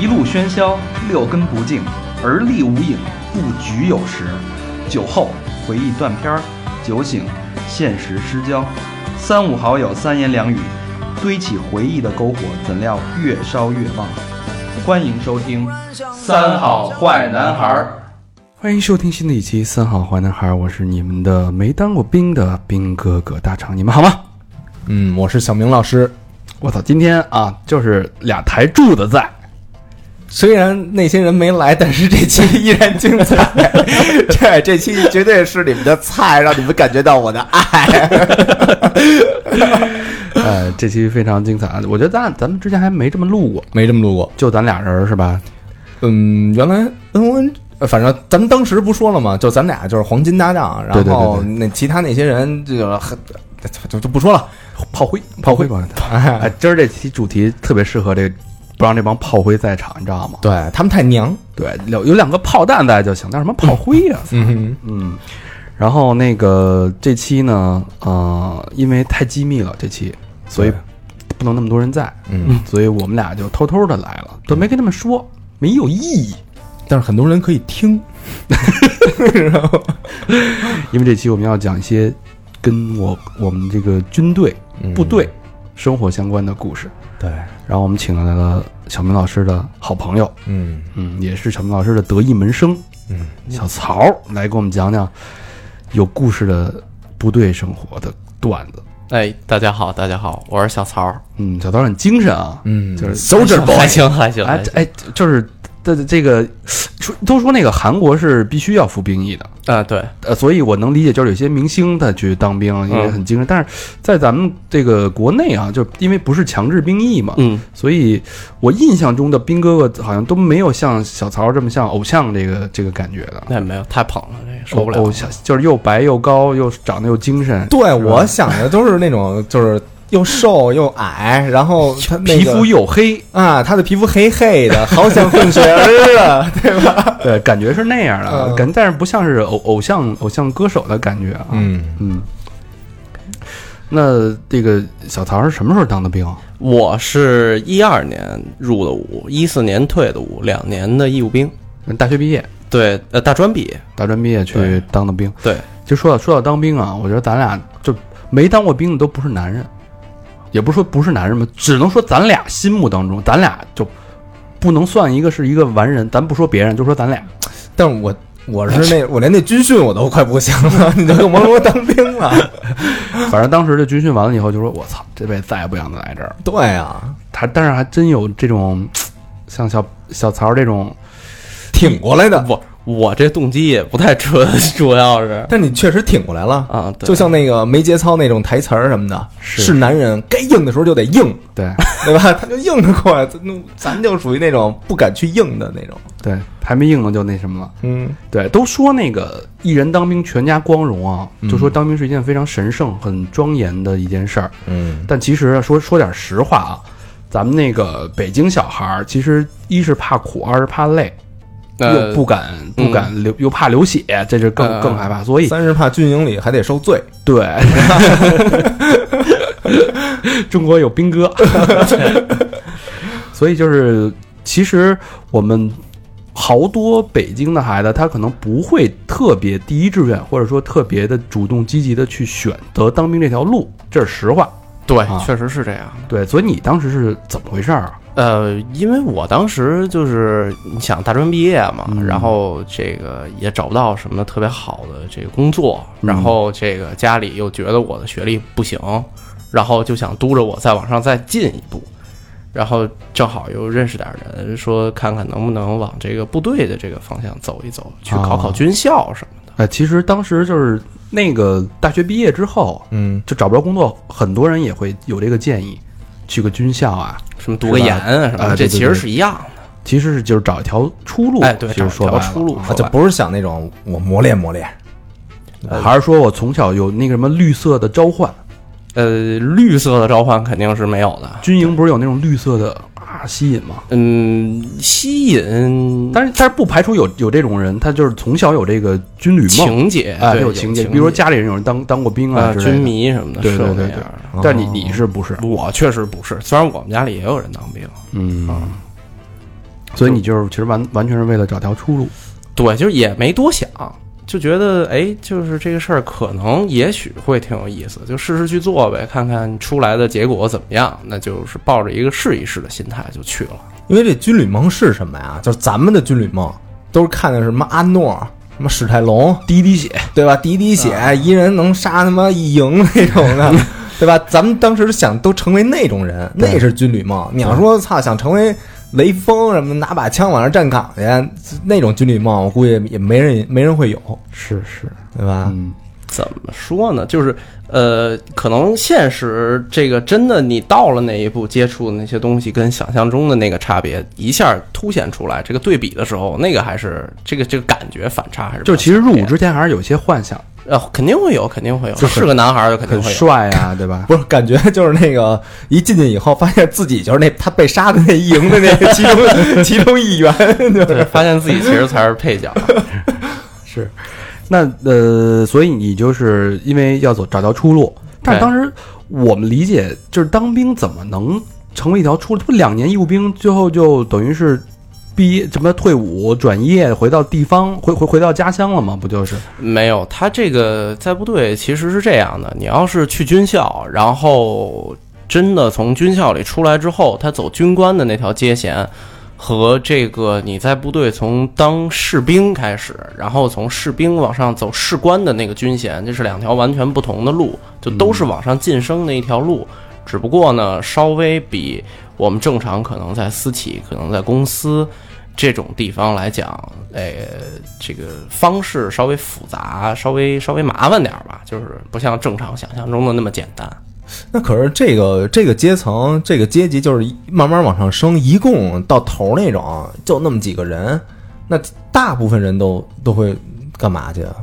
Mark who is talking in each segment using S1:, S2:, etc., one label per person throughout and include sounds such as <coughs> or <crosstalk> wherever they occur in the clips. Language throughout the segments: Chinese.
S1: 一路喧嚣，六根不净，而立无影，不局有时。酒后回忆断片儿，酒醒现实失焦。三五好友三言两语，堆起回忆的篝火，怎料越烧越旺。欢迎收听《三好坏男孩》。
S2: 欢迎收听新的一期《三好坏男孩》，我是你们的没当过兵的兵哥哥大长，你们好吗？
S3: 嗯，我是小明老师。
S2: 我操，今天啊，就是俩台柱子在，
S3: 虽然那些人没来，但是这期依然精
S2: <laughs>
S3: 彩。这这期绝对是你们的菜，让你们感觉到我的爱。
S2: 呃，这期非常精彩，我觉得咱咱们之前还没这么录过，
S3: 没这么录过。
S2: 就咱俩人儿是吧？
S3: 嗯，原来 N O N，呃反正咱们当时不说了嘛，就咱俩就是黄金搭档，然
S2: 对对
S3: 后
S2: 对
S3: 那其他那些人就很就就就不说了。
S2: 炮灰，炮灰吧。哎，今儿这期主题特别适合这，不让这帮炮灰在场，你知道吗？
S3: 对他们太娘。
S2: 对，有有两个炮弹在就行，那什么炮灰呀、
S3: <laughs> 嗯哼，
S2: 嗯，然后那个这期呢，呃，因为太机密了，这期，所以不能那么多人在，
S3: 嗯，
S2: 所以我们俩就偷偷的来了，都没跟他们说，没有意义，
S3: 但是很多人可以听。
S2: 因为这期我们要讲一些跟我我们这个军队
S3: 嗯
S2: 部队生活相关的故事，
S3: 对，
S2: 然后我们请来了小明老师的好朋友，
S3: 嗯
S2: 嗯，也是小明老师的得意门生
S3: 嗯，
S2: 小曹来给我们讲讲有故事的部队生活的段子。
S4: 哎，大家好，大家好，我是小曹儿，
S2: 嗯，小刀很精神啊，
S3: 嗯，
S2: 就是
S3: soldier
S4: 还
S3: boy。
S4: 行还行，
S2: 哎
S4: 还行
S2: 哎，就是这这个，说都说那个韩国是必须要服兵役的，
S4: 啊，对，
S2: 呃，所以我能理解，就是有些明星他去当兵啊
S3: 嗯
S2: 也很精神，但是在咱们这个国内啊，就因为不是强制兵役嘛，
S4: 嗯，
S2: 所以我印象中的兵哥哥好像都没有像小曹这么像偶像这个这个感觉的，
S4: 那没有太捧了，这个受不了
S2: 偶偶像哦就是又白又高又长得又精神，
S3: 对，我想的都是那
S2: <laughs>
S3: 种就是又瘦又矮，然后他那
S2: 皮
S3: 个
S2: 肤又
S4: <laughs>
S2: 黑，
S3: 啊，他的皮肤黑黑的，好想混血儿啊！
S2: 对，感觉是那样的
S4: 呃
S3: 嗯
S2: 感，但是不像是偶偶像偶像歌手的感觉啊，
S3: 嗯，
S2: <laughs> 嗯，那这个小曹是什么时候当的兵啊？
S4: 我是一二年入的伍，一四年退的伍，两年的义务兵，
S2: 大学毕业，
S4: 对，呃，大专毕业，
S2: 大专毕业去
S4: 对
S2: 当的兵。
S4: 对，
S2: 就说到说到当兵啊，我觉得咱俩就没当过兵的都不是男人，也不是说不是男人吧，只能说咱俩心目当中，咱俩就不能算一个是一个完人，咱不说别人，就说咱俩。
S3: 但是我我是那我连那军训我都快不行了，你就更甭说当兵了。
S2: <laughs> 反正当时这军训完了以后，就说我操，这辈子再也不想来这儿了。
S3: 对啊，
S2: 他但是还真有这种，像小小曹这种，
S3: 挺过来的，
S4: 我我这动机也不太纯， <laughs> 主要是
S3: 但你确实挺过来了。
S4: 啊，对
S3: 就像那个没节操那种台词儿什么的，
S2: 是
S3: 是男人该硬的时候就得硬，
S2: 对
S3: 对吧？ <laughs> 他就硬着过来，那咱就属于那种不敢去硬的那种。
S2: 对，还没硬呢就那什么了。
S3: 嗯，
S2: 对，都说那个一人当兵全家光荣啊，就说当兵是一件非常神圣、很庄严的一件事儿。
S3: 嗯，
S2: 但其实啊说说点实话啊，咱们那个北京小孩儿，其实一是怕苦，二是怕累，
S4: 呃
S2: 又不敢不敢流，又怕流血，这是更
S4: 呃
S2: 更害怕。所以
S3: 三是怕军营里还得受罪，
S2: 对，中国有兵哥，所以就是其实我们好多北京的孩子，他可能不会特别第一志愿，或者说特别的主动积极的去选择当兵这条路，这是实话。
S4: 对
S2: 啊，
S4: 确实是这样。
S2: 对，所以你当时是怎么回事儿啊？
S4: 呃，因为我当时就是你想大专毕业嘛，
S2: 嗯
S4: 然后这个也找不到什么特别好的这个工作，
S2: 嗯
S4: 然后这个家里又觉得我的学历不行，然后就想督着我再往上再进一步，然后正好又认识点人，说看看能不能往这个部队的这个方向走一走，去考
S2: 哦
S4: 考军校什么的。
S2: 哎，其实当时就是那个大学毕业之后
S3: 嗯，
S2: 就找不着工作，很多人也会有这个建议，去个军校啊，
S4: 什么读个研啊什么
S2: 啊对
S4: 的，这
S2: 对
S4: 其
S2: 对
S4: 实是一样的。
S2: 其实是就是找一条出路。
S4: 哎对
S2: 其实说
S4: 找一条
S2: 白了
S4: 出路
S2: 啊
S4: 说
S3: 就
S4: 白
S3: 不是想那种我磨练磨练，
S2: 嗯
S4: 哎
S2: 还是说我从小有那个什么绿色的召唤？
S4: 呃，绿色的召唤肯定是没有的。
S2: 军营不是有那种绿色的啊吸引吗？
S4: 嗯，吸引
S2: 但是但是不排除有有这种人，他就是从小有这个军旅梦，
S4: 情节，
S2: 哎，
S4: 对
S2: 有情节，比如说家里人有人当当过兵啊
S4: 啊、
S2: 之类的
S4: 军迷什么的，啊
S2: 对
S4: 是有
S2: 对对
S4: 那
S2: 对
S4: 样的哦
S2: 但你你是不是？
S4: 我确实不是，虽然我们家里也有人当兵，
S2: 嗯，所以你就是其实完完全是为了找条出路。
S4: 对，就是也没多想，就觉得哎，就是这个事儿可能也许会挺有意思，就试试去做呗，看看出来的结果怎么样。那就是抱着一个试一试的心态就去了。
S5: 因为这军旅梦是什么呀？就是咱们的军旅梦都是看的什么阿诺、什么史泰龙，
S2: 滴滴血，啊
S5: 对吧？滴滴血，一人能杀他妈一营那种的，
S2: 嗯
S5: 对吧？咱们当时想都成为那种人，那是军旅梦。你要
S2: 嗯
S5: 说操，想成为雷锋什么，拿把枪往上站岗去，那种军旅梦，我估计也没人没人会有，
S2: 是是，
S5: 对吧？
S2: 嗯，
S4: 怎么说呢？就是呃，可能现实这个真的你到了那一步，接触的那些东西跟想象中的那个差别一下凸显出来，这个对比的时候，那个还是这个这个感觉反差还是比较
S2: 就是其实入伍
S4: 强烈
S2: 之前还是有些幻想，
S4: 的呃肯定会有，肯定会有，
S2: 就是
S4: 是个男孩儿就肯定
S2: 很 <laughs>
S4: 会有。
S2: 帅啊，对吧？
S5: 不是，感觉就是那个一进去以后，发现自己就是那他被杀的那一营的那个其
S2: <laughs>
S5: 中其中一员，就是
S4: 对，发现自己其实才是配角。
S2: 那呃，所以你就是因为要走找条出路，但是
S4: 对
S2: 当时我们理解就是当兵怎么能成为一条出路？这不两年义务兵最后就等于是毕业什么退伍转业回到地方回回回到家乡了吗？不就是
S4: 没有，他这个在部队其实是这样的：你要是去军校，然后呃真的从军校里出来之后，他走军官的那条街线，和这个你在部队从当士兵开始，然后从士兵往上走士官的那个军衔，这是两条完全不同的路，就都是往上晋升的一条路，只不过呢，稍微比我们正常可能在私企、可能在公司。这种地方来讲，哎，这个方式稍微复杂，稍微稍微麻烦点儿吧，就是不像正常想象中的那么简单。
S5: 那可是这个这个阶层这个阶级就是一慢慢往上升，一共到头那种就那么几个人，那大部分人都都会干嘛去啊？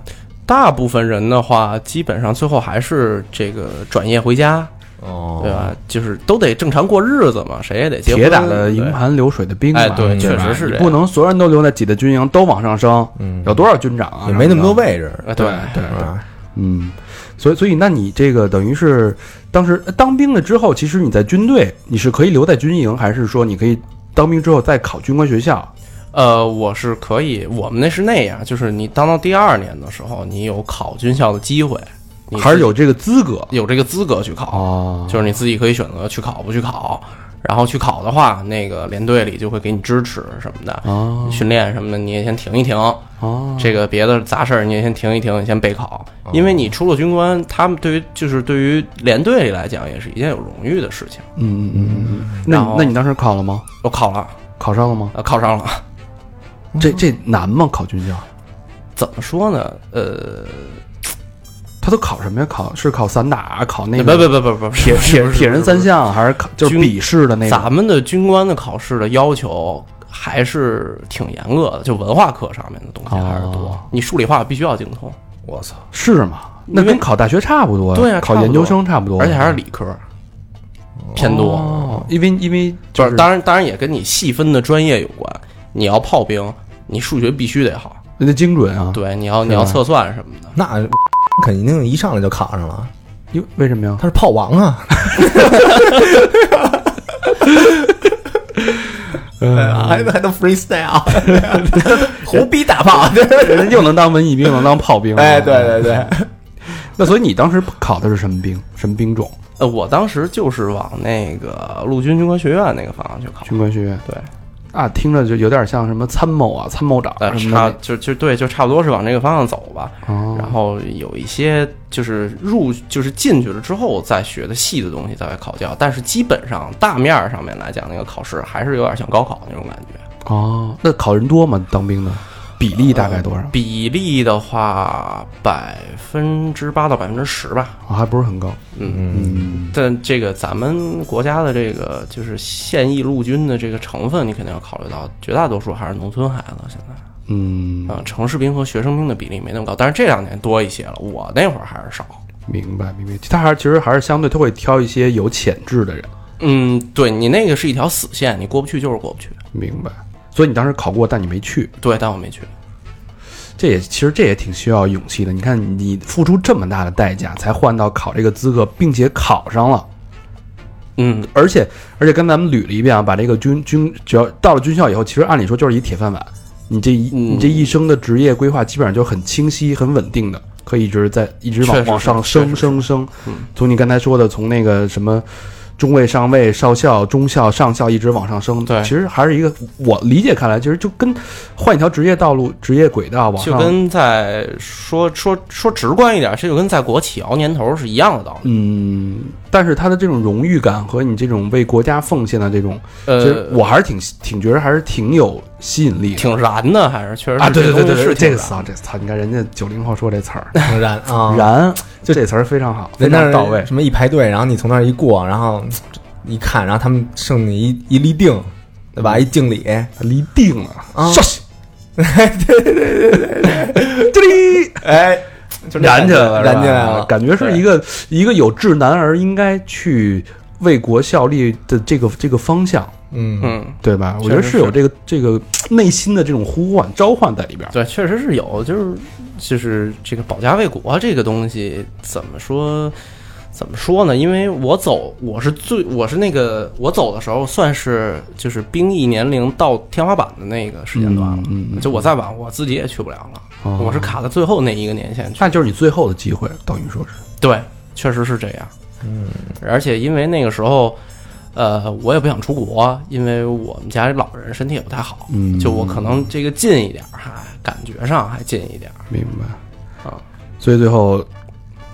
S4: 大部分人的话，基本上最后还是这个转业回家，
S5: 哦，
S4: 对吧？就是都得正常过日子嘛，谁也得结婚。
S2: 铁打的营盘流水的兵嘛？
S4: 哎对
S2: 吧
S4: 确实是这样
S2: 你不能所有人都留在己的军营，都往上升，
S5: 嗯
S2: 有多少军长啊？
S5: 也没那么多
S2: 什的
S5: 位置，啊
S4: 哎对
S2: 对
S5: 是吧？
S2: 嗯，所以所以那你这个等于是当时呃当兵了之后，其实你在军队你是可以留在军营，还是说你可以当兵之后再考军官学校？
S4: 呃，我是可以，我们那是那样，就是你当到第二年的时候，你有考军校的机会，你
S2: 还是
S4: 自
S2: 有这个资格
S4: 有这个资格去考。
S2: 哦
S4: 就是你自己可以选择去考不去考，然后去考的话，那个连队里就会给你支持什么的，
S2: 哦
S4: 训练什么的你也先停一停，
S2: 哦，
S4: 这个别的杂事儿你也先停一停，你先备考，
S2: 嗯
S4: 因为你出了军官，他们对于就是对于连队里来讲也是一件有荣誉的事情。
S2: 嗯嗯嗯嗯，那
S4: 然
S2: 你
S4: 后
S2: 那你当时考了吗？
S4: 我考了，
S2: 考上了吗？
S4: 呃，考上了。嗯
S2: 这这难吗？考军校？
S4: 怎么说呢？呃，
S2: 他都考什么呀？考是考散打，考那个
S4: 不不不不不，
S2: 铁
S4: 不是
S2: 铁
S4: 不是
S2: 铁人
S4: 不是
S2: 三项，还是考就是
S4: 军
S2: 笔试的那种？
S4: 咱们的军官的考试的要求还是挺严格的，就文化课上面的东西还是多。
S2: 哦
S4: 你数理化必须要精通，
S5: 我操，
S2: 是吗？那
S4: 因为
S2: 跟考大学差不多呀，
S4: 对呀
S2: 考
S4: 差不
S2: 研究
S4: 多
S2: 生差不多，
S4: 而且还是理科偏多。
S2: 哦，因为因为就
S4: 就
S2: 是
S4: 是当然，当然也跟你细分的专业有关。你要炮兵，你数学必须得好，
S2: 那精准啊，
S4: 对，你要
S2: 吧
S4: 你要测算什么的。
S5: 那肯定一上来就考上了，
S2: 因为为什么呀？ <laughs>
S5: 他是炮王 <laughs> 啊！哎还能还能 <laughs> freestyle，胡逼打炮，
S2: 人又能当文
S5: <laughs>
S2: 艺兵，又能当炮兵。
S5: 哎，对。对 <laughs> 对，
S2: 那所以你当时考的是什么兵？什么兵种？
S4: 呃，我当时就是往那个陆军军官学院那个方向去考，
S2: 军官学院
S4: 对，
S2: 啊，听着就有点像什么参谋啊、参谋长
S4: 呃，
S2: 什
S4: 差
S2: 么
S4: 就就对，就差不多是往这个方向走吧。
S2: 的。哦，
S4: 然后有一些就是入就是进去了之后再学的细的东西再来考教，但是基本上大面儿上面来讲，那个考试还是有点像高考那种感觉。
S2: 哦，那考人多吗？当兵的比例大概多少？
S5: 嗯
S4: 比例的话，百分之八到百分之十吧。
S2: 啊还不是很高。
S4: 嗯，
S2: 嗯，
S4: 但这个咱们国家的这个就是现役陆军的这个成分，你肯定要考虑到，绝大多数还是农村孩子现在
S2: 嗯，
S4: 啊、城市兵和学生兵的比例没那么高，但是这两年多一些了。我那会儿还是少。
S2: 明白明白。他还是其实还是相对，他会挑一些有潜质的人。
S4: 嗯，对你那个是一条死线，你过不去就是过不去。
S2: 明白。所以你当时考过，但你没去。
S4: 对，但我没去。
S2: 这也其实这也挺需要勇气的。你看，你付出这么大的代价才换到考这个资格，并且考上了，
S4: 嗯，
S2: 而且而且跟咱们捋了一遍啊，把这个军军只要到了军校以后，其实按理说就是一铁饭碗，你这一、
S4: 嗯
S2: 你这一生的职业规划基本上就很清晰、很稳定的，可以一直在一直
S4: 确
S2: 往
S4: 实
S2: 往
S4: 是
S2: 上
S4: 确
S2: 升
S4: 实
S2: 升升
S4: 嗯。
S2: 从你刚才说的，从那个什么。中尉、上尉、少校、中校、上校一直往上升，
S4: 对
S2: 其实还是一个我理解看来，其实就跟换一条职业道路、职业轨道往
S4: 就
S2: 上，
S4: 跟在说说说直观一点，这就跟在国企熬年头是一样的道理。
S2: 嗯，但是他的这种荣誉感和你这种为国家奉献的这种，其实
S4: 呃，
S2: 我还是挺挺觉得还是挺有吸引力的。
S4: 挺燃的，还是确实是
S2: 啊，对对对
S4: 东西
S2: 对，
S4: 是
S2: 这
S4: 挺
S2: 个
S4: 燃
S2: 词啊，这个词啊，你看人家九零后说这词儿，
S5: 挺燃啊，
S2: 燃，就这词儿非常好，
S5: 在
S2: 非
S5: 那
S2: 常
S5: 儿
S2: 到位。
S5: 什么一排队，然后你从那儿一过，然后一看，然后他们剩你一一立定，对
S2: 嗯
S5: 吧？一敬礼，
S2: 离定了，
S5: <laughs> 啊
S2: 稍息对对对对对，
S5: 哎，
S2: 这里燃起来了，
S5: 燃
S2: 是
S5: 起
S2: 吧
S5: 来了，
S2: 感觉是一个一个有志男儿应该去为国效力的这个这个方向，
S5: 嗯
S4: 嗯，
S2: 对吧？我
S4: 确
S2: 觉得
S4: 实
S2: 是
S4: 是
S2: 有这个这个内心的这种呼唤召唤在里边儿。
S4: 对，确实是有，就是就是这个保家卫国这个东西，怎么说？怎么说呢？因为我走，我是最，我是那个，我走的时候算是就是兵役年龄到天花板的那个时间段了。
S2: 嗯嗯嗯
S4: 就我再晚，我自己也去不了了。
S2: 哦
S4: 我是卡在最后那一个年限去。
S2: 那就是你最后的机会，等于说是，
S4: 对，确实是这样。嗯，而且因为那个时候，呃，我也不想出国，因为我们家里老人身体也不太好，
S2: 嗯
S4: 就我可能这个近一点儿，还感觉上还近一点儿。
S2: 明白
S4: 啊。
S2: 所以最后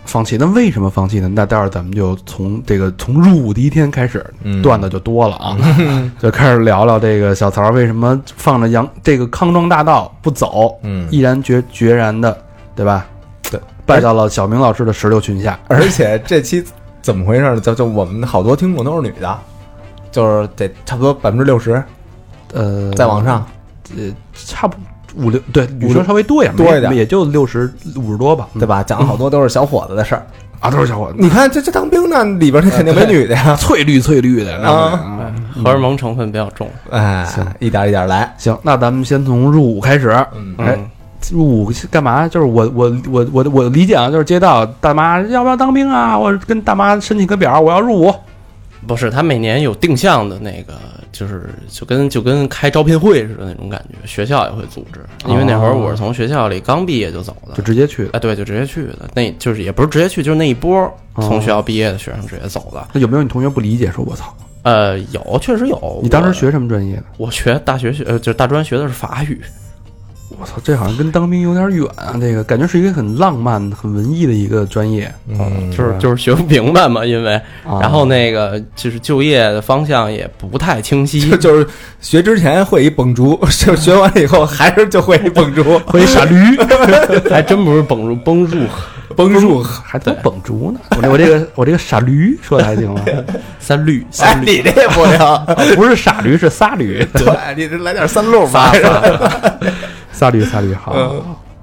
S2: 放弃，那为什么放弃呢？那待会儿咱们就从这个从入伍第一天开始，段子就多了啊， <laughs> 就开始聊聊这个小曹为什么放着杨这个康庄大道不走，
S5: 嗯
S2: 毅然决决然的，对吧？
S5: 对，
S2: 拜到了小明老师的石榴裙下。
S5: 而且这期怎么回事呢？就就我们好多听众都是女的，就是得差不多百分之六十
S2: 呃，
S5: 再往上，
S2: 呃，差不五六对，女生稍微多一点，
S5: 多一点
S2: 没也就六十五十多吧，
S5: 对吧？讲了好多都是小伙子的事儿。
S2: 啊，都是小伙子，
S5: 你看这这当兵呢，里边儿肯定没女的呀。
S2: 啊翠绿翠绿的，然后
S5: 啊
S2: 啊
S4: 荷尔蒙成分比较重。
S5: 哎，一点儿一点儿来。
S2: 行，那咱们先从入伍开始。
S5: 嗯
S2: 哎，入伍是干嘛？就是我我我我我理解啊，就是接到大妈要不要当兵啊？我跟大妈申请个表，我要入伍。
S4: 不是，他每年有定向的那个，就是就跟就跟开招聘会似的那种感觉，学校也会组织。因为那会儿我是从学校里刚毕业就走的
S2: 就，直接去。
S4: 哎，对，就直接去的。那就是也不是直接去，就是那一波
S2: 哦
S4: 从学校毕业的学生直接走的。
S2: 那有没有你同学不理解？说我操，
S4: 呃，有，确实有。
S2: 你当时
S4: 我
S2: 学什么专业的？
S4: 我学大学学呃，就是大专学的是法语，
S2: 我操，这好像跟当兵有点远啊！这个感觉是一个很浪漫、很文艺的一个专业。
S5: 嗯，
S4: 就是就是学不明白嘛，因为
S2: 啊
S4: 然后那个就是就业的方向也不太清
S2: <laughs>
S4: 晰，
S5: <laughs> 就就是学之前会一蹦竹，就 <laughs> 学完了以后还是就会一蹦竹，
S2: 会傻 <laughs> 驴，
S4: 还真不是绷住绷住
S5: 蹦竹。
S2: 还都蹦竹呢。我这我这个我这个傻驴说的还行 <laughs> 吗？
S4: 三绿
S5: 哎，
S4: 三绿
S5: 你这也不行，
S2: 不是傻驴，是仨驴。
S5: <laughs> 对你这来点三路吧
S4: 发。
S5: <laughs>
S4: 发
S2: 仨驴仨驴好，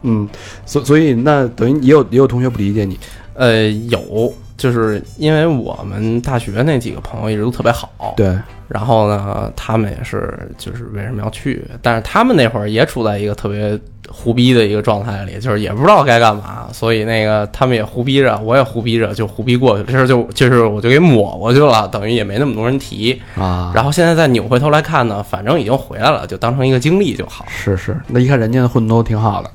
S2: 嗯，所所以那等于也有也有同学不理解你，
S4: 呃，有，就是因为我们大学那几个朋友一直都特别好，。
S2: 对，
S4: 然后呢，他们也是，就是为什么要去？但是他们那会儿也处在一个特别胡逼的一个状态里，就是也不知道该干嘛，所以那个他们也胡逼着，我也胡逼着，就胡逼过去了，这事儿就就是我就给抹过去了，等于也没那么多人提。
S2: 啊，
S4: 然后现在再扭回头来看呢，反正已经回来了，就当成一个经历就好。
S2: 是是，那一看人家的混都挺好的，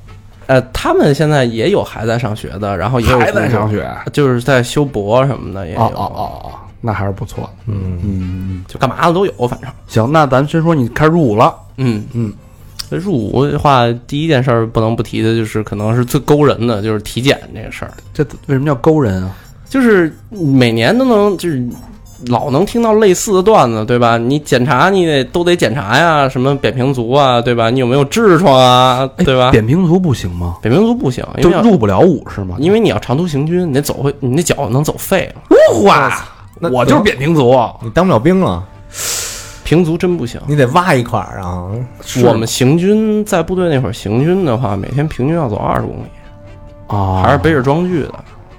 S4: 呃，他们现在也有还在上学的，然后也有
S2: 还在上学，啊
S4: 就是在修博什么的也有，
S2: 哦哦哦哦，那还是不错的，嗯嗯，
S4: 就干嘛的都有，反正
S2: 行，那咱先说你开始入伍了，
S4: 嗯
S2: 嗯。
S4: 入伍的话，第一件事儿不能不提的就是，可能是最勾人的就是体检这个事儿，
S2: 这为什么叫勾人啊？
S4: 就是每年都能就是老能听到类似的段子，对吧？你检查你得都得检查呀，什么扁平足啊，对吧？你有没有痔疮啊，
S2: 哎
S4: 对吧？
S2: 扁平足不行吗？
S4: 扁平足不行，因
S2: 就
S4: 为要
S2: 入不了伍是吗？
S4: 因为你要长途行军，你得走回，你那脚能走废了。
S2: 不花，
S5: 那
S2: 我就是扁平足，啊
S5: 你当不了兵了，
S4: 平足真不行。
S5: 你得挖一块儿啊。
S2: 是
S4: 我们行军在部队那会儿行军的话，每天平均要走二十公里，
S2: 啊
S4: 还是背着装具的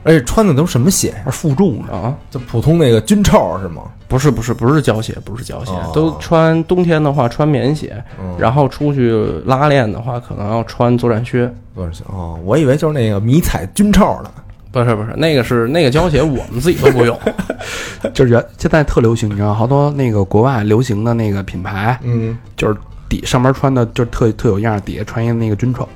S5: 而且穿的都什么鞋？
S2: 还是负重的，
S4: 啊？
S5: 就普通那个军臭是吗？
S4: 不不是不是不是胶鞋，不是胶鞋，
S5: 哦
S4: 都穿冬天的话穿棉鞋，然后出去拉练的话可能要穿作战靴。
S5: 多少钱？哦，我以为就是那个迷彩军臭呢。
S4: 不是不是，那个是那个胶鞋，我们自己都不 <laughs> 用。
S2: 就是原现在特流行，你知道，好多那个国外流行的那个品牌，嗯，就是底上面穿的就是特特有样儿，底下穿一那个军
S5: <laughs>
S2: 丑，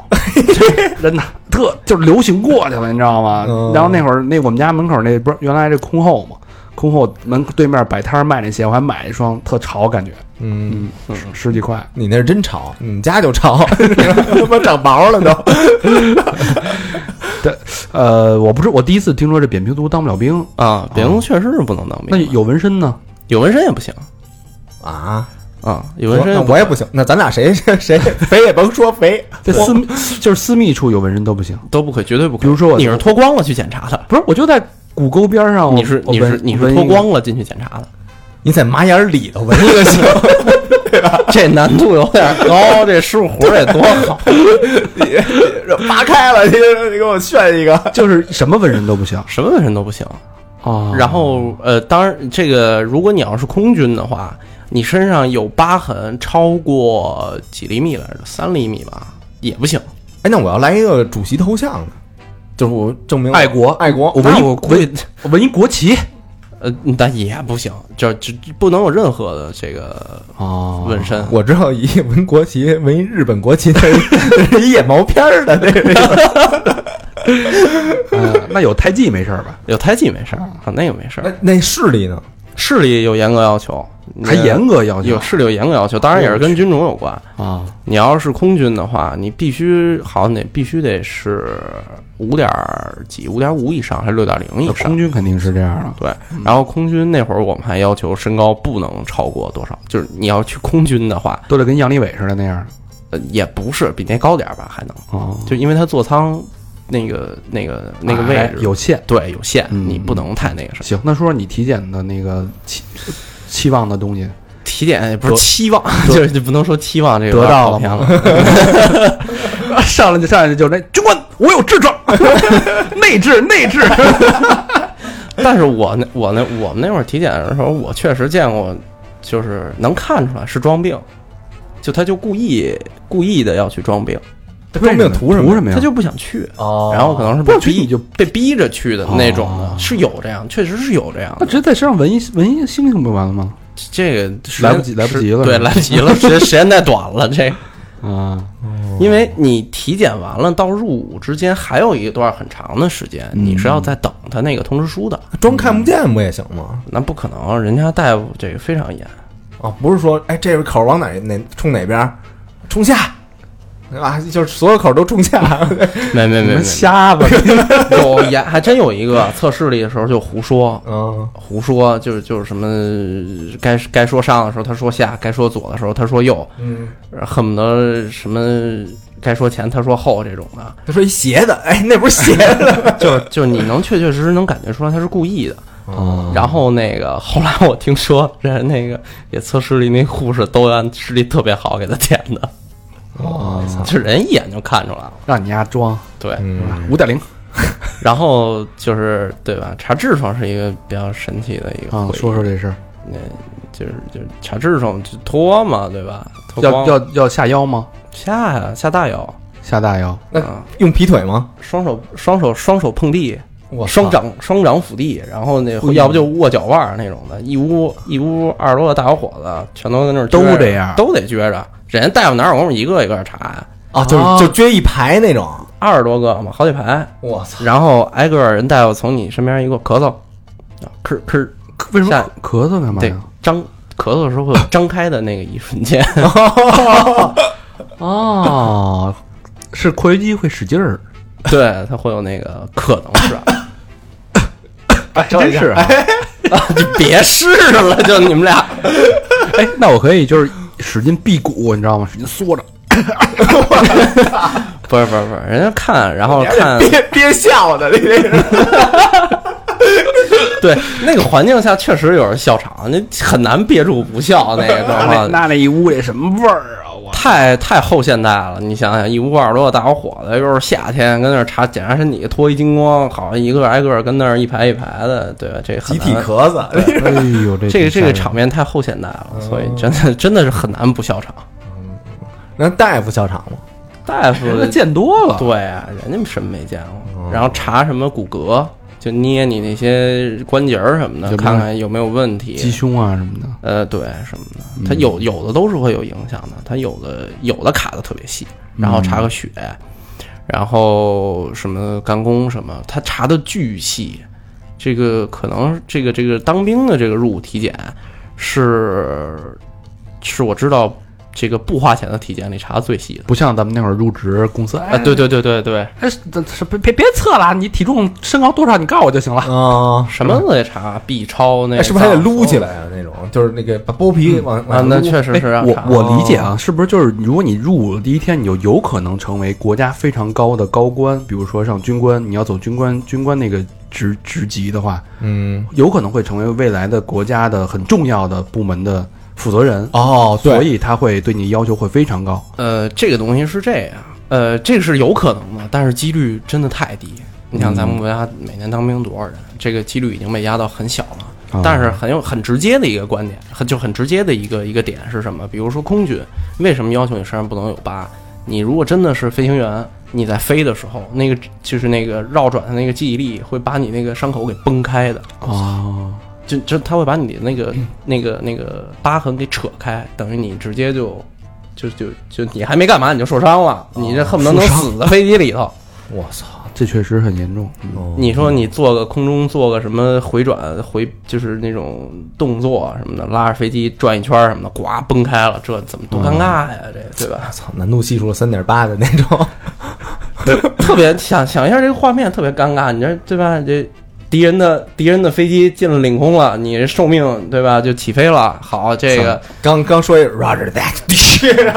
S2: 真的特就是流行过去了，你知道吗？
S5: 嗯
S2: 然后那会儿那我们家门口那不是原来这空后嘛，空后门对面摆摊儿卖那鞋，我还买了一双，特潮，感觉
S5: 嗯，
S2: 十十几
S5: <laughs>
S2: 块。
S5: 你那是真潮，你们家就潮， <laughs> 他妈长毛
S2: <laughs>
S5: 了都。
S2: 呃，我不是我第一次听说这扁平足当不了兵，
S4: 啊，扁平足确实是不能当兵的。
S2: 那有纹身呢？
S4: 有纹身也不行
S5: 啊，
S4: 啊，有纹
S5: 我
S4: 身
S5: 那
S4: 不
S5: 我也不行，那咱俩谁谁肥也甭说肥，
S2: 在私密就是私密处有纹身都不行。
S4: 都不可以，绝对不可以。
S2: 比如说我
S4: 你是脱光了去检查的，
S2: 不是，我就在骨沟边上，我
S4: 你是
S2: 我
S4: 你
S2: 纹
S4: 是你
S2: 纹
S4: 是
S2: 一
S4: 脱
S2: 个
S4: 光了进去检查的，
S5: 你在马眼里头纹一个行，
S4: <laughs> 这难度有 <laughs> 点高，这师傅活儿也多好。
S5: 扒开了，你你给我炫一个。
S2: 就是什么纹身都不
S4: <laughs>
S2: 行
S4: 什么纹身都不行。
S2: 啊
S4: 然后呃，当然这个如果你要是空军的话，你身上有疤痕超过几厘米来着？三厘米吧，也不行。
S5: 哎，那我要来一个主席头像呢，就是我证明我
S2: 爱国
S5: 爱国，
S2: 我
S5: 那
S2: 纹一
S5: 我
S2: 纹纹一国旗
S4: 呃，但也不行，就就不能有任何的这个
S2: 啊
S4: 纹身。
S5: 我知道一纹国旗，纹一日本国旗，那是那是一野毛片儿的那个。
S2: <laughs> 呃那有胎记没事儿吧？
S4: 有胎记没事儿啊，那个没事
S5: 那
S4: 儿。
S5: 哎那视力呢？
S4: 视力有严格要求，
S2: 还严格要求
S4: 有视力有严格要求，当然也是跟军种有关。
S2: 啊
S4: 你要是空军的话，你必须好像得必须得是五点几、五点五以上，还是六点零以上
S2: 空？军肯定是这样的。
S4: 啊对，然后空军那会儿我们还要求身高不能超过多少，就是你要去空军的话，
S2: 都得跟杨利伟似的那样
S4: 呃，也不是比那高点儿吧，还能，
S2: 哦，
S4: 就因为他座舱那个那个那个位
S2: 哎
S4: 置、
S2: 有限。
S4: 对有限，
S2: 嗯
S4: 你不能太那个什么。
S2: 行，那说说你体检的那个期期望的东西，
S4: 体检也不是
S2: 得
S4: 期望，就是就不能说期望这个
S2: 得
S4: 有点
S2: 到
S4: 跑
S2: 了
S4: 偏
S2: 吗 <laughs>
S4: 了。
S2: 上来就上来就那军官，我有 <laughs> 痔疮，内痔内痔，
S4: <laughs> 但是我那我那我们那会儿体检的时候，我确实见过，就是能看出来是装病，就他就故意故意的要去装病，
S5: 装病图什么
S2: 图什么呀？
S4: 他就不想去。
S5: 哦
S4: 然后可能是
S2: 不
S4: 被
S2: 想去
S4: 逼
S2: 你就
S4: 被逼着去的那种的，
S2: 哦
S4: 是有这样，确实是有这样
S2: 那
S4: 的。
S2: 直接在身上纹一纹一星星不完了吗？
S4: 这个时间
S2: 来不及来不及了
S4: 时对，
S2: 是吧
S4: 来不及
S2: <laughs>
S4: 了，时间时间太短了。这个，
S2: 啊，
S4: 因为你体检完了到入伍之间还有一段很长的时间，
S2: 嗯
S4: 你是要在等他那个通知书的，
S5: 装看不见不也行吗？
S4: 那不可能，人家大夫这个非常严。
S5: 啊，不是说哎，这个口往哪哪冲哪边儿，冲下，对吧？就是所有口都冲下。
S4: 没没
S2: 你
S4: 没
S2: 们
S4: 没，
S2: 瞎吧？
S4: <laughs> 有严，还真有一个测视力的时候就胡说，
S5: 嗯，
S4: 胡说，就是就是什么该该说上的时候他说下，该说左的时候他说右，
S5: 嗯，
S4: 恨不得什么该说前他说后这种的，
S5: 他说一斜的，哎，那不是斜的。
S4: 就 <laughs> 就你能确确实实能感觉出来他是故意的。
S5: 哦
S2: 啊，
S4: 然后那个后来我听说人那个给测视力那护士都按视力特别好给他填的，
S2: 哦
S4: 就人一眼就看出来了。
S2: 让你丫装
S4: 对，
S5: 嗯，
S2: 五点零
S4: 然后就是对吧？查痔疮是一个比较神奇的一个
S2: 啊
S4: 回，忆
S2: 说说这事儿，
S4: 那就是就是查痔疮就脱嘛，对吧？脱
S2: 要
S4: 光
S2: 要要下腰吗？
S4: 下呀下大腰，
S2: 下大腰，
S5: 那
S4: 啊
S5: 用劈腿吗？
S4: 双手双手双手碰地，
S5: 我
S4: 双掌双掌phủ地，然后那
S2: 呦
S4: 要不就握脚腕儿那种的，一屋一屋二十多个大小伙子全都在那儿撅
S2: 都
S4: 着
S2: 这样
S4: 都得撅着。人家大夫哪有功夫一个一个查呀？
S5: 啊，就是
S2: 啊
S5: 就撅一排那种。
S4: 二十多个嘛，好几排，
S5: 我操！
S4: 然后挨个儿人大夫从你身边一个咳嗽，啊，咳咳，
S2: 为什
S4: 下
S2: 么咳嗽干嘛
S4: 对
S2: 呀？，
S4: 张咳嗽的时候会有张开的那个一瞬间，
S2: 哦，是括约肌会使劲儿，
S4: <laughs> 对，他会有那个可能是吧，
S2: <coughs> 哎，真是啊。 <laughs>
S4: 你别试了，就你们俩，
S2: <laughs> 哎，那我可以就是使劲辟谷，你知道吗？使劲缩着，
S4: 不是不是不是，人家看，然后看，
S5: 憋憋笑的，那那是
S4: 对，那个环境下确实有人笑场，那很难憋住不笑，那个状
S2: <laughs> 那
S4: 况。
S2: 那那一屋里什么味儿啊！我
S4: 太太后现代了。你想想，一屋二十多个大小伙子，又是夏天，跟那儿查检查身体，脱一精光，好像一个挨个跟那儿一排一排的，对吧？这很
S5: 集
S4: 难
S5: 体咳嗽，
S2: 哎呦，这
S4: 这个这个
S2: 场。
S4: 场面太后现代了，所以真的真的是很难不笑场。
S5: 那大夫笑场吗？
S4: 大夫
S2: 那见多了，哦
S4: 对啊，人家什么没见过，然后查什么骨骼，就捏你那些关节儿什么
S2: 有没有
S4: 的，看看有没有问题。
S2: 鸡胸啊什么的，
S4: 呃，对什么的，它
S2: 嗯
S4: 有有的都是会有影响的，它有的有的卡的特别细，
S2: 嗯
S4: 然后查个血，然后什么肝功什么，它查的巨细。这个可能这个这个当兵的这个入伍体检是是我知道这个不花钱的体检里查的最细的
S2: 不像咱们那会儿入职公司，哎
S4: 啊！对对对对对，
S2: 哎，这这别别别测了，你体重身高多少，你告诉我就行了。
S5: 啊，
S4: 什么都得查，B 超那
S5: 哎是不是还得撸起
S4: 来？
S5: 来啊？那种就是那个把剥皮往
S4: 啊，
S5: 往
S4: 那确实是
S2: 哎
S4: 要
S2: 我
S4: 查
S2: 我理解啊，是不是就是如果你入伍的第一天，你就有可能成为国家非常高的高官，比如说像军官，你要走军官军官那个职职级的话，
S5: 嗯
S2: 有可能会成为未来的国家的很重要的部门的负责人，
S5: 哦
S2: 所以他会对你要求会非常高。
S4: 呃，这个东西是这样，呃，这个是有可能的，但是几率真的太低。你想咱们国家每年当兵多少人，
S5: 嗯
S4: 这个几率已经被压到很小了。
S2: 啊
S4: 但是很有很直接的一个观点，很就很直接的一个一个点是什么？比如说空军为什么要求你身上不能有疤？你如果真的是飞行员，你在飞的时候，那个就是那个绕转的那个记忆力会把你那个伤口给崩开的。
S2: 哦，
S4: 就就他会把你的那个、那个那个疤痕给扯开，等于你直接就就就就你还没干嘛你就受伤了，你这恨不得能死在飞机里头。
S5: 我操，
S2: 这确实很严重。嗯
S4: 你说你做个空中做个什么回转回就是那种动作啊什么的，拉着飞机转一圈什么的，呱崩开了，这怎么多尴尬呀？这对吧？ <coughs>
S5: 操，难度系数三点八的那种，
S4: 特别想想一下这个画面，特别尴尬，你这对吧？这敌人的敌人的飞机进了领空了，你这寿命对吧？就起飞了。好，这个。
S5: 刚刚说一 Roger that，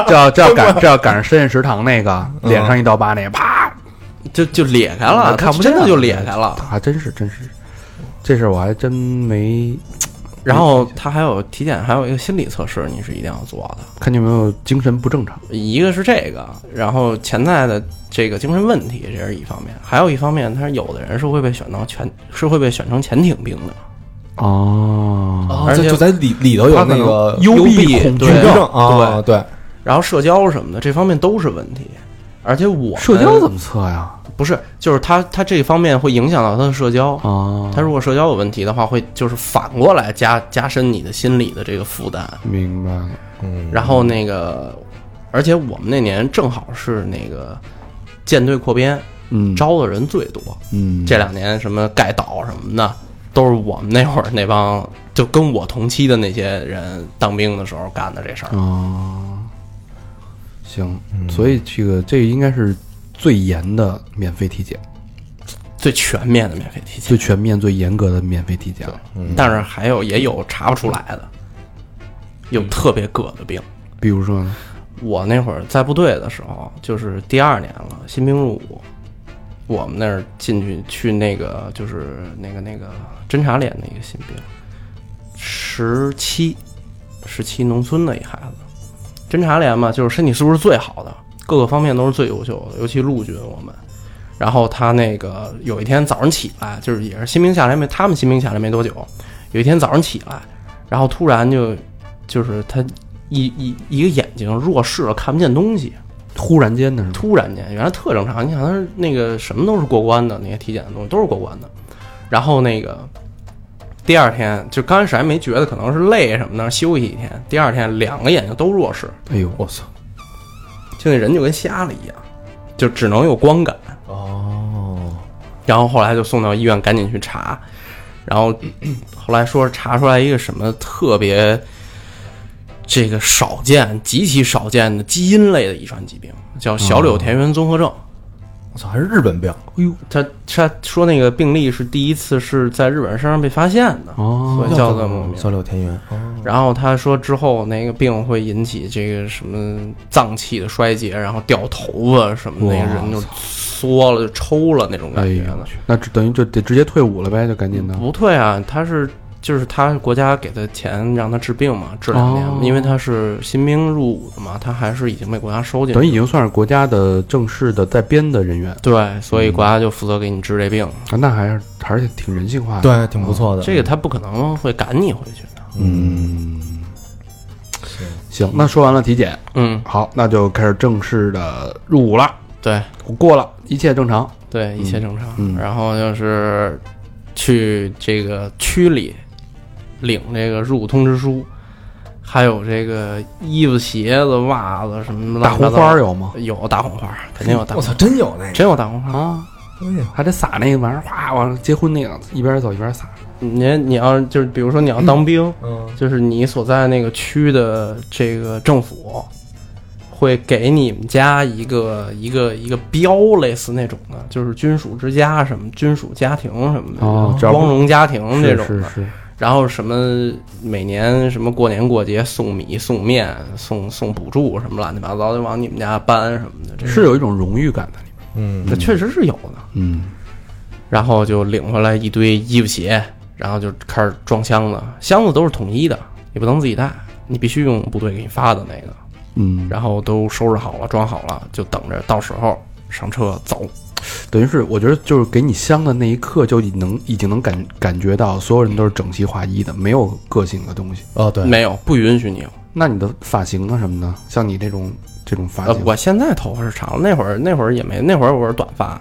S2: 这要这要赶这要赶上深夜食堂那个脸上一刀疤那个啪，
S4: 就就裂开了，
S2: 看不见
S4: 真的就裂开了。
S2: 啊还真是真是，这事儿我还真没
S4: 然后它还有体检，还有一个心理测试，你是一定要做的。
S2: 看见没有精神不正常。
S4: 一个是这个，然后潜在的这个精神问题，这是一方面；还有一方面，他有的人是会被选到全，是会被选成潜艇兵的。
S2: 哦，
S4: 而且
S5: 就就在里里头有那个
S2: 幽
S4: 幽
S2: 闭
S4: 闭
S2: 恐惧
S5: 症
S4: 对
S2: 症，
S5: 啊，对，
S4: 然后社交什么的，这方面都是问题。而且我们
S2: 社交怎么测呀？
S4: 不是，就是他他这方面会影响到他的社交。
S2: 哦，
S4: 他如果社交有问题的话，会就是反过来加加深你的心理的这个负担。
S2: 明白了，
S5: 嗯
S4: 然后那个，而且我们那年正好是那个舰队扩编，
S2: 嗯，
S4: 招的人最多。
S2: 嗯
S4: 这两年什么盖岛什么的，都是我们那会儿那帮就跟我同期的那些人当兵的时候干的这事儿。
S2: 哦，行，
S4: 嗯
S2: 所以这个这应该是最严的免费体检，
S4: 最全面的免费体
S2: 最
S4: 检，
S2: 全面、最严格的免费体检了。
S4: 但是还有也有查不出来的，
S2: 嗯
S4: 有特别个的病。
S2: 比如说呢，
S4: 我那会儿在部队的时候，就是第二年了，新兵入伍，我们那儿进去去那个就是那个那个侦察连的一个新兵，十七，十七农村的一孩子，侦察连嘛，就是身体素质最好的，各个方面都是最优秀的，尤其陆军我们。然后他那个有一天早上起来，就是也是新兵下来没，他们新兵下来没多久，有一天早上起来，然后突然就就是他一一一个眼睛弱视了，看不见东西。
S2: 忽然间的是吗？
S4: 突然间，原来特正常。你想他是那个什么都是过关的，那些体检的东西都是过关的。然后那个第二天就刚开始还没觉得，可能是累什么的，休息一天。第二天两个眼睛都弱视，
S2: 哎呦，我操！
S4: 就那人就跟瞎了一样，就只能有光感。
S5: 哦，
S4: 然后后来就送到医院，赶紧去查，
S2: <clears throat>
S4: 然后后来说是查出来一个什么特别这个少见、极其少见的基因类的遗传疾病，叫小柳田园综合
S2: 哦
S4: 症。
S5: 我操，还是日本病，
S2: 哎呦，
S4: 他他说那个病例是第一次是在日本人身上被发现的，
S2: 哦
S4: 所以叫做莫名。
S5: 小柳田园，
S4: 然后他说之后那个病会引起这个什么脏器的衰竭，然后掉头发什么的，那个人就缩了、就抽了那种感
S2: 哎
S4: 觉
S2: 呦
S4: 的。
S2: 我去，那只等于就得直接退伍了呗，就赶紧的。
S4: 嗯不退啊，他是就是他国家给他钱让他治病嘛，治两年，
S2: 哦
S4: 因为他是新兵入伍的嘛，他还是已经被国家收进去
S2: 等于
S4: 了。
S2: 已经算是国家的正式的在编的人员，
S4: 对，所以
S2: 嗯
S4: 国家就负责给你治这病，
S2: 啊那还是还是挺人性化的。，
S5: 对，挺不错的。
S4: 这个他不可能会赶你回去的。
S2: 嗯，行，那说完了体检，
S4: 嗯，
S2: 好，那就开始正式的入伍了，
S4: 对
S2: 过了，一切正常。
S4: 对，一切正常。
S2: 嗯
S4: 然后就是去这个区里领这个入伍通知书，还有这个衣服、鞋子、袜子什么
S2: 大
S4: 乱七八
S2: 红
S4: 糟
S2: 花儿有吗？
S4: 有大红花儿，肯定有大
S5: 我
S4: 红花
S5: 操，真有那
S4: 儿，
S5: 个
S4: 真有大红花儿。
S2: 啊，
S5: 东西，
S2: 还得撒那个玩意儿，哗往结婚那个一边走一边撒。
S4: 你你要就是比如说你要当兵，
S5: 嗯，
S4: 就是你所在那个区的这个政府会给你们家一个一个一个标，类似那种的，就是军属之家什么军属家庭什么的，
S2: 哦只要不
S4: 光荣家庭这种的。
S2: 是是是，
S4: 然后什么每年什么过年过节送米送面送送补助什么乱七八糟的往你们家搬什么的，这
S2: 是有一种荣誉感在里面。
S5: 嗯，
S4: 这确实是有的。
S2: 嗯，
S4: 然后就领回来一堆衣服鞋，然后就开始装箱子，箱子都是统一的，你不能自己带，你必须用部队给你发的那个。
S2: 嗯，
S4: 然后都收拾好了，装好了，就等着到时候上车走。
S2: 等于是我觉得就是给你香的那一刻就已能已经能感感觉到所有人都是整齐划一的，没有个性的东西。
S5: 哦对，
S4: 没有，不允许你有。
S2: 那你的发型啊什么的，像你这种这种发
S4: 呃
S2: 型，，
S4: 我现在头发是长，那会儿那会儿也没，那会儿我是短发。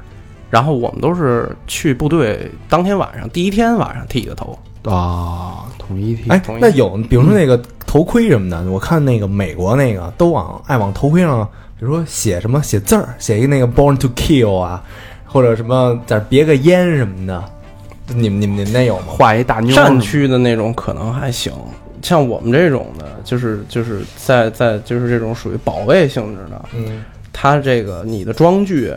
S4: 然后我们都是去部队当天晚上，第一天晚上剃的头。
S2: 啊，统一剃。
S5: 哎
S4: 同，意
S5: 那有，比如说那个头盔什么的，我看那个美国那个都往爱往头盔上，比如说写什么写字儿，写一那个 “born to kill” 啊，或者什么在这别个烟什么的，你们你们你们那有吗？
S2: 画一大妞儿什
S4: 战
S2: 么的，
S4: 区的那种可能还行，像我们这种的，就是就是在在就是这种属于保卫性质的，
S5: 嗯，
S4: 它这个你的装具，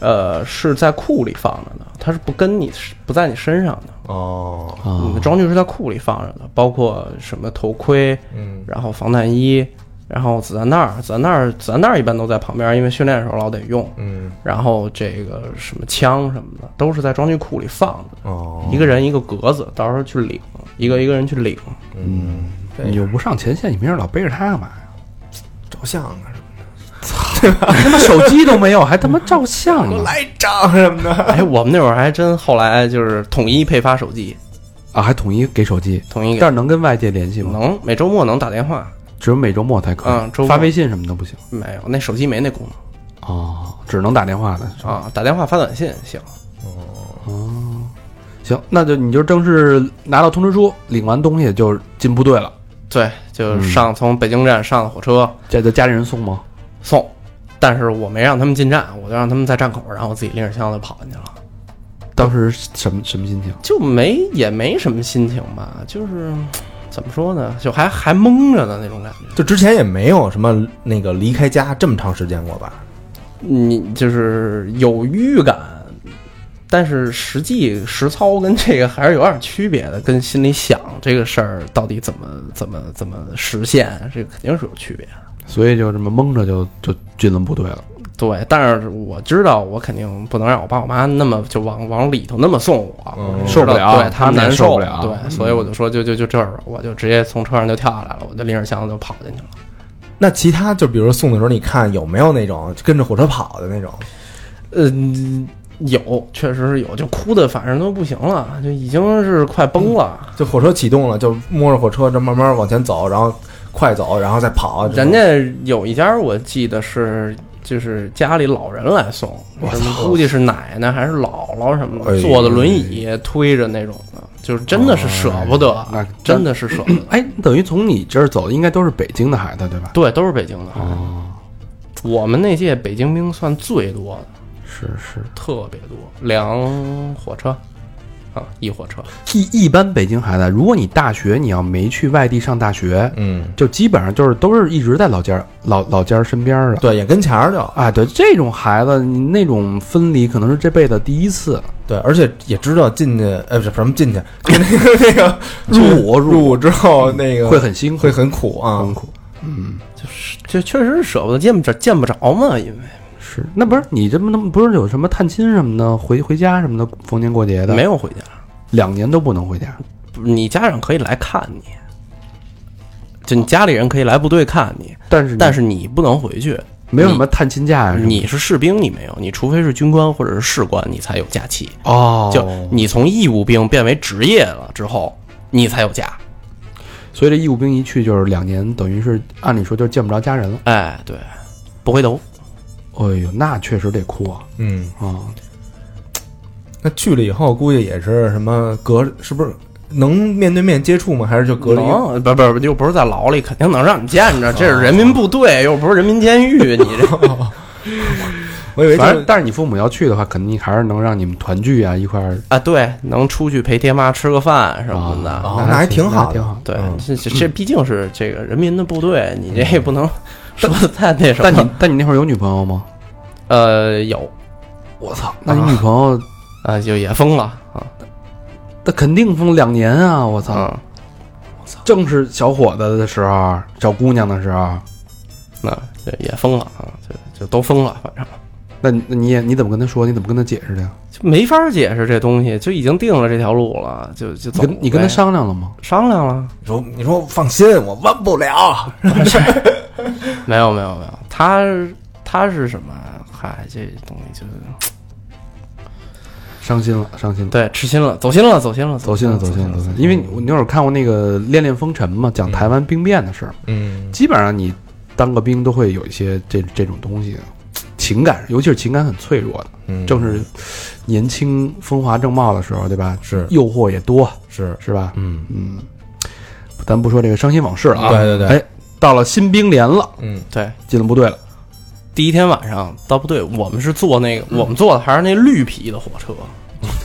S4: 呃，是在库里放着的，它是不跟你是不在你身上的，
S5: 哦，
S4: 你的
S2: 啊，
S4: 装具是在库里放着的，包括什么头盔，
S5: 嗯，
S4: 然后防弹衣，然后子弹袋儿，子弹袋儿，子弹袋儿一般都在旁边，因为训练的时候老得用，
S5: 嗯，
S4: 然后这个什么枪什么的都是在装具库里放着的，
S5: 哦，
S4: 一个人一个格子，到时候去领，一个一个人去领， <laughs>
S2: 你又不上前线，你平时老背着它干嘛
S4: <laughs>
S2: 呀？
S5: 照相啊什么
S2: 他妈手机都没有，还他妈照相
S5: 的，
S2: 呢？
S5: 来一张什么的， <laughs>
S4: 哎，我们那会儿还真后来就是统一配发手机，
S2: 啊，还统一给手机，
S4: 统一给
S2: 但是能跟外界联系吗？
S4: 能每周末能打电话，
S2: 只有每周末才可以，
S4: 嗯周末
S2: 发微信什么的不行
S4: 没有那手机没那功能
S2: 哦，只能打电话的。
S4: 啊，打电话发短信行。
S2: 行，那就你就正式拿到通知书，领完东西就进部队了。
S4: 对，就上从北京站上的火车
S2: 这就家里人送吗？
S4: 送，但是我没让他们进站，我就让他们在站口，然后我自己拎着箱子跑进去了，
S2: 当时什么什么心情？
S4: 就没也没什么心情吧，就是怎么说呢，就还还懵着的那种感觉。
S5: 就之前也没有什么那个离开家这么长时间过吧？
S4: 你就是有预感，但是实际实操跟这个还是有点区别的，跟心里想这个事儿到底怎么怎么怎么实现，这个肯定是有区别的。
S2: 所以就这么蒙着就就进了部队了。
S4: 对，但是我知道我肯定不能让我爸我妈那么就往往里头那么送我，
S5: 嗯
S4: 我知
S2: 受
S4: 道
S2: 不了
S4: 对
S2: 他们也
S4: 难
S2: 受
S4: 受
S2: 不
S4: 嗯
S2: 了
S4: 对，所以我就说就就就这儿吧，我就直接从车上就跳下来了，我就拎着箱子就跑进去了。
S5: 那其他就比如说送的时候，你看有没有那种跟着火车跑的那种？
S4: 嗯，有，确实是有，就哭的反正都不行了，就已经是快崩了。
S5: 就火车启动了，就摸着火车，这慢慢往前走，然后快走，然后再跑。
S4: 人家有一家我记得是就是家里老人来送，什么估计是奶奶还是姥姥什么
S5: 哎
S4: 的，
S5: 呦
S4: 坐的轮椅推着那种的，就是真的是舍不得
S2: 哎那，
S4: 真的是舍不得。
S2: 哎，等于从你这儿走的应该都是北京的孩子对吧？
S4: 对，都是北京的。
S2: 哦，
S4: 我们那届北京兵算最多的，
S2: 是是，
S4: 特别多，两火车啊，一火车。
S2: 一一般北京孩子，如果你大学你要没去外地上大学，
S5: 嗯，
S2: 就基本上就是都是一直在老家儿老老家儿身边儿的。
S5: 对，也跟前儿就
S2: 啊，对这种孩子，你那种分离可能是这辈子第一次。
S5: 对，而且也知道进去，呃，不是什么进去，
S2: <laughs>
S5: 就那个那个
S2: 入伍
S5: 入伍之后那个
S2: 会很辛苦
S5: 会很苦啊
S2: 很。苦。
S4: 就确实是舍不得，见不着见不着嘛，因为
S2: 是，那不是你这不能不是有什么探亲什么的，回回家什么的，逢年过节的，
S4: 没有回家，
S2: 两年都不能回家。
S4: 不你家长可以来看你，就你家里人可以来部队看你，
S2: 但是
S4: 但
S2: 是
S4: 是你不能回去。
S2: 没有什么探亲假呀什么的，
S4: 你是士兵，你没有，你除非是军官或者是士官，你才有假期。
S2: 哦，
S4: 就你从义务兵变为职业了之后，你才有假。
S2: 所以这义务兵一去就是两年，等于是按理说就见不着家人了。
S4: 哎，对，不回头。
S2: 哎呦，那确实得哭啊
S5: 嗯，
S2: 啊！
S5: 那去了以后，估计也是什么隔，是不是能面对面接触吗？还是就隔离？
S2: 哦
S4: 能不不不，又不是在牢里，肯定能让你见着。这是人民部队，又不是人民监狱，你这
S5: <laughs> 我以为就
S2: 反正
S5: 是
S2: 但是你父母要去的话，肯定还是能让你们团聚啊，一块儿
S4: 啊，对，能出去陪爹妈吃个饭什么的。
S5: 哦那还挺好的
S2: 挺好。
S4: 对，这这这毕竟是这个人民的部队，你这也不能说的太那 <laughs> 什么。
S2: 但你但你那会儿有女朋友吗？
S4: 呃有
S2: 我操，那你女朋友
S4: 啊，就也疯了啊
S2: 那肯定封两年啊！我操，
S4: 啊，
S2: 正是小伙子的时候，小姑娘的时候，
S4: 那就也疯了啊，就就都疯了，反正。
S2: 那你那你也你怎么跟她说？你怎么跟她解释的呀？
S4: 就没法解释这东西，就已经定了这条路了，就就
S2: 你
S4: 走呗。
S2: 跟你跟她商量了吗？
S4: 商量了？
S5: 你说你说放心，我忘不了。
S4: 没有没有没有，他他是什么？嗨，这东西就是
S2: 伤心了，伤心了。
S4: 对，吃心了，走心了，走心了，
S2: 走心了，走
S4: 走
S2: 心了，嗯
S4: 了
S2: 走。心了！嗯因为你我那会儿看过那个《恋恋风尘》嘛，讲台湾兵变的事儿，
S5: 嗯，
S2: 基本上你当个兵都会有一些这这种东西，情感，尤其是情感很脆弱的，
S5: 嗯
S2: 正是年轻风华正茂的时候，对吧？
S5: 是
S2: 诱惑也多，
S5: 是，
S2: 是吧？
S5: 嗯
S2: 嗯，咱不说这个伤心往事了啊，
S5: 对对对
S2: 哎，到了新兵连了，
S5: 嗯
S4: 对，
S2: 进了部队了，
S4: 第一天晚上到部队，我们是坐那个，我们坐的还是那绿皮的火车。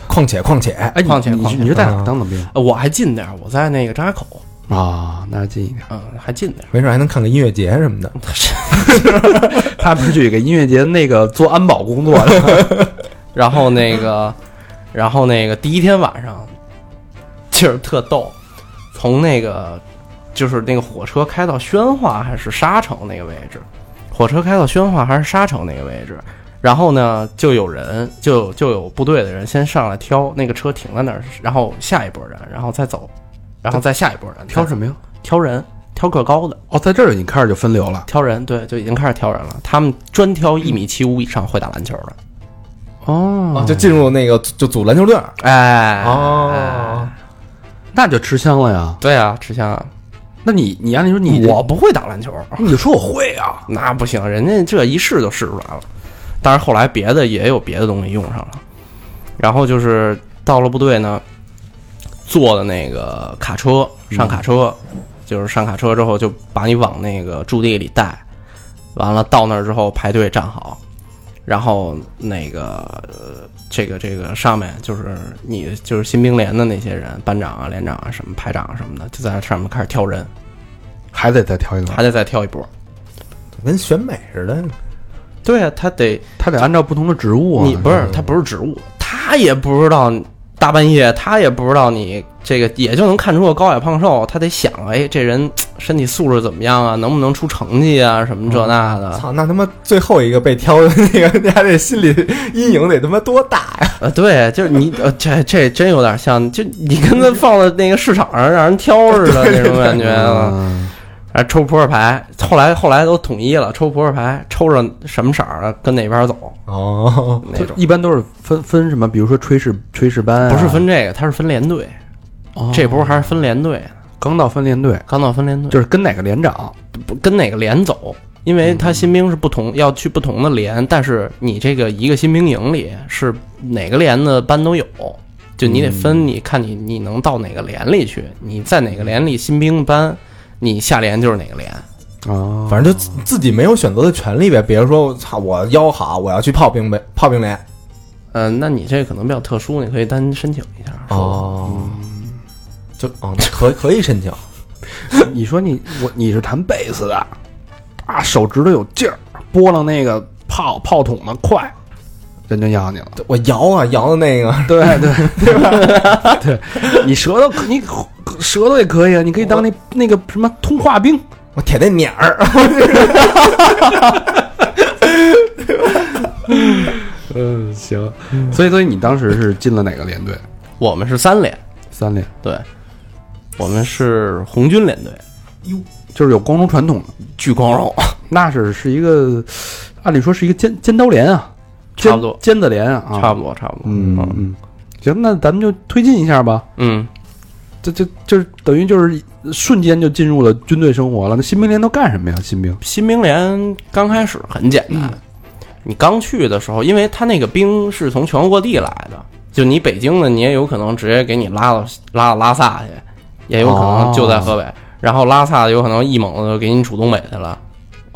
S5: 况且况且，
S2: 哎，你
S4: 况且
S2: 你
S4: 况且
S2: 你是在哪儿当的兵
S4: 呃我还近点儿，我在那个张家口，
S2: 啊？那近一点，
S4: 嗯，还近点儿。
S5: 没准还能看个音乐节什么的。
S2: 他不是去给音乐节那个做安保工作
S4: <laughs>
S2: 的
S4: 然后那个，然后那个第一天晚上， <laughs> 就是特逗，从那个就是那个火车开到宣化还是沙城那个位置，火车开到宣化还是沙城那个位置，然后呢就有人就有就有部队的人先上来挑那个车停在那儿，然后下一波人，然后再走，然后再下一波人
S2: 挑
S4: 么？
S2: 什么呀？
S4: 挑人，挑个高的，
S2: 哦，在这儿已经开始就分流了。
S4: 挑人，对，就已经开始挑人了。他们专挑一米七五以上会打篮球的。
S2: 哦
S5: 哦，就进入那个就组篮球队儿
S4: 哎，
S5: 哦
S2: 那就吃香了呀。
S4: 对啊，吃香啊。
S2: 那你你按理说你
S4: 我不会打篮球，
S2: 你就说我会啊，
S4: 那不行，人家这一试就试出来了。但是后来别的也有别的东西用上了，然后就是到了部队呢，坐的那个卡车上卡车，就是上卡车之后就把你往那个驻地里带，完了到那儿之后排队站好，然后那个呃这个这个上面就是你就是新兵连的那些人，班长啊、连长啊、什么排长啊什么的，就在那上面开始挑人，
S2: 还得再挑一个，
S4: 还得再挑一波。
S5: 跟选美似的。
S4: 对啊，他得
S2: 他得按照不同的职务啊。
S4: 你不是他不是植物，他也不知道大半夜，他也不知道你这个，也就能看出个高矮胖瘦，他得想，哎，这人嘖身体素质怎么样啊，能不能出成绩啊，什么这那的，
S5: 操，那他妈最后一个被挑的那个， <laughs> 家这心理阴影得他妈多大呀！
S4: 呃，对，就是你，呃，这这真有点像，就你跟他放在那个市场上让人挑似 <laughs> 的那种感觉啊，
S2: 嗯，
S4: 啊，抽扑克牌，后来后来都统一了，抽扑克牌，抽着什么色儿的跟哪边走
S5: 哦，
S4: 那种，嗯
S2: 一般都是分分什么，比如说炊事炊事班啊，
S4: 不是分这个，他是分连队，
S2: 哦
S4: 这波还是分连队，
S2: 刚到分连队，
S4: 刚到分连队。
S2: 就是跟哪个连长
S4: 不跟哪个连走，因为他新兵是不同，要去不同的连，但是你这个一个新兵营里是哪个连的班都有，就你得分，你看你你能到哪个连里去，你在哪个连里新兵班，你下连就是哪个连。
S2: 啊，
S5: 反正就自自己没有选择的权利呗。比如说，我操，我腰好，我要去炮兵呗，炮兵连。
S4: 嗯、那你这可能比较特殊，你可以单申请一下。
S5: 哦，就哦，那可可以申请。
S2: 你说你我你是弹贝斯的，啊，手指头有劲儿，拨浪那个炮炮筒的快，人就要你了。
S5: <laughs> 我摇啊摇的那个，
S2: 对对对吧？ <laughs> 对，你舌头可你舌头也可以啊，你可以当那那个什么通话兵，
S5: 我舔那鸟 <laughs> 儿。
S2: 嗯，行。所以，所以你当时是进了哪个连队？
S4: 我们是三连，
S2: 三连。
S4: 对，我们是红军联队，
S2: 就是有光荣传统的，
S4: 巨光荣，
S2: 那是是一个，按理说是一个尖尖刀连啊，尖
S4: 差不多
S2: 尖子连啊，
S4: <laughs> 差
S2: 多。
S4: 不多，差不多。
S2: 嗯嗯，行，那咱们就推进一下吧。
S4: 嗯，
S2: 这这就是等于就是瞬间就进入了军队生活了。那新兵连都干什么呀？新兵
S4: 新兵连刚开始很简单，你刚去的时候，因为他那个兵是从全国各地来的，就你北京的，你也有可能直接给你拉到拉到拉萨去，也有可能就在河北，然后拉萨有可能一猛子就给你杵东北去了，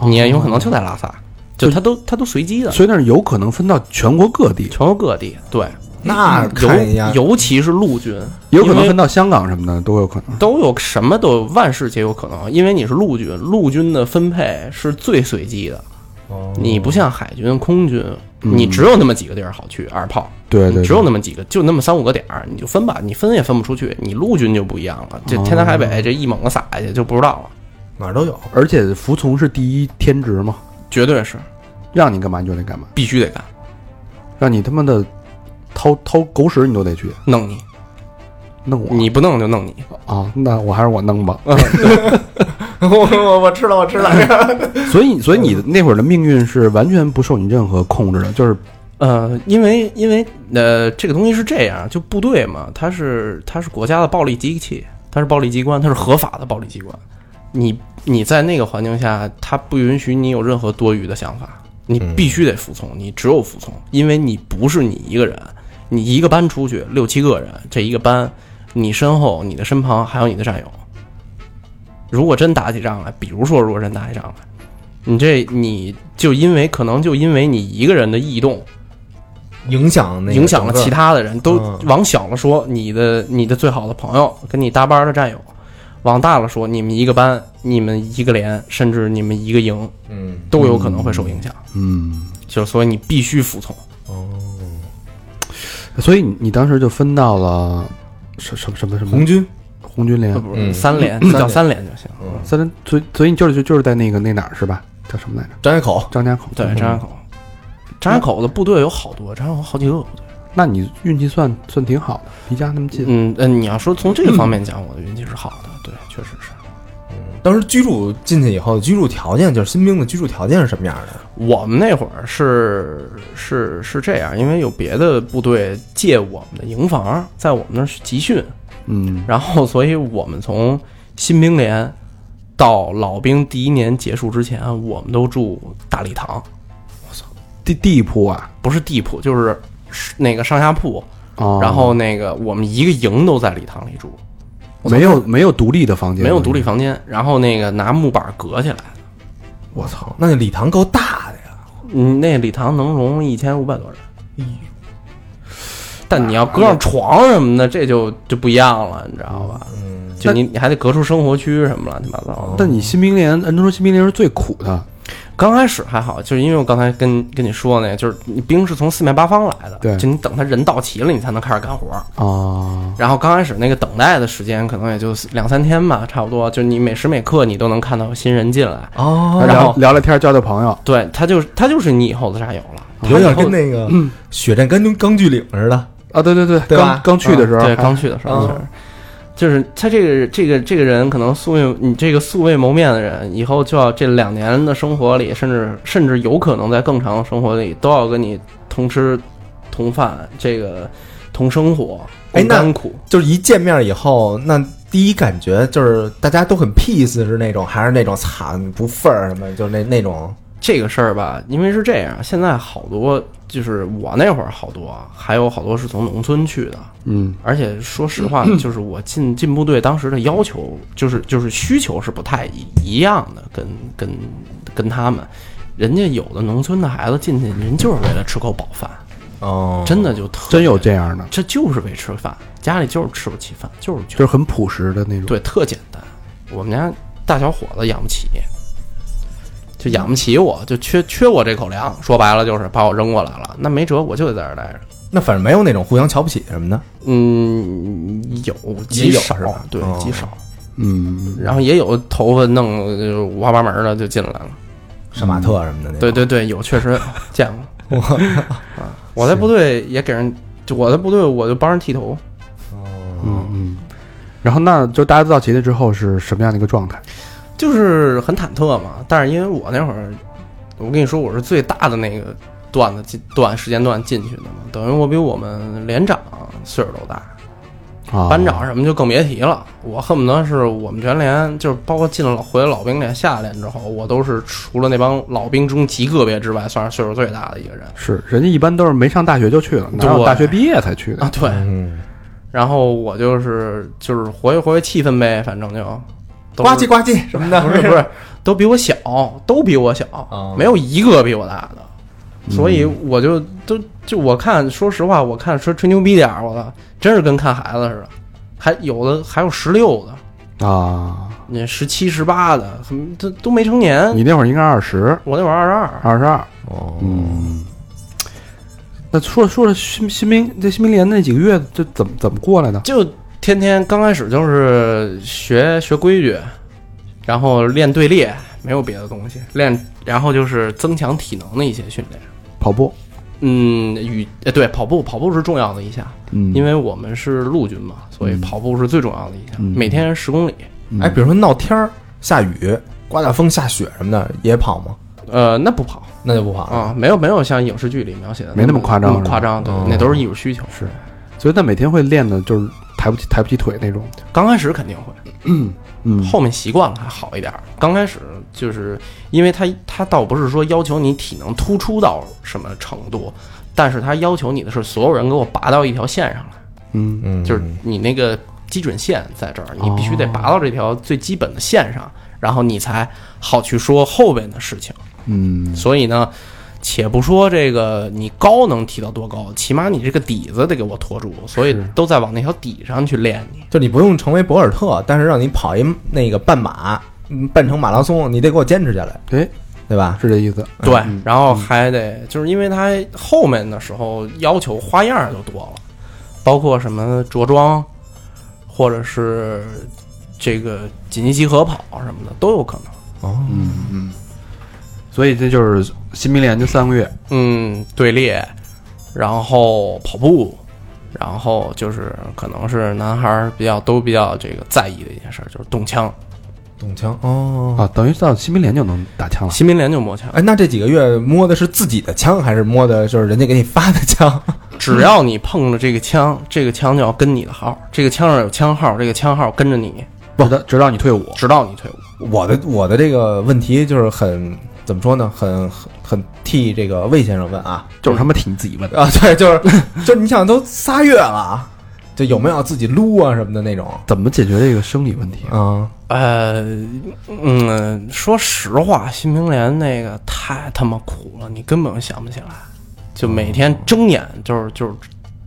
S4: 你也有可能就在拉萨，就他都他都随机的，
S2: 所以那儿有可能分到全国各地，
S4: 全国各地，对，
S5: 那看一下
S4: 尤尤其是陆军，
S2: 有可能
S4: 因为
S2: 分到香港什么的都有可能。
S4: 都有什么都有万事皆有可能，因为你是陆军，陆军的分配是最随机的。
S2: 哦
S4: 你不像海军、空军，你只有那么几个地儿好去二
S2: 嗯
S4: 炮，
S2: 对对
S4: 你
S2: 对
S4: 只有那么几个，就那么三五个点儿，你就分吧，你分也分不出去。你陆军就不一样了，
S2: 哦
S4: 这天南海北这一猛子撒下去就不知道了，
S5: 哪儿都有，
S2: 而且服从是第一天职嘛，
S4: 绝对是
S2: 让你干嘛你就得干嘛，
S4: 必须得干，
S2: 让你他妈的掏掏狗屎你都得去
S4: 弄你，
S2: 弄我。
S4: 你不弄就弄你。
S2: 啊，那我还是我弄吧。
S5: <laughs> 我我我吃了我吃了，
S2: <laughs> 所以所以 <laughs> 你那会儿的命运是完全不受你任何控制的，就是
S4: 呃，因为因为呃，这个东西是这样，就部队嘛，它是它是国家的暴力机器，它是暴力机关，它是合法的暴力机关。你你在那个环境下，它不允许你有任何多余的想法，你必须得服从，你只有服从，因为你不是你一个人，你一个班出去六七个人，这一个班，你身后、你的身旁还有你的战友。如果真打起仗来，比如说如果真打起仗来，你这你就因为可能就因为你一个人的异动。
S5: <laughs> 影响那个
S4: 影响了
S5: 整个
S4: 其他的人，都
S5: 嗯
S4: 往小了说，你的你的最好的朋友跟你搭班的战友；往大了说，你们一个班、你们一个连，甚至你们一个营，
S5: 嗯，
S4: 都有可能会受影响。
S2: 嗯，
S4: 就是所以你必须服从。
S2: 所以你你当时就分到了什什么什么什么
S5: 红军
S2: 红军连
S4: 呃不是
S5: 嗯
S4: 三连，叫三连就行。
S2: 三连，所以所以你就是就就是在那个那哪儿是吧？叫什么来着？
S5: 张家口
S2: 张家口。
S4: 对，张家口，
S5: 嗯
S4: 张家口的部队有好多，张家口好几个部队。
S2: 那你运气算算挺好的，离家那么近。
S4: 嗯嗯，你要说从这个方面讲，我的运气是好的，对，确实是。
S5: 当时居住进去以后，居住条件就是新兵的居住条件是什么样的？
S4: 我们那会儿是是是这样，因为有别的部队借我们的营房，在我们那儿集训，
S2: 嗯，
S4: 然后，所以我们从新兵连到老兵第一年结束之前，我们都住大礼堂，
S2: 地地铺啊，
S4: 不是地铺，就是是那个上下铺。
S2: 哦，
S4: 然后那个我们一个营都在礼堂里住，
S2: 没有没有独立的房间，
S4: 没有独立。房间。然后那个拿木板隔起来，
S5: 我操，那礼堂够大的呀！
S4: 嗯，那礼堂能容一千五百多人。哎但你要搁上床什么的，这就就不一样了，你知道吧？嗯，哦就你你还得隔出生活区什么乱七八糟的。
S2: 但你新兵呃连，按说新兵连是最苦的，
S4: 刚开始还好，就是因为我刚才跟跟你说呢，就是你兵是从四面八方来的，
S2: 对
S4: 就你等他人到齐了，你才能开始干活。
S2: 哦，
S4: 然后刚开始那个等待的时间可能也就两三天吧，差不多。就你每时每刻你都能看到有新人进来，
S5: 哦，
S4: 然
S2: 聊
S4: 后
S2: 聊聊天，交交朋友，
S4: 对他就是他就是你以后的战友了。
S5: 有点跟那个
S4: 嗯
S5: 《血战钢锯钢锯岭》似的。
S2: 啊，对对对，
S5: 对吧
S2: 刚刚去的时候，
S4: 对，刚去的时候就是，就是他这个这个这个人可能素未你这个素未谋面的人，以后就要这两年的生活里，甚至甚至有可能在更长的生活里，都要跟你同吃同饭，这个同生活，
S5: 哎
S4: 共
S5: 那
S4: 甘苦。
S5: 就是一见面以后，那第一感觉就是大家都很 peace，是那种还是那种惨不忿儿什么，就是那那种
S4: 这个事儿吧，因为是这样，现在好多就是我那会儿好多，啊还有好多是从农村去的，
S2: 嗯，
S4: 而且说实
S2: <clears throat>
S4: 话，就是我进进部队当时的要求，就是就是需求是不太一一样的，跟跟跟他们，人家有的农村的孩子进去，人就是为了吃口饱饭，
S5: 哦，
S4: 真的就特别
S2: 真有，这样的，
S4: 这就是为吃饭，家里就是吃不起饭，就是
S2: 就
S4: 穷，
S2: 是很朴实的那种。
S4: 对，特简单。我们家大小伙子养不起，就养不起我，就缺缺我这口粮，说白了就是把我扔过来了，那没辙，我就得在这儿待着。
S5: 那反正没有那种互相瞧不起什么的。
S4: 嗯，有
S5: 也
S4: 极
S5: 有
S4: 少
S5: 是吧，
S4: 对
S5: 哦，
S4: 极少。
S2: 嗯，
S4: 然后也有头发弄得就是五花八门的就进来了。
S5: 杀马特什么的那种。
S4: 对对对，有确实见过。啊，我在部队也给人，就我在部队我就帮人剃头，
S2: 嗯嗯，然后那就大家都到齐了之后是什么样的一个状态？
S4: 就是很忐忑嘛。但是因为我那会儿，我跟你说我是最大的那个段子进段时间段进去的嘛，等于我比我们连长岁数都大，
S2: 啊，
S4: 班长什么就更别提了。我恨不得是我们全连，就是包括进了回老兵连、下连之后，我都是除了那帮老兵中极个别之外，算是岁数最大的一个人
S2: 是人家一般都是没上大学就去了，哪有
S4: 对
S2: 大学毕业才去的
S4: 啊。？对，
S5: 嗯，
S4: 然后我就是就是活跃活跃气氛呗，反正就都
S5: 呱
S4: 是
S5: 唧呱唧什么的，
S4: 不是不是，都比我小，都比我小，没有一个比我大的，所以我就都就我看，说实话，我看说吹牛逼点儿，我操，真是跟看孩子似的，还有的还有十六的，
S2: 啊，
S4: 那十七十八的，很都都没成年，
S2: 你那会儿应该二十
S4: 我那会儿二十二，
S2: 二十二，嗯。那说说说新新兵这新兵连那几个月这怎么怎么过来的？
S4: 就天天刚开始就是学学规矩，然后练队列，没有别的东西，练，然后就是增强体能的一些训练。
S2: 跑步，
S4: 嗯，与呃对跑步，跑步是重要的一项，
S2: 嗯，
S4: 因为我们是陆军嘛，所以跑步是最重要的一项，
S2: 嗯
S4: 每天十公里。
S2: 嗯
S5: <laughs> 哎，比如说闹天儿、下雨、刮大风、下雪什么的，也跑吗？
S4: 呃，那不跑
S5: 那就不跑了。
S4: 啊，没有没有像影视剧里描写的
S2: 没那么夸张
S4: 那
S2: 是
S4: 么
S2: 吧
S4: 夸张，对，
S5: 哦
S4: 那都是艺术需求。
S2: 是，所以他每天会练的就是抬不起抬不起腿那种，
S4: 刚开始肯定会，
S2: 嗯，
S4: 后面习惯了还好一点儿。刚开始就是因为他他倒不是说要求你体能突出到什么程度，但是他要求你的是所有人给我拔到一条线上来。
S2: 嗯
S5: 嗯，
S4: 就是你那个基准线在这儿，你必须得拔到这条最基本的线上，然后你才好去说后边的事情。
S2: 嗯
S4: 所以呢，且不说这个你高能提到多高，起码你这个底子得给我拖住，所以都在往那条底上去练你。
S5: 就你不用成为博尔特，但是让你跑一那个半马，嗯半程马拉松，你得给我坚持下来，
S2: 哎，
S5: 对吧？
S2: 是这意思，
S4: 对，然后还得就是因为他后面的时候要求花样儿就多了，包括什么着装，或者是这个紧急集合跑什么的都有可能。
S5: 哦
S2: 嗯嗯，所以这就是新兵连就三个月，
S4: 嗯，队列，然后跑步，然后就是可能是男孩儿比较都比较这个在意的一件事儿，就是动枪。
S5: 懂枪哦。
S2: 啊，等于到新兵连就能打枪了。
S4: 新兵连就摸枪，
S5: 哎，那这几个月摸的是自己的枪，还是摸的就是人家给你发的枪？ <laughs>
S4: 只要你碰了这个枪，这个枪就要跟你的号，这个枪上有枪号，这个枪号跟着你，
S2: 不，直到你退伍，
S4: 直到你退伍。
S5: 我的我的这个问题就是很怎么说呢，很很很替这个魏先生问啊
S2: 就是他妈挺自己问的。
S5: 啊，对，就是就是你想都仨月了，就有没有自己撸啊什么的那种
S2: 怎么解决这个生理问题？
S5: 啊？
S4: 呃，嗯，说实话，新兵连那个太他妈苦了，你根本想不起来，就每天睁眼就是就是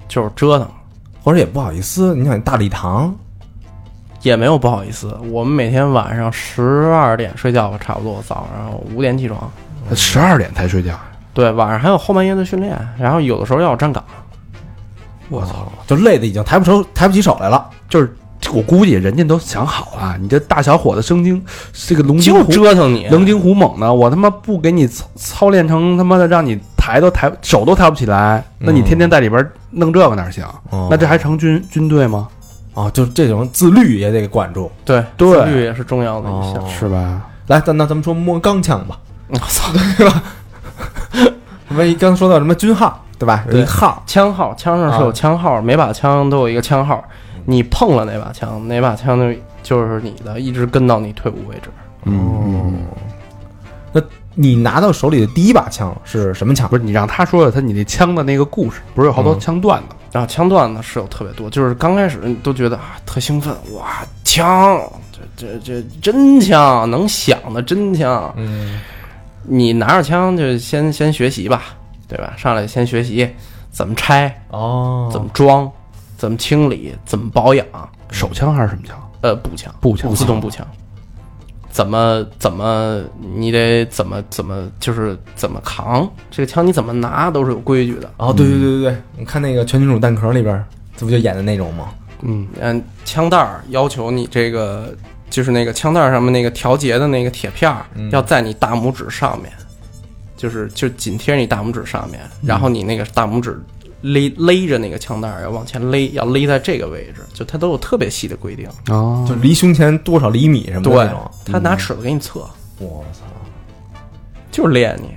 S4: 就是折腾。
S5: 或者也不好意思，你想大礼堂
S4: 也没有不好意思，我们每天晚上十二点睡觉吧，差不多，早上五点起床。
S5: 嗯
S2: 十二点才睡觉，
S4: 对，晚上还有后半夜的训练，然后有的时候要有站岗。
S2: 我操！
S5: 就累的已经抬不手抬不起手来了，
S2: 就是我估计人家都想好了，你这大小伙子生精，这个龙精
S4: 就
S2: 虎
S4: 折腾你，
S2: 龙精虎猛的，我他妈不给你操操练成他妈的让你抬都抬手都抬不起来，那你天天在里边弄这个哪行？
S5: 嗯哦
S2: 那这还成军军队吗？
S5: 啊，就这种自律也得管住。
S4: 对，
S2: 对哦
S4: 自律也是重要的一
S5: 哦
S4: 项。
S2: 是吧？
S5: 来，咱那咱们说摸钢枪吧，
S4: <laughs> 我操、
S5: 万一刚说到什么军号对吧？有一
S4: 对
S5: 号
S4: 枪号，枪上是有
S5: 啊
S4: 枪号，每把枪都有一个枪号，你碰了哪把枪，哪把枪就就是你的，一直跟到你退伍为止。
S2: 嗯，
S5: 那你拿到手里的第一把枪是什么枪？嗯
S2: 不是你让他说说他你那枪的那个故事，不是有好多枪段子？
S4: 然后枪段子是有特别多，就是刚开始你都觉得啊特兴奋，哇枪，这这这真枪，能响的真枪。嗯，你拿着枪就先先学习吧，对吧？上来先学习怎么拆，
S5: 哦
S4: 怎么装，怎么清理，怎么保养，
S2: 手枪还是什么枪？
S4: 呃，步枪，
S2: 步枪
S4: 自动步枪。怎么怎么，你得怎么怎么，就是怎么扛这个枪，你怎么拿都是有规矩的。
S5: 哦，对对对对对，你看那个《全金属弹壳》里边，这不就演的那种吗？
S4: 嗯嗯，枪带儿要求你这个就是那个枪带儿上面那个调节的那个铁片儿、要在你大嗯拇指上面，就是就紧贴着你大拇指上面，然后你那个大拇指勒勒着那个枪带儿要往前勒，要勒在这个位置，就它都有特别细的规定。
S2: 哦
S5: 就离胸前多少厘米什么的那种。嗯
S4: 他拿尺子给你测，
S5: 我操！
S4: 就是练你。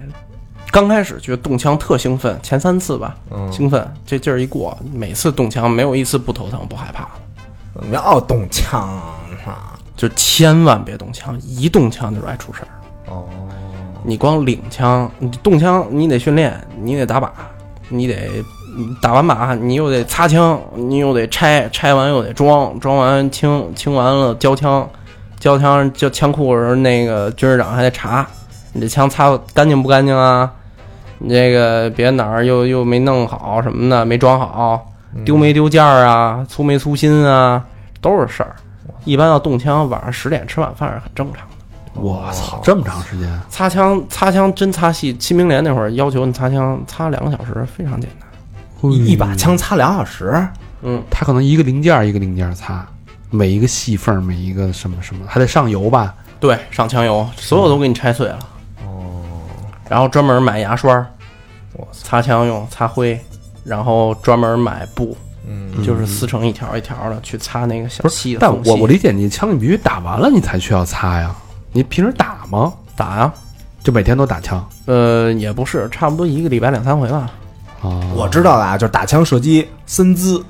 S4: 刚开始觉得动枪特兴奋，前三次吧，
S5: 嗯
S4: 兴奋，这劲儿一过，每次动枪没有一次不头疼不害怕的，
S5: 不要动枪啊！
S4: 就千万别动枪，一动枪就是爱出事儿。
S5: 哦，
S4: 你光领枪，你动枪你得训练，你得打靶，你得嗯打完靶，你又得擦枪，你又得拆，拆完又得装，装完清清完了交枪，交枪交枪库的时候，那个军士长还得查你这枪擦干净不干净啊，你这个别哪儿又又没弄好什么的，没装好，丢没丢件儿啊，粗没粗心啊，都是事儿。一般要动枪，晚上十点吃晚饭是很正常的。
S2: 我操，这么长时间，
S4: 擦枪擦枪真擦细，新兵连那会儿要求你擦枪擦两个小时，非常简单。
S5: 一一把枪擦俩小时，
S4: 嗯，
S2: 它可能一个零件儿一个零件儿擦，每一个细缝儿每一个什么什么，还得上油吧？
S4: 对，上枪油，所有都给你拆碎了。哦，然后专门买牙刷，我擦枪用，擦灰，然后专门买布，嗯，就是撕成一条一条的去擦那个小
S2: 不
S4: 细
S2: 是，
S4: 的
S2: 但
S4: 缝隙。
S2: 我我理解你枪你必须打完了你才需要擦呀，你平时打吗？
S4: 打呀、啊
S2: 就每天都打枪
S4: 呃，也不是，差不多一个礼拜两三回吧。
S2: 啊？
S5: 我知道的啊，就是打枪射击身姿
S4: 嗯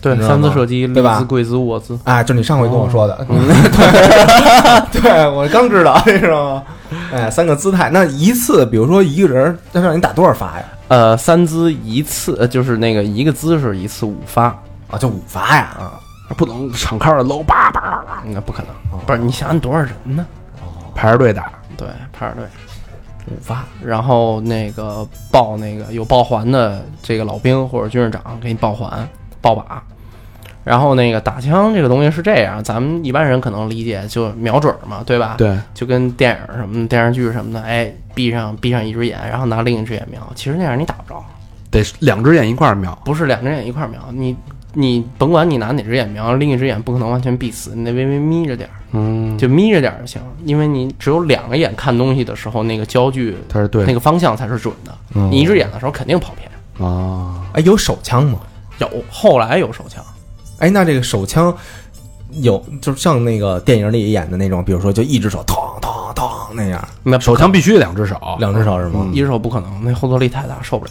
S4: 对，嗯
S5: 你知道
S4: 三
S5: 吗
S4: 姿射击，
S5: 对吧
S4: 立姿、跪姿、卧姿，
S5: 啊，就是你上回跟我说 <laughs> 的，嗯对，对我刚知道，你知道吗？哎，三个姿态，那一次，比如说一个人，那让你打多少发呀？
S4: 呃，三姿一次，呃就是那个一个姿势一次五发，
S5: 啊，就五发呀，啊，
S2: 不能敞开了搂叭叭叭
S4: 那不可能。不是，你想想多少人呢？
S2: 排着队打，
S4: 对，排着队，
S5: 五发，
S4: 然后那个报那个有报还的这个老兵或者军士长给你报还报靶，然后那个打枪这个东西是这样，咱们一般人可能理解就瞄准嘛，对吧？，
S2: 对，
S4: 就跟电影什么的、电视剧什么的，哎，闭上闭上一只眼，然后拿另一只眼瞄，其实那样你打不着，
S2: 得两只眼一块儿瞄。
S4: 不是两只眼一块瞄，你你甭管你拿哪只眼瞄，另一只眼不可能完全闭死，你得微微眯着点儿，
S2: 嗯，
S4: 就眯着点儿就行，因为你只有两个眼看东西的时候，那个焦距
S2: 它是对
S4: 那个方向才是准的。
S2: 嗯
S4: 你一只眼的时候肯定跑偏。
S2: 个啊，
S5: 哎，有手枪吗？
S4: 有后来有手枪，
S5: 哎，那这个手枪有，就是像那个电影里演的那种，比如说就一只手，咚咚咚那样，
S4: 那
S2: 手枪必须得两只手，
S5: 两只手是
S2: 嗯
S5: 吗？
S4: 一只手不可能，那后坐力太大，受不了。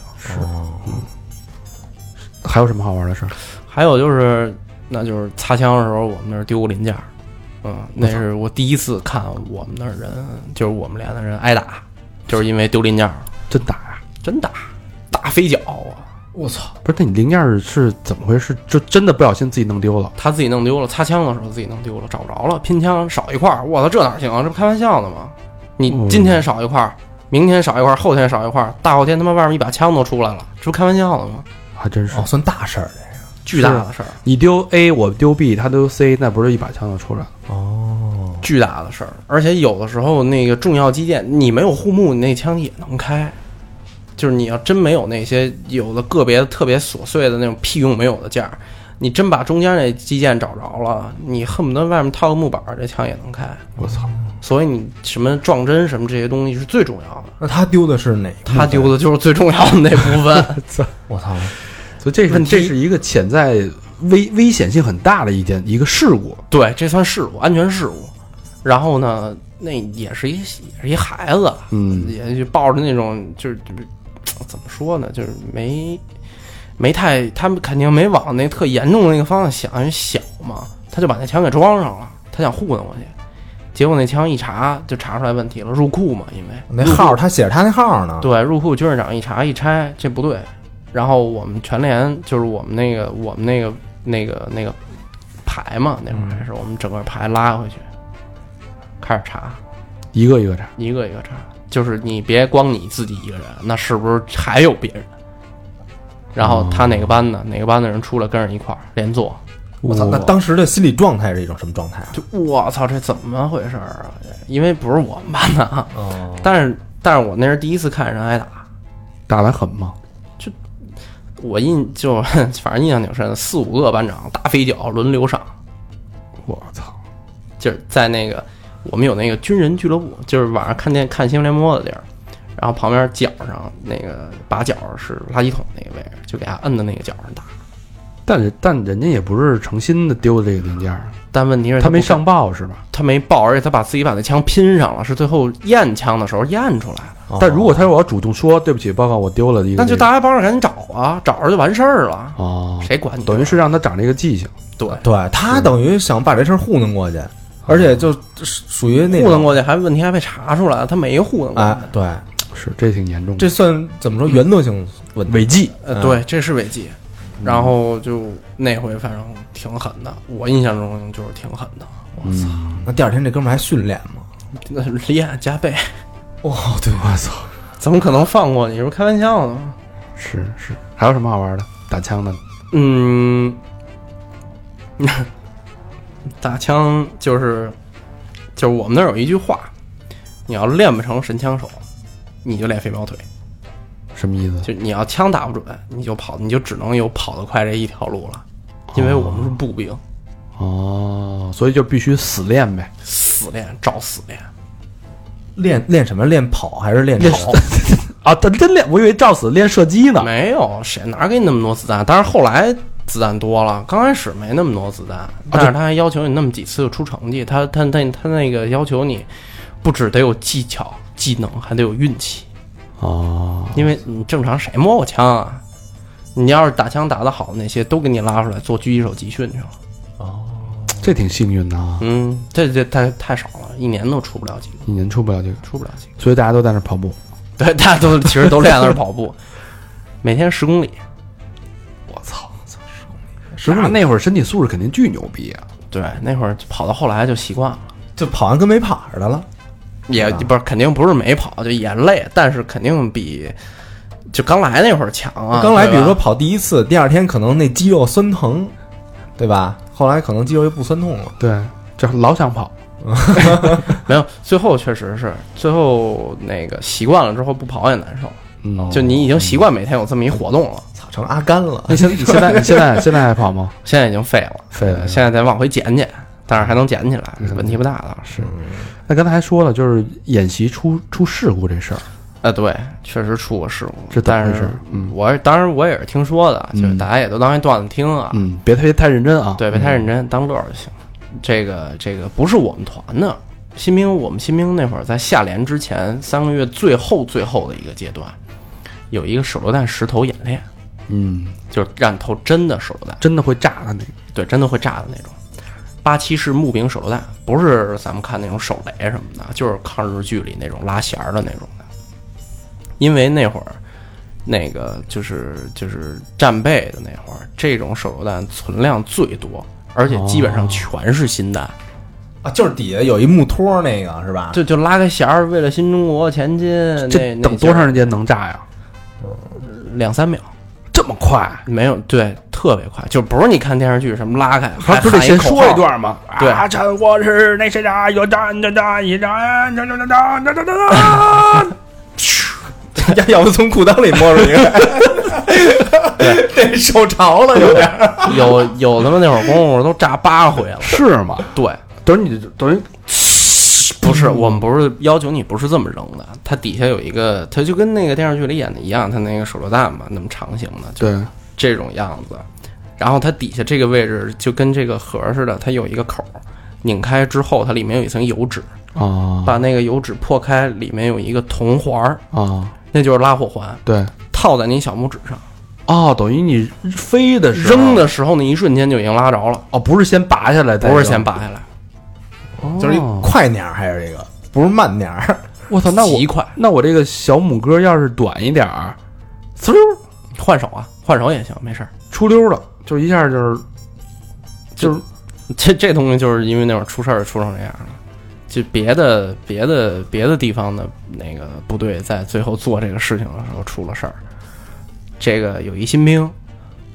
S2: 还有什么好玩的事儿？
S4: 还有就是，那就是擦枪的时候，我们那儿丢过零件儿。嗯，那是我第一次看我们那儿人，就是我们连的人挨打，就是因为丢零件儿，
S2: 真打呀？
S4: 真打，打飞脚啊！
S2: 我操！不是，那你零件儿是怎么回事？就真的不小心自己弄丢了？
S4: 他自己弄丢了，擦枪的时候自己弄丢了，找不着了，拼枪少一块儿，我操，这哪行啊？这不开玩笑呢吗？你今天少一块儿，明天少一块儿，后天少一块儿，大后天他妈外面一把枪都出来了，这不开玩笑呢吗？
S2: 还真是
S5: 哦，。算大事儿的。
S4: 巨大的事儿，
S2: 你丢 A，我丢 B，他丢 C，那不是一把枪就出来了？
S5: 哦
S4: 巨大的事儿。而且有的时候那个重要基建，你没有护目，你那枪也能开。就是你要真没有那些有的个别特别琐碎的那种屁用没有的件儿，你真把中间那基建找着了，你恨不得外面套个木板儿，这枪也能开。
S2: 我操！
S4: 所以你什么撞针什么这些东西是最重要的。
S5: 那他丢的是哪？
S4: 他丢的就是最重要的那部分，
S5: 我操！
S2: 所以这是
S4: 问题
S2: 这是一个潜在危危险性很大的一件一个事故。
S4: 对，这算事故，安全事故。然后呢，那也是一也是一孩子，
S2: 嗯，
S4: 也就抱着那种就是就是怎么说呢，就是没没太他们肯定没往那特严重的那个方向想，因为小嘛，他就把那枪给装上了，他想糊弄我去，结果那枪一查就查出来问题了，入库嘛，因为
S5: 那号他写着他那号呢。
S4: 对，入库军士长一查一拆，这不对。然后我们全连就是我们那个我们那个那个那个排嘛，那会儿还是我们整个排拉回去，开始查，
S2: 一个一个查。
S4: 一个一个查，就是你别光你自己一个人，那是不是还有别人？然后他哪个班的、哪个班的人出来跟着一块儿连坐，
S5: 我操！那当时的心理状态是一种什么状态啊？
S4: 就我操，这怎么回事儿啊？因为不是我们班的啊，
S5: 哦，
S4: 但是但是我那是第一次看人哎挨打，
S2: 打得狠吗？
S4: 我印就反正印象挺深，四五个班长大飞脚轮流上，
S2: 我操！
S4: 就是在那个我们有那个军人俱乐部，就是晚上看电看新闻联播的地儿，然后旁边脚上那个把角是垃圾桶那个位置，就给他摁到那个角上打。
S2: 但是但人家也不是诚心的丢的这个零件儿，
S4: 但问题是
S2: 他没
S4: 不
S2: 上报是吧？
S4: 他没爆，而且他把自己把那枪拼上了，是最后验枪的时候验出来的。
S5: 哦
S2: 但如果他说我要主动说对不起，报告我丢了一个这个，
S4: 哦那就大家帮着赶紧找啊，找着就完事儿了，
S2: 哦，
S4: 谁管你？啊
S2: 等于是让他长这个记性，
S4: 对，
S5: 对他等于想把这事儿糊弄过去，而且就属于那
S4: 糊弄
S5: 种
S4: 过去还问题还被查出来了，他没糊弄过去。
S5: 哎，对，
S2: 是这挺严重的，
S5: 这算怎么说原则性问题？
S2: 违纪。
S4: 呃，对，这是违纪。然后就那回反正挺狠的，我印象中就是挺狠的。我操，
S5: 那第二天这哥们儿还训练吗？
S4: 那练加倍，
S5: 哦，对，我操，
S4: 怎么可能放过你？是不是开玩笑呢？
S2: 是是，还有什么好玩的？打枪的，
S4: 嗯， <laughs> 打枪就是就是我们那儿有一句话，你要练不成神枪手，你就练飞镖腿。
S2: 什么意思？
S4: 就你要枪打不准，你就跑，你就只能有跑得快这一条路了，因为我们是步兵，
S2: 哦，所以就必须死练呗，
S4: 死练照死练。
S5: 练练什么？练跑还是练跑？
S2: 啊，他真练，我以为照死练射击呢。
S4: 没有谁哪给你那么多子弹，但是后来子弹多了，刚开始没那么多子弹，但是他还要求你那么几次就出成绩，他他他他那个要求你不只得有技巧、技能，还得有运气，
S2: 哦，
S4: 因为你正常谁摸过枪啊？你要是打枪打得好，那些都给你拉出来做狙击手集训去了。
S2: 这挺幸运的啊，
S4: 嗯，这这太太少了，一年都出不了几 <laughs> 个，
S2: 一年出不了这个，
S4: 出不了几个。
S2: 所以大家都在那跑步。
S4: 对，大家都其实都练的是跑步，每天十公里。
S2: 我操！十公里那会儿身体素质肯定巨牛逼啊！
S4: 对，那会儿跑到后来就习惯了，
S5: 就跑完跟没跑似的了。
S4: 也不是肯定不是没跑，就也累，但是肯定比就刚来那会儿强啊。
S5: 刚来，
S4: 对吧
S5: 比如说跑第一次，第二天可能那肌肉酸疼，对吧？后来可能肌肉就不酸痛了。
S2: 对，就老想跑。
S4: 没有，最后确实是最后那个习惯了之后不跑也难受，
S2: 嗯，
S4: 就你已经习惯每天有这么一活动了，
S5: 操，成阿甘了。
S2: 那现你现在你现在现在还跑吗？
S4: 现在已经废了，
S2: 废了
S4: 对现在得往回捡捡，但是还能捡起来，问题不大的。
S2: 是。那刚才还说了，就是演习出出事故这事儿，
S4: 啊，对，确实出过事故，
S2: 这怎么
S4: 但
S2: 回事
S4: 是
S2: 嗯
S4: 我是当然我也是听说的，就是
S2: 嗯
S4: 大家也都当一段子听啊，
S2: 嗯，别别太认真啊。
S4: 对，别太认真，当乐儿就行。这个这个不是我们团的新兵，我们新兵那会儿在下连之前三个月最后最后的一个阶段，有一个手榴弹石头演练，
S2: 嗯，
S4: 就是让你投真的手榴弹，
S2: 真的会炸的那个。
S4: 对，真的会炸的那种。八七式木柄手榴弹，不是咱们看那种手雷什么的，就是抗日剧里那种拉弦儿的那种的。因为那会儿，那个就是就是战备的那会儿，这种手榴弹存量最多，而且基本上全是新弹。啊
S5: 啊，就是底下有一木托那个是 <laughs> 吧？
S4: 就就拉个弦儿，为了新中国前进，
S2: 这
S4: 那
S2: 等多长？时间能炸呀？
S4: 那两三秒，
S2: 这么快？
S4: 没有，对，特别快，就不是你看电视剧什么拉开，
S2: 他
S4: 还
S2: 不是得
S4: 喊
S2: 先
S4: 口
S2: 说
S4: 号
S2: 一，段吗？
S4: 对
S2: 啊，这我是那谁的，有战的战一战，战战战战战战战。，
S5: 要要不从裤裆里摸出一个， <laughs> 这手着了有点。
S4: 有有他妈那会儿功夫都炸八回了
S2: 是吗？
S4: 对，
S2: 等于你等于
S4: 不是我们不是要求你不是这么扔的，它底下有一个，它就跟那个电视剧里演的一样，它那个手榴弹嘛，那么长形的，就
S2: 对，
S4: 这种样子，然后它底下这个位置就跟这个盒儿似的，它有一个口儿，拧开之后它里面有一层油脂，
S2: 啊
S4: 把那个油脂破开，里面有一个铜环儿，
S2: 啊，
S4: 那就是拉火环，
S2: 对，
S4: 套在你小拇指上，
S2: 哦，等于你飞的时候
S4: 扔的时候那一瞬间就已经拉着了，
S2: 哦，不是先拔下来再扔，
S4: 不是先拔下来，
S2: 哦，
S5: 就是一快点儿还是这个，不是慢点儿。
S2: 我操，那我
S4: 极快，
S2: 那我这个小拇哥要是短一点儿，嗖
S4: 换手啊，换手也行，没事儿。
S2: 出溜了，就一下就是就是
S4: <laughs> 这这东西就是因为那会儿出事儿出成这样了，就别的别的别的地方的那个部队在最后做这个事情的时候出了事儿，这个有一新兵，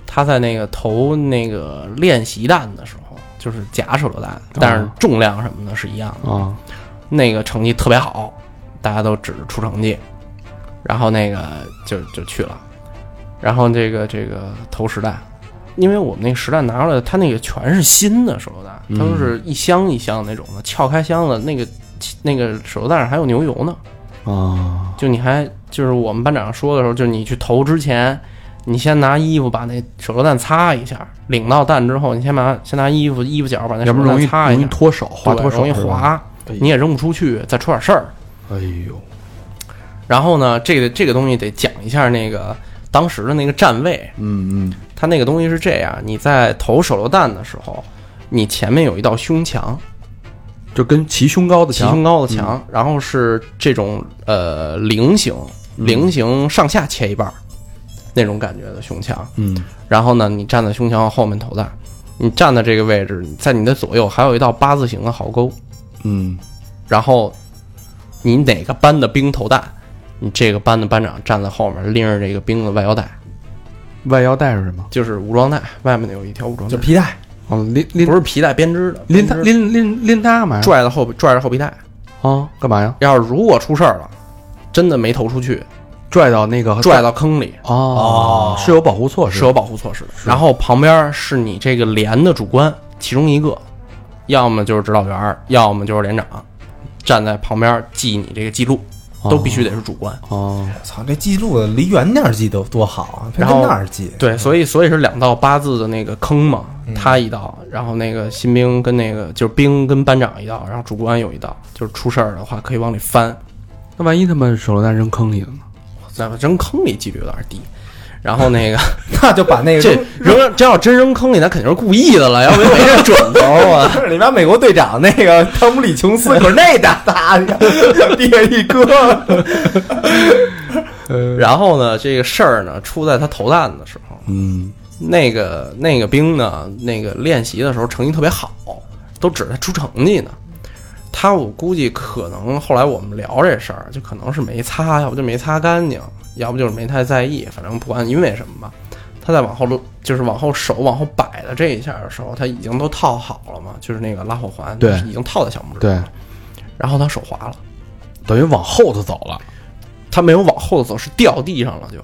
S4: 他在那个投那个练习弹的时候，就是假手榴弹，但是重量什么的是一样的。
S2: 啊，
S4: 那个成绩特别好，大家都指着出成绩，然后那个就就去了，然后这个这个投实弹，因为我们那个实弹拿出来的，它那个全是新的手榴弹，
S2: 嗯
S4: 它都是一箱一箱那种的，撬开箱子那个那个手榴弹上还有牛油呢，
S2: 啊，
S4: 就你还就是我们班长说的时候，就是你去投之前，你先拿衣服把那手榴弹擦一下，领到弹之后，你先拿先拿衣服衣服角把那手
S2: 要不容
S4: 榴弹
S2: 易
S4: 擦一
S2: 容易
S4: 下，
S2: 脱手，划
S4: 对
S2: 脱手
S4: 容易
S2: 是吧。
S4: 划，
S2: 哎呦
S4: 你也扔不出去，再出点事儿。
S2: 哎呦，
S4: 然后呢，这个这个东西得讲一下那个当时的那个站位，
S3: 嗯嗯，
S4: 它那个东西是这样，你在投手榴弹的时候，你前面有一道胸墙，
S2: 就跟齐胸高的
S4: 齐
S2: 墙
S4: 胸高的墙，然后是这种呃菱形，
S2: 嗯
S4: 菱形上下切一半儿那种感觉的胸墙。
S2: 嗯，
S4: 然后呢，你站在胸墙后面投弹，你站的这个位置，在你的左右还有一道八字形的壕沟，
S2: 嗯，
S4: 然后你哪个班的兵投弹，你这个班的班长站在后面拎着这个兵的外腰带，
S2: 外腰带是什么？
S4: 就是武装带，外面有一条武装
S5: 就，
S4: 带
S5: 皮带，
S2: 哦，拎拎
S4: 不是皮带编织的，
S2: 拎他
S4: 编织
S2: 拎拎拎他干嘛呀？
S4: 拽在后拽着后皮带。
S2: 啊，干嘛呀？
S4: 要是如果出事儿了，真的没投出去，
S2: 拽到那个
S4: 拽到坑里
S5: <laughs>
S2: 哦，呃是有保护措施，
S4: 是有保护措施的。然后旁边是你这个连的主官，其中一个，要么就是指导员儿，要么就是连长，站在旁边记你这个记录，都必须得是主官。
S2: 哦，
S5: 操，这记录离远点儿记都多好啊，别
S4: 然
S5: 跟
S4: 后
S5: 那儿记。
S4: 对，所以所以是两道八字的那个坑嘛，他一道，然后那个新兵跟那个就是兵跟班长一道，然后主官有一道，就是出事儿的话可以往里翻。
S2: 那万一他妈手榴弹扔坑里了呢？
S4: 那扔坑里几率有点低。然后那个
S5: 那就把那个
S4: <laughs> 这扔，这要真扔坑里，那肯定是故意的了，要不然没这准头啊。
S5: 不是 <laughs> 里边美国队长那个汤姆里琼斯可是那大大的， <laughs> 向地上一
S4: <laughs>
S5: 搁，
S4: 然后呢，这个事儿呢出在他投弹的时候，
S2: 嗯，
S4: 那个那个兵呢，那个练习的时候成绩特别好，都指着他出成绩呢。他我估计可能后来我们聊这事儿，就可能是没擦，要不就没擦干净，要不就是没太在意，反正不管因为什么吧。他在往后就是往后手往后摆的这一下的时候，他已经都套好了嘛，就是那个拉火环，
S2: 对
S4: 已经套在小拇指。，
S2: 对，
S4: 然后他手滑了。
S2: 等于往后头走了，
S4: 他没有往后走，是掉地上了就，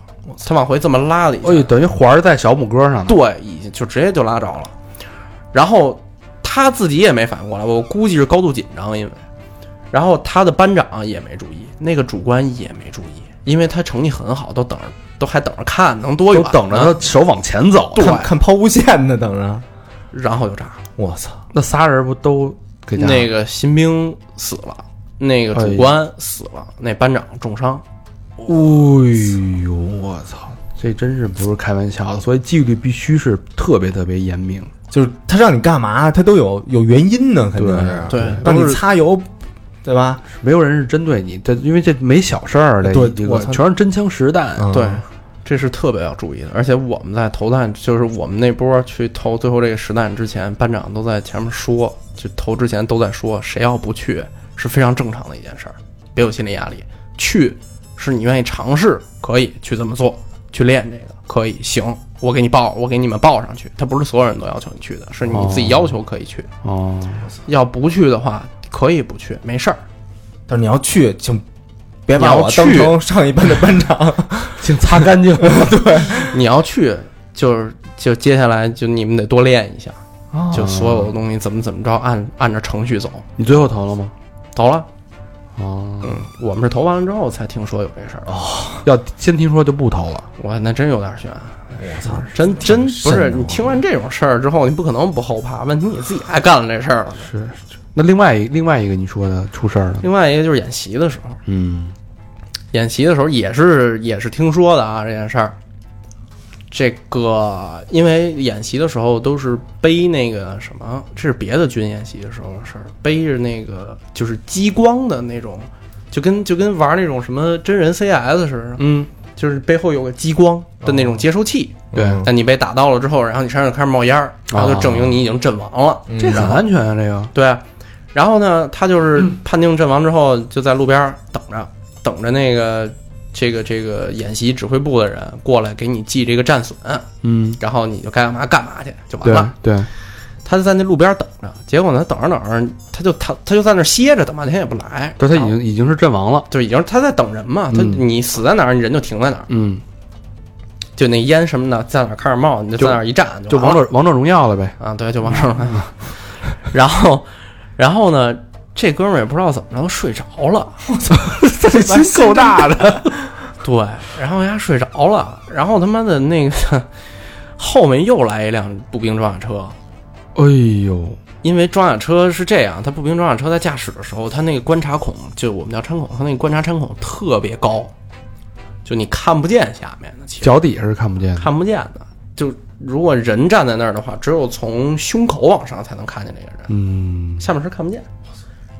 S4: 他往回这么拉了一下，
S2: 哎呦，等于环儿在小拇哥上呢。
S4: 对，已经就直接就拉着了。然后他自己也没反应过来，我估计是高度紧张，因为，然后他的班长也没注意，那个主观也没注意，因为他成绩很好，都等着，都还等着看能多
S2: 都
S4: 远呢，
S2: 等着他手往前走，
S4: 对
S5: 看看抛物线呢，等着。
S4: 然后就炸了。
S5: 我操，
S2: 那仨人不都给家
S4: 那个新兵死了，那个
S2: 哎
S4: 主
S2: 呦
S4: 官死了，那班长重伤。
S2: 哎呦，我操，这真是不是开玩笑的，所以纪律必须是特别特别严明。
S5: 就是他让你干嘛，他都有有原因呢，肯定是。
S4: 对对
S5: 让
S4: 都
S5: 你
S4: 是
S5: 擦油，对吧？
S2: 没有人是针对你，这因为这没小事儿，这
S5: 对
S2: 这
S5: 我
S2: 个
S5: 操
S2: 全是真枪实弹。
S5: 嗯
S4: 对，这是特别要注意的。而且我们在投弹，就是我们那波去投最后这个实弹之前，班长都在前面说，就投之前都在说，谁要不去是非常正常的一件事儿，别有心理压力。去是你愿意尝试，可以去这么做，去练这个可以行。我给你报，我给你们报上去。他不是所有人都要求你去的，是你自己要求可以去。
S2: 哦，
S4: 要不去的话，可以不去，没事儿。
S5: 但是你要去，请别把
S4: 你要
S5: 我当
S4: 去
S5: 成上一班的班
S4: <laughs>
S5: 长。
S2: 请擦干净
S4: 你要去，就是就接下来就你们得多练一下。
S2: 啊
S4: 就所有的东西怎么怎么着，按按照程序走。
S2: <laughs> 你最后投了吗？
S4: 投了，
S2: 哦，
S4: 嗯，我们是投完了之后才听说有这事儿。哦，
S2: 要先听说就不投了。
S4: 我那真有点悬。我操，真真不是你听完这种事儿之后，你不可能不后怕。问题你自己爱干了这事儿了。
S2: 是，那另外一另外一个你说的出事儿了，
S4: 另外一个就是演习的时候，
S2: 嗯，
S4: 演习的时候也是也是听说的啊这件事儿。这个因为演习的时候都是背那个什么，这是别的军演习的时候的事儿，背着那个就是激光的那种，就跟就跟玩那种什么真人 CS 似的，嗯，就是背后有个激光的那种接收器。
S2: 对，
S5: 嗯
S4: 但你被打到了之后，然后你身上就开始冒烟儿，然后就证明你已经阵亡了。
S2: 这很安全啊，这个
S4: 对，然后呢，他就是
S2: 嗯
S4: 判定阵亡之后，就在路边儿等着，等着那个这个这个演习指挥部的人过来给你记这个战损，
S2: 嗯，
S4: 然后你就该干嘛干嘛去就完
S2: 对
S4: 了。
S2: 对，
S4: 他就在那路边儿等着，结果呢，等着等着，他就他他就在那儿歇着，等半天也不来。
S2: 但他已
S4: 然后
S2: 经已经是阵亡了，
S4: 就已经他在等人嘛，他
S2: 嗯
S4: 你死在哪儿，你人就停在哪儿，
S2: 嗯，
S4: 就那烟什么的在哪儿开始冒，你就在哪儿一站
S2: 就
S4: 完了
S2: <laughs> 王者王者荣耀了呗，
S4: <laughs> 啊，对，就王上来了。然后，然后呢，这哥们儿也不知道怎么着睡着了，
S2: 这心够大的。
S4: 对，然后人家睡着了，然后他妈的那个后面又来一辆步兵装甲车，
S2: 哎呦，
S4: 因为装甲车是这样，它步兵装甲车在驾驶的时候，它那个观察孔，就我们叫穿孔，它那个观察穿孔特别高，就你看不见下面的，其实
S2: 脚底下是看不见的。
S4: 看不见的。就如果人站在那儿的话，只有从胸口往上才能看见这个人。
S2: 嗯，
S4: 下面是看不见，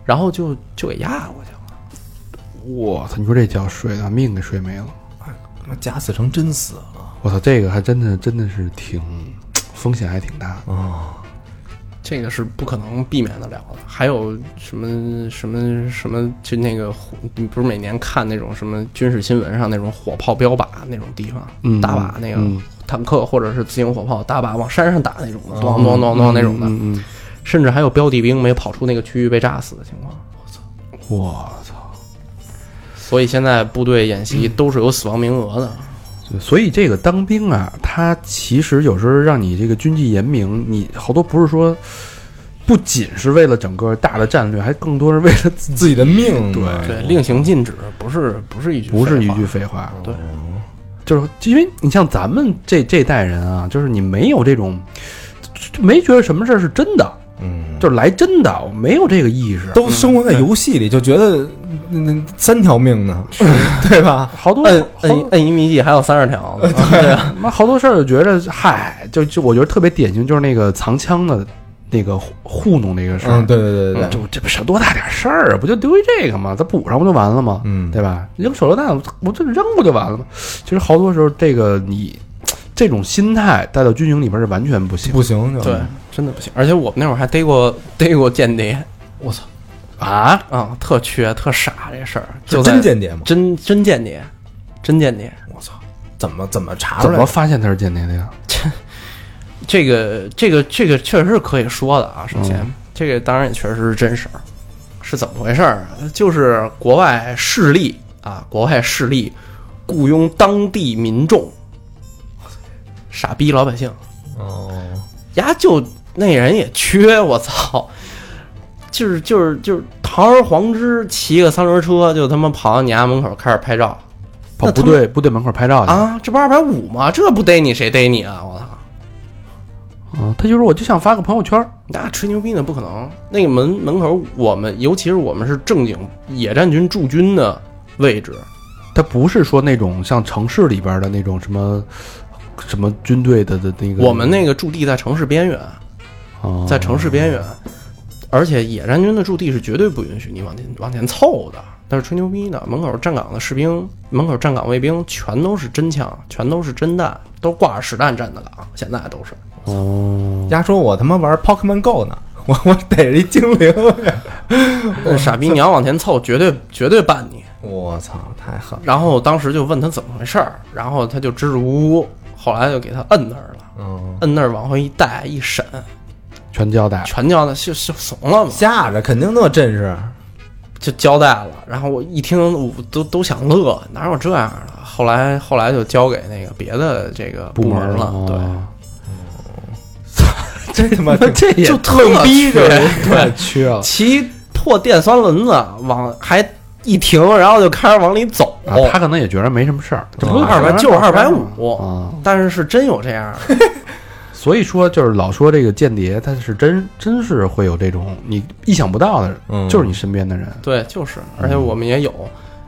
S4: 然后就就给压过去了。
S2: 我操！你说这觉睡的命给睡没了。
S5: 他妈假死成真死了，
S2: 我操，这个还真的真的是挺风险还挺大的。
S4: 这个是不可能避免得了的。还有什么什么什么，就那个火，你不是每年看那种什么军事新闻上那种火炮标靶那种地方，
S2: 嗯
S4: 打靶那个
S2: 嗯哦
S4: 坦克或者是自行火炮打靶往山上打那种的，咚咚咚咚那种的，
S2: 嗯嗯，
S4: 甚至还有标地兵没跑出那个区域被炸死的情况。
S2: 我操！
S4: 所以现在部队演习
S2: 嗯
S4: 都是有死亡名额的。
S2: 就所以这个当兵啊，他其实有时候让你这个军纪严明，你好多不是说，不仅是为了整个大的战略，还更多是为了自
S5: 自己的命对
S4: 对，令行禁止不是不是一句
S2: 不是一
S4: 废话
S2: 句废话。
S4: 对，
S2: 就是因为你像咱们这这代人啊，就是你没有这种，没觉得什么事儿是真的，
S5: 嗯，
S2: 就是来真的，我没有这个意识。
S5: 都生活在游戏里，就觉得嗯三条命呢， <laughs> 对吧？嗯
S2: 好多
S4: 摁
S2: 好
S4: 摁
S2: 多
S4: 摁一迷记还有三十条
S2: <laughs>
S4: 呢，对啊，
S2: 妈好多事儿就觉得，嗨，就就我觉得特别典型，就是那个藏枪的那个糊糊弄那个事儿。
S5: 嗯，对对对对对，
S2: 就这不是多大点事儿啊，不就丢一这个吗？咱补上不就完了吗？
S5: 嗯
S2: 对吧？扔手榴弹，我我就扔不就完了吗？其实好多时候，这个你这种心态带到军营里面是完全不行
S5: 不行就
S4: 对，嗯真的不行。而且我们那会儿还逮过 <laughs> 逮过间谍，我操
S2: 啊！
S4: 啊，特缺特傻这事儿，就是在
S5: 真间谍吗？
S4: 真真间谍，真间谍。
S5: 我操，怎么怎么查啊出
S2: 怎
S5: 来
S2: 么
S5: 的？
S2: 发现他是间谍的呀？
S4: 这个这个这个确实是可以说的啊。首先，这个当然也确实是真事儿，是怎么回事儿？啊就是国外势力啊，国外势力雇佣当地民众，傻逼老百姓，
S5: 哦，
S4: 呀就那人也缺，我操！就是就是就是堂而皇之骑个三轮车就他妈跑到你家门口开始拍照
S2: 跑部队部队门口拍照去
S4: 啊！这不二百五吗？这不逮你谁逮你啊！我操！
S2: 啊！他就说我就想发个朋友圈儿，
S4: 那吹牛逼呢？不可能！那个门门口，我们尤其是我们是正经野战军驻军的位置，
S2: 他不是说那种像城市里边的那种什么什么军队的的那个。
S4: 我们那个驻地在城市边缘，
S2: 啊
S4: 在城市边缘，而且野战军的驻地是绝对不允许你往前往前凑的。但是吹牛逼呢，门口站岗的士兵，门口站岗卫兵全都是真枪，全都是真弹，都挂着实弹站的岗，现在都是。
S2: 哦，
S5: 丫说我他妈玩 Pokemon Go 呢， <laughs> 我我逮着一精灵， <laughs>
S4: 那傻逼，你要往前凑，绝对绝对办你。
S5: 我操，太狠了，
S4: 然后当时就问他怎么回事儿，然后他就支支吾吾，后来就给他摁那儿了。
S5: 嗯，
S4: 摁那儿往回一带一审，
S2: 全交代。
S4: 全交代就就怂了嘛，
S5: 吓着肯定那阵势，
S4: 就交代了。然后我一听，我都都想乐，哪有这样的？后来后来就交给那个别的这个部门了，
S2: 哦
S5: 这他妈
S2: 这
S4: 对，
S2: 也
S4: 就特逼着
S2: 太缺
S5: 哦
S2: 了。
S4: 骑破电酸轮子往还一停，然后就开始往里走。
S2: 啊，他可能也觉得没什么事儿，啊这不
S4: 二百哦就是二百五，
S2: 啊。
S4: 但是是真有这样的，
S2: 所以说，就是老说这个间谍，他是真真是会有这种你意想不到的，
S5: 嗯
S2: 就是你身边的人。
S4: 对，就是，而且我们也有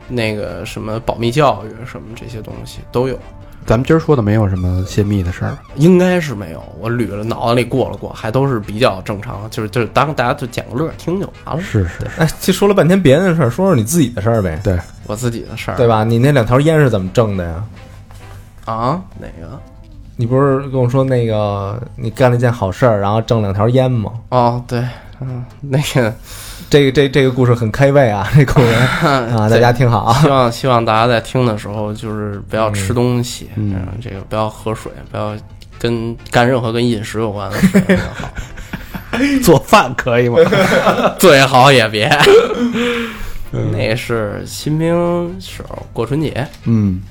S4: 那个什么保密教育啊什么这些东西都有。
S2: 咱们今儿说的没有什么泄密的事儿，
S4: 应该是没有，我捋了脑子里过了过，还都是比较正常，就是就是当大家就捡个乐儿听就完了。
S2: 是是，
S5: 哎，这说了半天别人的事儿，说说你自己的事儿呗，
S2: 对，
S4: 我自己的事儿，
S5: 对吧？你那两条烟是怎么挣的呀？
S4: 啊，哪个？
S5: 你不是跟我说那个你干了一件好事儿，然后挣两条烟吗？
S4: 哦，对，嗯，那个
S5: 这个这这个故事很开胃啊， <laughs> 这故事
S4: <laughs>
S5: 啊，大家听好啊。
S4: 希望希望大家在听的时候，就是不要吃东西，嗯，这个不要喝水，不要跟干任何跟饮食有关的事情 <laughs>
S2: 做饭可以吗？
S4: 最好也别。那是新兵时候过春节，
S2: <laughs> 嗯，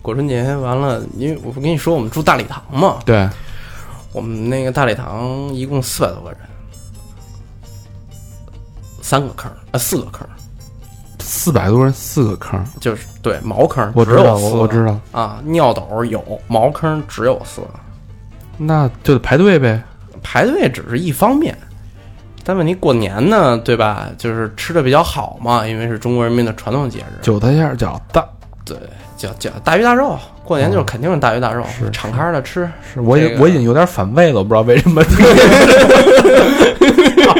S4: 过春节完了，因为我不跟你说我们住大礼堂嘛，
S2: 对，
S4: 我们那个大礼堂一共四百多个人，三个坑，呃，四个坑，
S2: 四百多人四个坑，
S4: 就是对茅坑，
S2: 我
S4: 只
S2: 知道，
S4: 有
S2: 我
S4: 四
S2: 我
S4: 个
S2: 知道，
S4: 啊，尿斗有茅坑，只有四个。
S2: 那就得排队呗。
S4: 排队只是一方面，但问题过年呢，对吧？就是吃的比较好嘛，因为是中国人民的传统节日，
S2: 韭菜馅儿饺子，
S4: 对，叫叫大鱼大肉。过年就是肯定是大鱼大肉，
S2: 是
S4: 敞开的吃。
S2: 是我也
S4: 这个
S2: 我已经有点反胃了，我不知道为什么。 <laughs>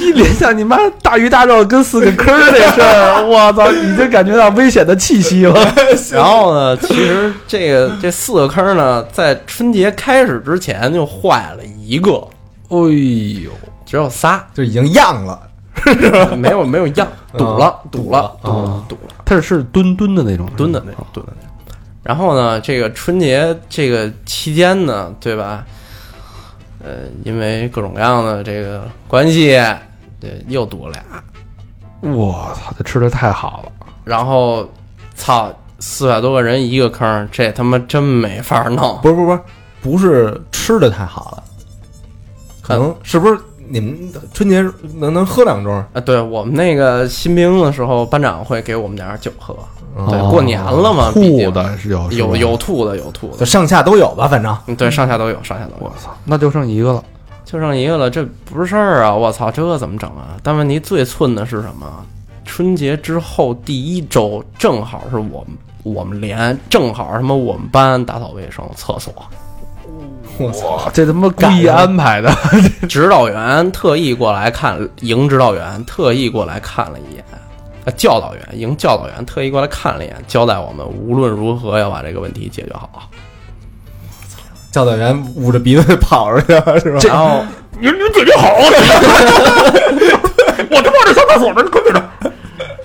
S2: 一联想你妈大鱼大肉跟四个坑儿这事儿，我操，已经感觉到危险的气息了。
S4: 然后呢，其实这个这四个坑呢，在春节开始之前就坏了一个，
S2: 哎呦，
S4: 只有仨，
S5: 就已经样了，
S4: 没有没有样，堵了堵了堵了堵了。
S2: 它是是蹲蹲的那种，
S4: 蹲的那种，蹲的那种。然后呢，这个春节这个期间呢，对吧？呃，因为各种各样的这个关系，对，又堵了俩。
S2: 我操，这吃的太好了。
S4: 然后，操，四百多个人一个坑，这他妈真没法弄。
S5: 不是不是不是，不是吃的太好了，可能是不是你们春节能能喝两盅？
S4: 啊，对我们那个新兵的时候，班长会给我们点儿酒喝。对，
S2: 哦
S4: 过年了嘛，毕
S2: 吐
S4: 竟
S2: 的是有
S4: 有，
S2: 是
S4: 有
S2: 吧
S4: 吐的，有吐
S5: 就
S4: 的。
S5: 上下都有吧，反正
S4: 嗯对，上下都有，上下都
S2: 我
S4: 有。
S2: 操，那就剩一个了。
S4: 就剩一个了，这不是事儿啊！我操，这怎么整啊？但问题最寸的是什么？春节之后第一周，正好是我们我们连正好什么我们班打扫卫生厕所，
S5: 我操，
S2: 哇，这他妈故意安排的，
S4: 指导员特意过来看，营指导员特意过来看了一眼，啊，教导员营教导员特意过来看了一眼，交代我们无论如何要把这个问题解决好。
S5: 教导员捂着鼻子跑出去了是吧？
S4: 然后
S2: 你你们解决好。啊 <laughs> 我他妈这上厕所呢，快点的。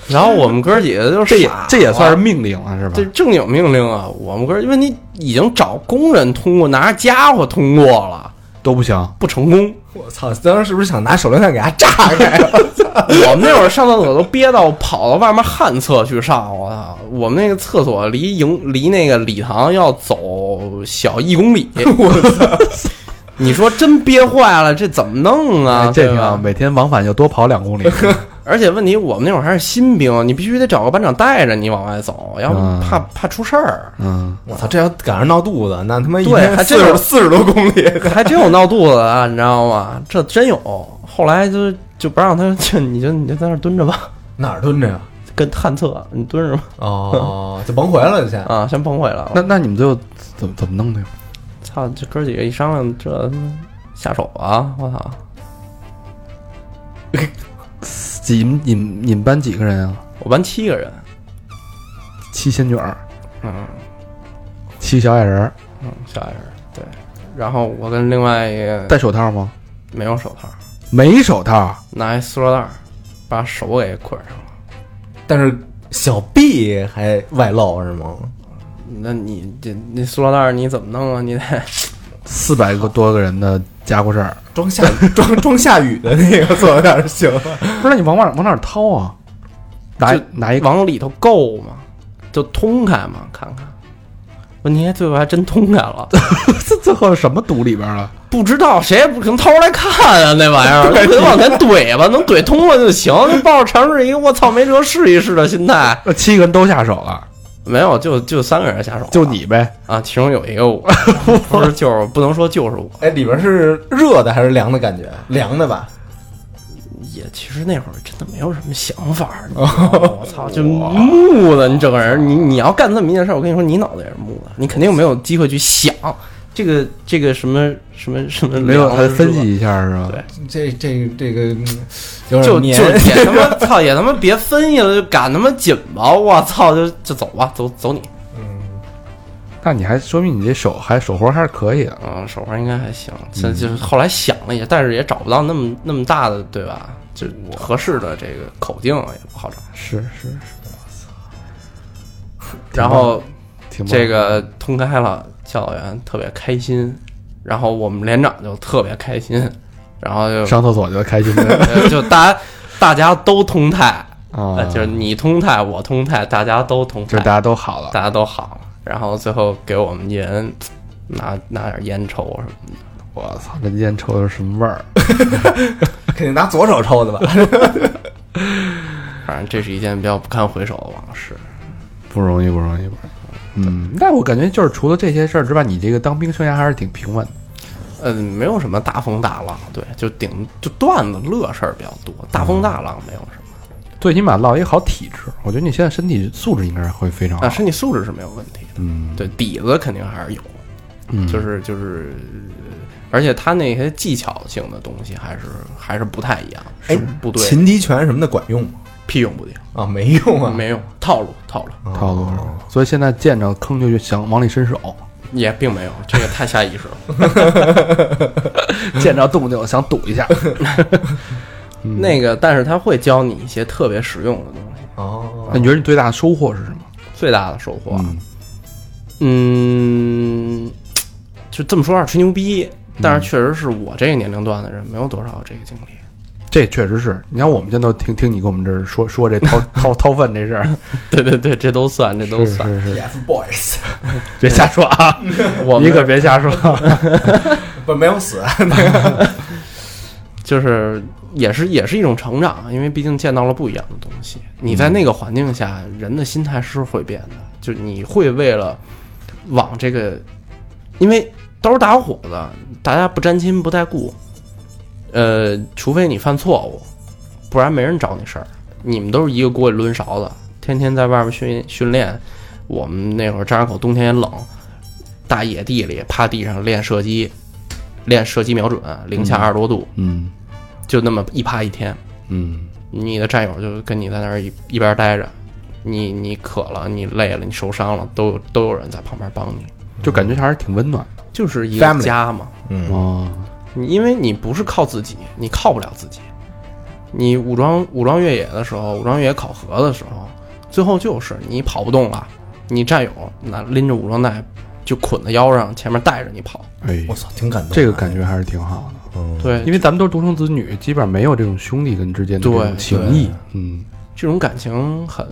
S4: 然后我们哥几个就
S2: 这也
S4: 傻
S2: <laughs>
S4: 了
S2: 这也算是命令了，是吧？
S4: 啊这正经命令啊，我们哥，因为你已经找工人通过，拿着家伙通过了，
S2: 都不行。
S4: 不成功。
S2: <laughs>
S5: 我操，当时是不是想拿手榴弹给他炸开？
S4: 我们那会儿上厕所都憋到跑到外面旱厕去上，我操！我们那个厕所离营离那个礼堂要走小一公里，我操！你说真憋坏了，这怎么弄啊？
S2: 哎这
S4: 对
S2: 挺好，
S4: 吧？
S2: 每天往返就多跑两
S4: <laughs>
S2: 公里。
S4: 而且问题，我们那会儿还是新兵，你必须得找个班长带着你往外走，要不
S2: 嗯
S4: 怕怕出事儿。
S2: 嗯，
S5: 我操，这要赶上闹肚子，那他妈一
S4: 对
S5: 天
S4: 还
S5: 四
S4: 真有
S5: 十四十多公里，
S4: 还真有闹肚子啊，你知道吗？这真有。后来就就不让他， <laughs> 就你就你就在那儿蹲着吧， <laughs>
S5: 哪儿蹲着呀？
S4: 跟探测你蹲着吧
S5: 哦，就甭回来了，先。
S4: 啊，先甭回来了。
S2: 那那你们最后怎么怎么弄的呀？
S4: 操，这哥几个一商量，这下手啊！我操，
S2: 几你们你们你们班几个人啊？
S4: 我班七个人，
S2: 七仙女儿，
S4: 嗯
S2: 七小矮人儿，
S4: 嗯，小矮人对。然后我跟另外一个
S2: 戴手套吗？
S4: 没有手套，
S2: 没手套，
S4: 拿一塑料袋儿把手给捆上了。
S5: 但是小臂还外露是吗？
S4: 那你这那塑料袋儿你怎么弄啊？你得
S2: 四百个多个人的家伙事 <laughs> 儿，
S5: 装下装装下雨的那个做有点行了。
S2: 不是你往哪往哪儿掏啊？拿
S4: 就
S2: 拿 <laughs> 一个
S4: 往里头够嘛，就通开嘛，看看。问题最后还真通
S2: <laughs>
S4: 开了，
S2: 这最后什么堵里边了？
S4: 不知道谁也不可能掏出来看啊，那玩意儿，能往前怼吧，能怼通了就行。就抱着尝试一个我操没辙试一试的心态，
S2: 呃，七个人都下手了，
S4: 没有，就就三个人下手，
S2: 就你呗。
S4: 啊，其中有一
S2: <laughs>
S4: 个我，不是就是不能说就是我，
S5: 哎，里边是热的还是凉的感觉？凉的吧？
S4: 也其实那会儿真的没有什么想法儿，你知道吗我操，就木的，你整个人，你你要干这么一件事儿，我跟你说，你脑袋也是木的，你肯定没有机会去想这个这个什么什么什么，
S2: 没有，还得分析，一下是吧？
S4: 对
S5: 这这这个嗯有
S4: 就
S5: 点
S4: 就
S5: 黏。
S4: 也他妈操，也他妈别分析了，就赶他妈紧吧，我操，就就走吧，走走你，
S2: 那你还说明你这手还手活还是可以的。
S4: 嗯，手环应该还行，这就是后来想了一下，但是也找不到那么那么大的，对吧？就合适的这个口径也不好找。
S2: 是是是，
S4: 然后
S2: 挺棒
S4: 这个通开了，教导员特别开心，然后我们连长就特别开心，然后就
S2: 上厕所就开心 <laughs> 的
S4: 呃 <laughs> 就大家大家都通泰，
S2: 啊
S4: 呃，就是你通泰，我通泰，大家都通
S2: 就是
S4: 泰，
S2: 大家都好了。
S4: 大家都好了。然后最后给我们一人拿拿点烟抽什么的，
S2: 我操，这烟抽的什么味儿？
S5: <laughs> 肯定拿左手抽的吧？
S4: 反正这是一件比较不堪回首的往事。
S2: 不容易，不容易，不容易。嗯，但我感觉就是除了这些事儿之外，你这个当兵生涯还是挺平稳的。
S4: 嗯，没有什么大风大浪，对，就顶就段子乐事儿比较多，大风大浪没有什么。
S2: 最起码落一个好体质，我觉得你现在身体素质应该会非常好
S4: 啊，。身体素质是没有问题的，
S2: 嗯，
S4: 对，底子肯定还是有，
S2: 嗯
S4: 就是就是，而且他那些技巧性的东西还是还是不太一样，
S5: 哎
S4: 是部队
S5: 擒敌拳什么的管用吗？
S4: 屁用不顶，
S5: 啊，没用啊，
S4: 嗯没用，套路套路
S5: 哦
S2: 套路是吧。哦所以现在见着坑就就想往里伸手，
S4: 也并没有，这个太下意识了。
S2: 见着动静想堵一 <laughs> 下。嗯
S4: 那个，但是他会教你一些特别实用的东西。
S5: 哦，
S2: 那你觉得你最大的收获是什么？
S4: 最大的收获，
S2: 嗯
S4: 嗯，就这么说有点吹牛逼，
S2: 嗯
S4: 但是确实是我这个年龄段的人没有多少这个经历。 <laughs>
S2: 这确实是，你看我们现在都听听你跟我们这儿说说这 <laughs> 掏掏掏粪这事儿，
S4: 对对对，这都算，这都算。
S2: 是是，
S5: TFBOYS
S2: 别瞎说啊！
S4: <laughs> 我
S2: 你
S4: 们
S2: 可别瞎说。
S5: 不没有死，
S4: 就是也是也是一种成长，因为毕竟见到了不一样的东西。你在那个环境下，人的心态是会变的，就你会为了往这个，因为都是打伙子，大家不沾亲不带故，呃，除非你犯错误，不然没人找你事儿。你们都是一个锅里抡勺子，天天在外面训训练。我们那会儿张家口冬天也冷，大野地里趴地上练射击，练射击瞄准，零下二十多度。
S2: 嗯
S4: 就那么一趴一天，
S2: 嗯
S4: 你的战友就跟你在那儿一一边待着，你你渴了，你累了，你受伤了，都有都有人在旁边帮你，
S2: 就感觉还是挺温暖的
S4: 就是一个
S5: Family
S4: 家嘛。
S5: 嗯，
S2: 哦。
S4: 你因为你不是靠自己，你靠不了自己。你武装武装越野的时候，武装越野考核的时候，最后就是你跑不动了，你战友那拎着武装带就捆在腰上，前面带着你跑。
S2: 哎
S5: 我，操，挺感动，
S2: 这个感觉还是挺好的，
S5: 嗯，
S4: 对，
S2: 因为咱们都是独生子女，基本上没有这种兄弟跟之间的这种
S4: 对
S2: 情谊。嗯
S4: 这种感情很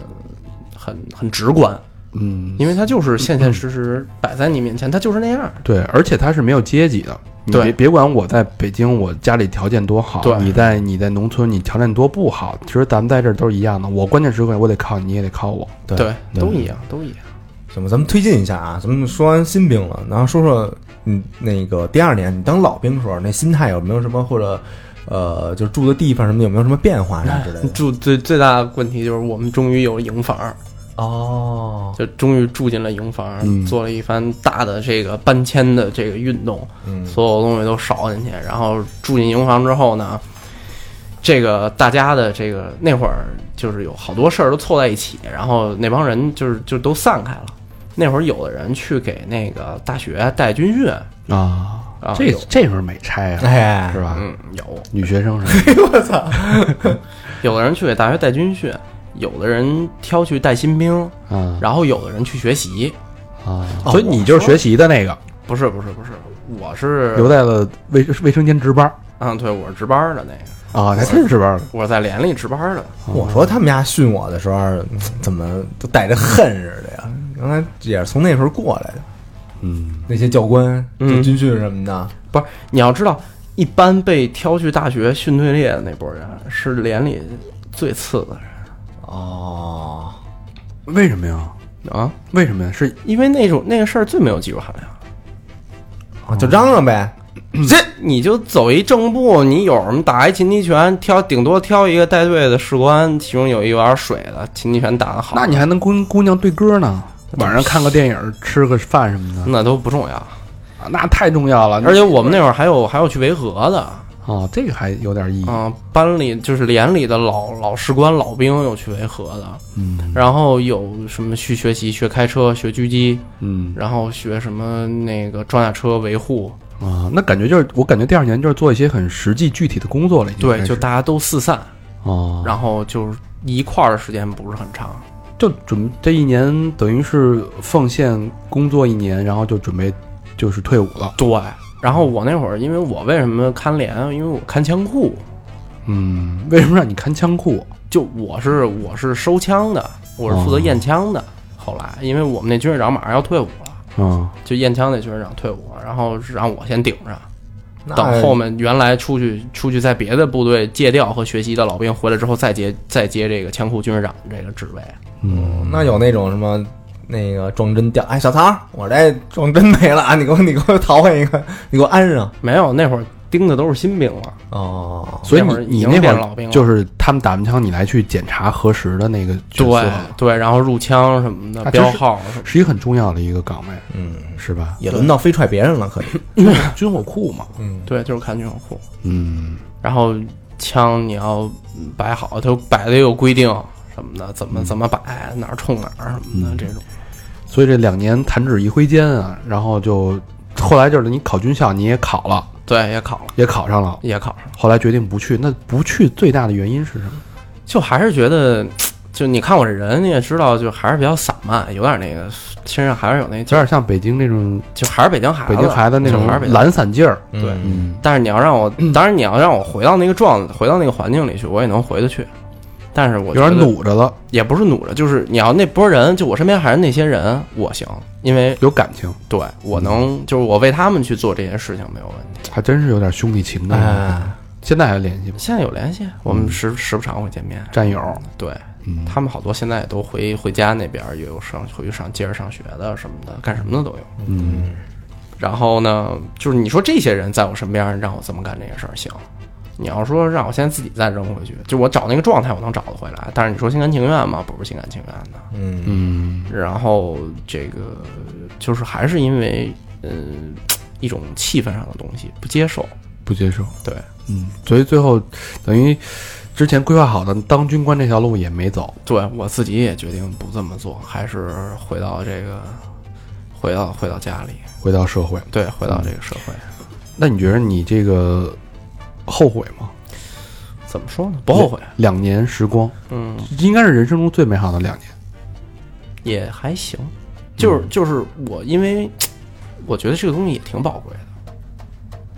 S4: 很很直观，
S2: 嗯，
S4: 因为它就是现现实
S5: <laughs>
S4: 实摆在你面前，它就是那样儿。
S2: 对，而且他是没有阶级的。你
S4: 对
S2: 别别管我在北京，我家里条件多好，
S4: 对
S2: 你在你在农村，你条件多不好，其实咱们在这儿都是一样的。我关键时刻我得靠你，你也得靠我。
S5: 对
S4: 对，都
S5: 对
S4: 一样，都一样。
S5: 行吧，咱们推进一下啊，咱们说完新兵了，然后说说你那个第二年你当老兵的时候，那心态有没有什么或者呃，就是住的地方什么有没有什么变化啊
S2: 哎
S5: 啥之类的？
S4: 住最最大的问题就是我们终于有营房，
S5: 哦，
S4: 就终于住进了营房，
S2: 嗯
S4: 做了一番大的这个搬迁的这个运动，
S5: 嗯
S4: 所有东西都扫进去，然后住进营房之后呢，这个大家的这个那会儿就是有好多事儿都凑在一起，然后那帮人就是就都散开了。那会儿有的人去给那个大学带军训
S2: 啊，
S4: 啊，
S2: 这
S4: 有
S2: 这时候没拆啊，
S5: 哎
S2: 是，吧？
S4: 嗯有，
S2: 女学生 <laughs> 是吧
S4: 有的人去给大学带军训，有的人挑去带新兵，
S2: 啊
S4: 然后有的人去学习，
S2: 啊，所以你就是学习的那个，
S4: 不是不是不是，我是
S2: 留在了卫卫生间值班
S4: 嗯，对，我是值班的那个，
S2: 啊，还真是值班的。
S4: 我是在连里值班的。
S5: 我说他们家训我的时候，嗯怎么都带着恨似的呀？原来也是从那时候过来的。
S2: 嗯，
S5: 那些教官就
S4: 嗯
S5: 军训什么的，
S4: 不是，你要知道，一般被挑去大学训队列的那波人是连里最次的人
S2: 嗯
S5: 哦，
S2: 为什么呀？
S4: 啊，
S2: 为什么呀？是
S4: 因为那种那个事儿最没有技术含量。
S5: 啊就嚷嚷呗。
S2: 嗯
S4: 这你就走一正步，你有什么打一擒敌拳，挑顶多挑一个带队的士官，其中有一玩水的，擒敌拳打得好，
S2: 那你还能跟姑娘对歌呢？晚上看个电影，吃个饭什么的，
S4: 那都不重要。
S2: 啊那太重要了。
S4: 而且我们那会儿还有还有去维和的，
S2: 哦，这个还有点意义。
S4: 嗯，班里就是连里的老老士官、老兵有去维和的，
S2: 嗯
S4: 然后有什么去学习学开车、学狙击，
S2: 嗯
S4: 然后学什么那个装甲车维护，
S2: 啊，那感觉就是我感觉第二年就是做一些很实际具体的工作了，已嗯经开
S4: 对，
S2: 始
S4: 就大家都四散，
S2: 哦，
S4: 然后就是一块儿的时间不是很长，
S2: 就准这一年等于是奉献工作一年，然后就准备就是退伍了。
S4: 对。然后我那会儿，因为我为什么看连，因为我看枪库，
S2: 嗯，为什么让你看枪库？
S4: 就我是我是收枪的，我是负责
S2: 哦
S4: 验枪的。后来因为我们那军士长马上要退伍了，
S2: 啊
S4: 就验枪那军士长退伍了，然后是让我先顶着，
S5: 那
S4: 等后面原来出去出去在别的部队借调和学习的老兵回来之后，再接再接这个枪库军士长这个职位。
S2: 嗯，
S5: 那有那种什么那个装针掉，哎，小曹，我这装针没了啊，你给我 <laughs> 你给我淘换一个，你给我安上。
S4: 没有那会儿盯的都是新兵了，
S5: 哦，
S2: 所以
S4: 那会儿已
S2: 你你
S4: 经
S2: 那会
S4: 变老兵
S2: 儿
S4: 了
S2: 就是他们打完枪，你来去检查核实的那个角色
S4: 对对，然后入枪什么的，
S2: 啊
S4: 标
S2: 真是
S4: 号什么
S2: 是一个很重要的一个岗位，
S5: 嗯，
S2: 是吧？
S5: 也轮到飞踹别人了，可以。
S2: 军火库嘛，
S5: 嗯
S4: 的，，对，就是看军火库。
S2: 嗯，
S4: 然后枪你要摆好，它摆的有规定什么的，怎
S2: 嗯
S4: 么怎么摆，哪儿冲哪儿什么的这种。
S2: 所以这两年弹指一挥间啊，然后就后来就是你考军校你也考了，
S4: 对，也考了，
S2: 也考上了，
S4: 也考上了，
S2: 后来决定不去，那不去最大的原因是什么？
S4: 就还是觉得，就你看我这人，你也知道，就还是比较散漫，有点那个身上还是有那
S2: 有
S4: 劲儿，
S2: 点像北京那种
S4: 就还是北京孩子，
S2: 北京孩子那
S4: 就
S2: 种
S4: 还是北京。
S2: 懒散劲儿，
S5: 嗯
S4: 对
S2: 嗯，
S4: 但是你要
S2: <clears throat>
S4: 让我，当然你要让我回到那个状，回到那个环境里去，我也能回得去。但是
S2: 有
S4: 我
S2: 点
S4: 觉得，
S2: 努着了，
S4: 也不是努着，就是你要那波人，就我身边还是那些人，我行，因为
S2: 有感情，
S4: 对我
S2: 嗯
S4: 能，就是我为他们去做这些事情没有问题。
S2: 还真是有点兄弟情的。
S5: 哎，
S2: 现在还联系吗？
S4: 现在有联系，我们时时不常会见面。
S2: 嗯战友，
S4: 对
S2: 嗯，
S4: 他们好多现在也都回回家那边儿，也有上回去上接着上学的什么的，干什么的都有。
S2: 嗯，
S4: 然后呢，就是你说这些人在我身边，让我怎么干这个事儿行？你要说让我现在自己再扔回去，就我嗯找那个状态，我能找得回来。但是你说心甘情愿吗？不是心甘情愿的。
S5: 嗯
S2: 嗯，
S4: 然后这个就是还是因为呃一种气氛上的东西不接受，
S2: 不接受，
S4: 对，
S2: 嗯，所以最后等于之前规划好的当军官这条路也没走，
S4: 对我自己也决定不这么做，还是回到这个回到回到家里，
S2: 回到社会。
S4: 对，回到这个社会。
S2: 那你觉得你这个后悔吗？
S4: 怎么说呢？不后悔，
S2: 两年时光，
S4: 嗯，
S2: 应该是人生中最美好的两年。
S4: 也还行。就是就是我，因为我觉得这个东西也挺宝贵的。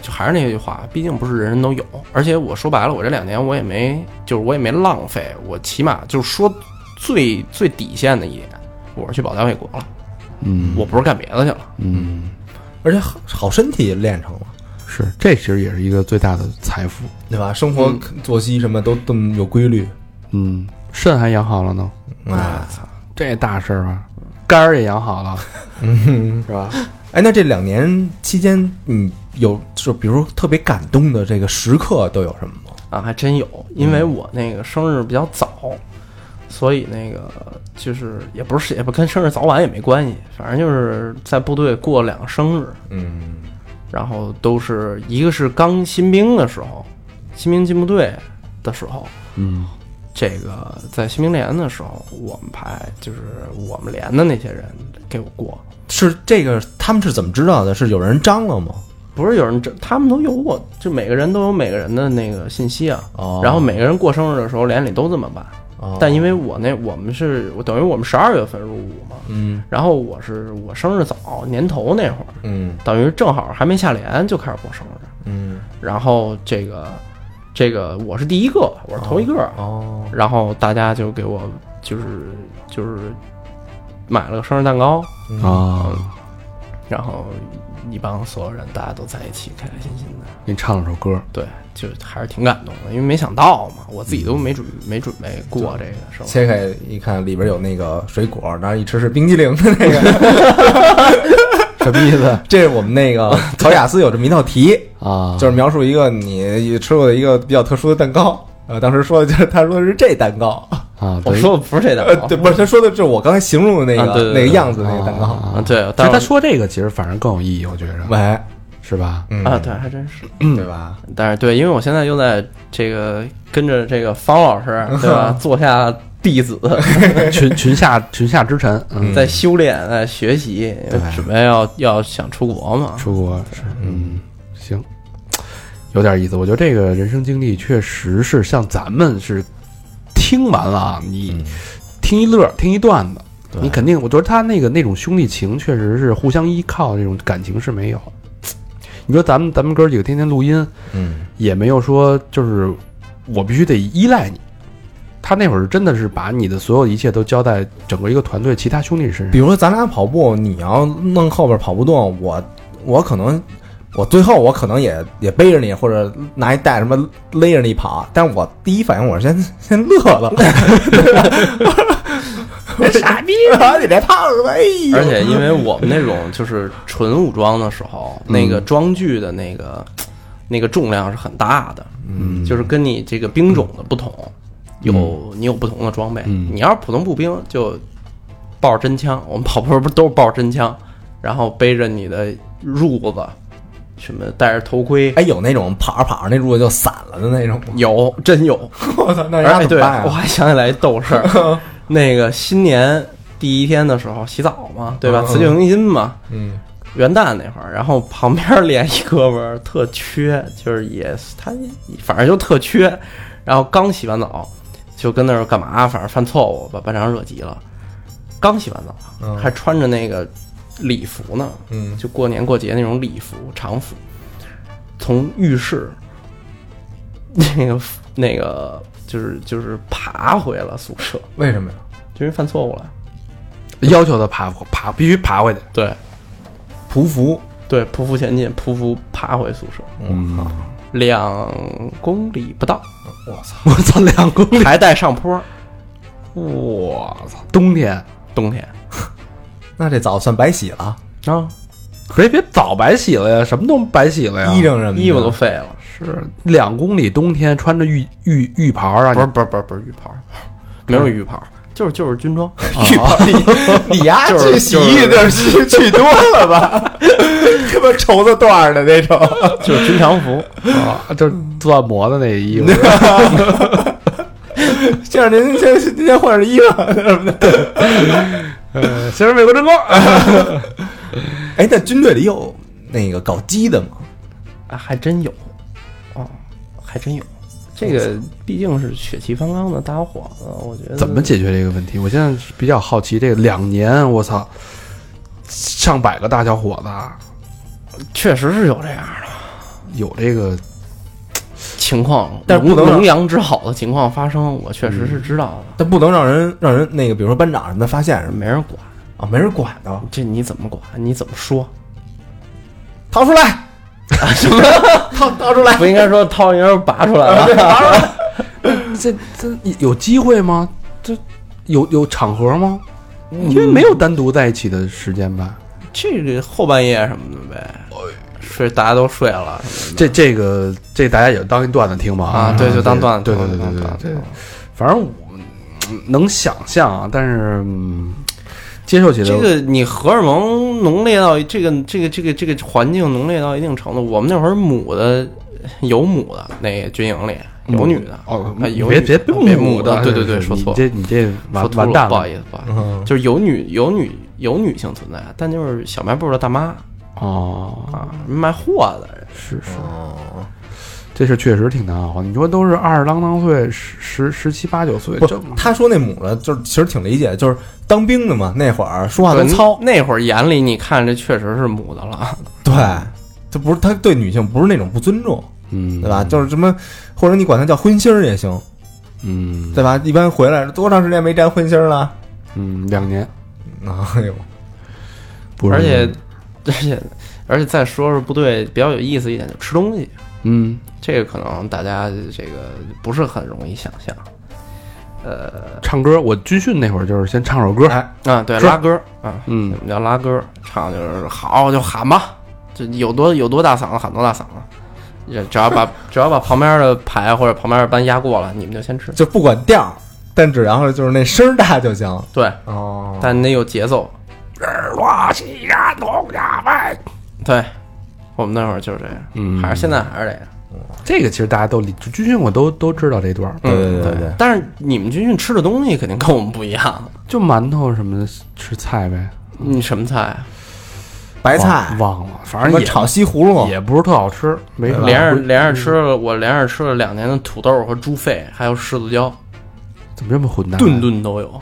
S4: 就还是那句话，毕竟不是人人都有。而且我说白了，我这两年我也没，就是我也没浪费。我起码就是说最最底线的一点，我是去保家卫国了，
S2: 嗯，
S4: 我不是干别的去了。
S2: 嗯
S5: 而且好好身体也练成了，
S2: 是，这其实也是一个最大的财富。
S5: 对吧？生活作息什么都这么有规律。
S2: 嗯，肾还养好了呢，
S5: 啊，
S4: 操！
S2: 这大事儿啊，肝儿也养好了，
S5: 嗯，
S2: 是吧？
S5: 哎，那这两年期间，你有就比如说特别感动的这个时刻都有什么吗？
S4: 啊，还真有，因为我那个生日比较早，所以那个就是也不是也不跟生日早晚也没关系，反正就是在部队过两个生日，
S5: 嗯
S4: 然后都是一个是刚新兵的时候，新兵进部队的时候，
S2: 嗯
S4: 这个在新兵连的时候，我们排就是我们连的那些人给我过，，
S5: 是这个他们是怎么知道的？是有人张了吗？
S4: 不是有人这，他们都有我，就每个人都有每个人的那个信息啊。
S5: 哦
S4: 然后每个人过生日的时候，连里都这么办。
S5: 哦
S4: 但因为我那我们是我等于我们十二月份入伍嘛，
S5: 嗯
S4: 然后我是我生日早年头那会儿，
S5: 嗯
S4: 等于正好还没下连就开始过生日。
S5: 嗯
S4: 然后这个这个我是第一个，我是头一个，
S5: 哦
S4: 然后大家就给我就是就是买了个生日蛋糕，
S2: 啊，
S4: 然后一帮所有人大家都在一起开开心心的。
S2: 给你唱了首歌，
S4: 对，就还是挺感动的，因为没想到嘛，我自己都没准没准备过这个生日。
S5: 切开一看，里边有那个水果，然后一吃是冰激凌的那
S4: <laughs>
S5: 个，
S2: 什么意思
S5: <laughs> 这是我们那
S4: <laughs>
S5: 个考雅思有这么一道题，
S2: 啊？
S5: 就是描述一个你吃过的一个比较特殊的蛋糕。呃，当时说的就是他说的是这蛋糕，
S2: 啊，
S4: 我
S2: 对
S4: 说的不是 <laughs> 这
S5: 呃
S4: 蛋，糕，
S5: 对，不是他说的就是我刚才形容的那个、
S4: 啊对对对
S5: 那个样子的那个蛋糕。
S4: 啊，对，
S2: 其
S4: 但
S2: 实
S4: 是
S2: 他说这个其实反而更有意义，我觉着
S5: 喂，
S2: 是
S4: <laughs>
S2: 吧？
S5: 嗯
S4: 啊，对，还真是。
S5: 对吧？
S4: 但是对，因为我现在又在这个跟着这个方老师，对吧？做下弟子，
S2: 群群下群下之臣，嗯，
S4: 在修炼，在学习，准备要要想出国嘛。
S2: 啊出国是嗯行，有点意思。我觉得这个人生经历确实是像咱们是听完了啊，你
S5: 嗯
S4: 嗯
S2: 听一乐，听一段子。你肯定，我觉得他那个那种兄弟情，确实是互相依靠，这种感情是没有。你说咱们咱们哥几个天天录音，
S5: 嗯
S2: 也没有说就是我必须得依赖你。他那会儿真的是把你的所有一切都交在整个一个团队其他兄弟身
S5: 比
S2: 上。
S5: 如说咱俩跑步，你要弄后边跑不动，我我可能我最后我可能也也背着你，或者拿一带什么勒着你跑，但我第一反应我是先先乐 <laughs> 了，
S3: 傻逼
S5: <laughs>
S3: 啊！你这胖子，哎呦
S4: 而且因为我们那种就是纯武装的时候，那个装具的那个那个重量是很大的，嗯，就是跟你这个兵种的不同，有你有不同的装备。你要是普通步兵，就抱着真枪，我们跑步不都是抱着真枪，然后背着你的褥子，什么戴着头盔，
S5: 哎，有那种跑着跑着那褥子就散了的那种，
S4: 有真有，
S5: <laughs> 我操，那人家
S4: 哎，
S5: 怎
S4: 对，
S5: 么办啊
S4: 我
S5: 呀？
S4: 还想起来一逗
S5: <laughs>
S4: 事儿，那个新年第一天的时候洗澡嘛，对吧？
S5: 嗯
S4: 辞旧迎新嘛，
S5: 嗯，
S4: 元旦那会儿，然后旁边连一哥们儿特缺，就是也是他反正就特缺，然后刚洗完澡就跟那儿干嘛，反正犯错误把班长惹急了。刚洗完澡，
S5: 嗯
S4: 还穿着那个礼服呢，
S5: 嗯
S4: 就过年过节那种礼服常服，从浴室 <laughs> 那个那个就是就是爬回了宿舍，
S5: 为什么呀？
S4: 就因为犯错误了。
S2: 要求他爬爬必须爬回去。
S4: 对
S5: 匍匐，
S4: 对，匍匐前进，匍匐爬回宿舍。
S2: 嗯，
S4: 两公里不到，
S5: 我操，
S2: 我操，两公里！
S4: 还带上 <laughs> 坡。
S2: 我操，冬天
S4: 冬天
S5: 那这澡算白洗了，
S4: 啊，
S2: 别别早白洗了呀，什么都白洗了呀。
S5: 衣裳什么的
S4: 衣服都废了。
S2: 是两公里，冬天穿着浴浴浴袍啊，
S4: 不是不是不是不是浴袍，没有浴袍，嗯就是就是军装。
S2: 啊
S5: 去吧你你丫去洗浴的去去多了吧？他妈绸子缎儿的那
S2: <laughs>
S5: 种，
S4: 就是军常
S5: <laughs>
S4: 服，
S2: 你啊，就是钻磨的那衣服。
S5: 这两天先今天换身衣服什么的。
S2: <laughs> 呃，先是美国真光，
S5: 哎，那军队里有那个搞基的吗？
S4: <laughs> 啊，还真有，哦，还真有。这个毕竟是血气方刚的大伙子，我觉得
S2: 怎么解决这个问题？我现在是比较好奇，这个两年，我操，上百个大小伙子啊
S4: 确实是有这样的
S2: 有这个，
S4: 情况，
S5: 但是不能
S4: 龙
S5: 让嗯
S4: 龙阳之好的情况发生，我确实是知道
S5: 但不能让人让人那个，比如说班长什么的发现
S4: 的，
S5: 什么
S4: 没人管。
S5: 啊，没人管的，
S4: 这你怎么管？你怎么说？
S5: 掏出来，
S4: 什么？
S5: 掏掏出来，啊
S4: 不应该说掏人儿拔出
S5: <laughs>
S4: 来了？
S2: 这这有机会吗？这有有场合吗？因为没有单独在一起的时间吧。
S4: 这个后半夜什么的呗，睡大家都睡了什么的
S2: 这这个这大家也当一段子听吧
S4: 啊，对，就当段子
S2: 对
S4: 听
S2: 对
S4: 了，
S2: 对对
S4: 当段子
S2: 对
S4: 听
S2: 对
S4: 了，
S2: 反正我嗯能想象啊，但是嗯接受起来
S4: 这个你荷尔蒙浓烈到这个这个这个这个环境浓烈到一定程度，我们那会儿母的有母的那军营里
S5: 嗯
S4: 有女的
S2: 哦
S4: 啊，有
S2: 别
S4: 女
S2: 别
S4: 的别
S2: 母
S4: 的，对对对，
S2: 是
S4: 说
S2: 你
S4: 错了，
S2: 这你这
S4: 说
S2: 完
S4: 秃
S2: 完
S4: 噜
S2: 蛋了，
S4: 不好意思，不好意思，
S5: 嗯，
S4: 就是有女有女有女性存在，但就是小卖部的大妈
S2: 哦，
S4: 啊，卖货的，
S2: 是是，
S5: 哦，
S2: 这事确实挺难熬。你说都是二十啷当岁，十十十七八九岁，
S5: 不
S2: 正，
S5: 他说那母的，就是其实挺理解，就是当兵的嘛，那会儿说话都
S4: 对
S2: 嗯
S5: 糙，
S4: 那会儿眼里你看这确实是母的了，
S5: 对，这不是他对女性不是那种不尊重，
S2: 嗯，
S5: 对吧？就是什么，或者你管他叫荤腥儿也行，
S2: 嗯
S5: 对吧？一般回来多长时间没沾荤腥儿了？
S2: 嗯两年，
S5: 啊，哎呦，
S2: 不是
S4: 而且 <laughs> 而且而且再说说部队比较有意思一点，就吃东西。
S2: 嗯
S4: 这个可能大家这个不是很容易想象。呃
S2: 唱歌，我军训那会儿就是先唱首歌，
S5: 哎，
S4: 啊，对，
S2: 是
S4: 拉歌啊，我
S2: 嗯
S4: 们叫拉歌，唱就是好就喊吧，就有多有多大嗓子喊多大嗓子，也只要把只要把旁边的牌或者旁边的班压过了，你们就先吃。
S5: 就不管调儿，但只要是就是那声儿大就行。
S4: 对，
S5: 哦，
S4: 但你得有节奏。
S2: 哎
S4: 对，我们那会儿就是这样，
S2: 嗯
S4: 还是现在还是这样。
S2: 这个其实大家都理就军训，我都都知道这段儿，
S5: 对对
S4: 嗯
S5: 对对，
S4: 但是你们军训吃的东西肯定跟我们不一样。
S2: 就馒头什么的吃菜呗，
S4: 你什么菜啊？
S5: 白菜，
S2: 忘了，反
S5: 什
S2: 正
S5: 么
S2: 也
S5: 炒西葫芦，
S2: 也不是特好吃，没什么
S4: 连着连着吃了，我连着吃了两年的土豆和猪肺，还有柿子椒，
S2: 怎么这么混蛋？啊
S4: 顿顿都有。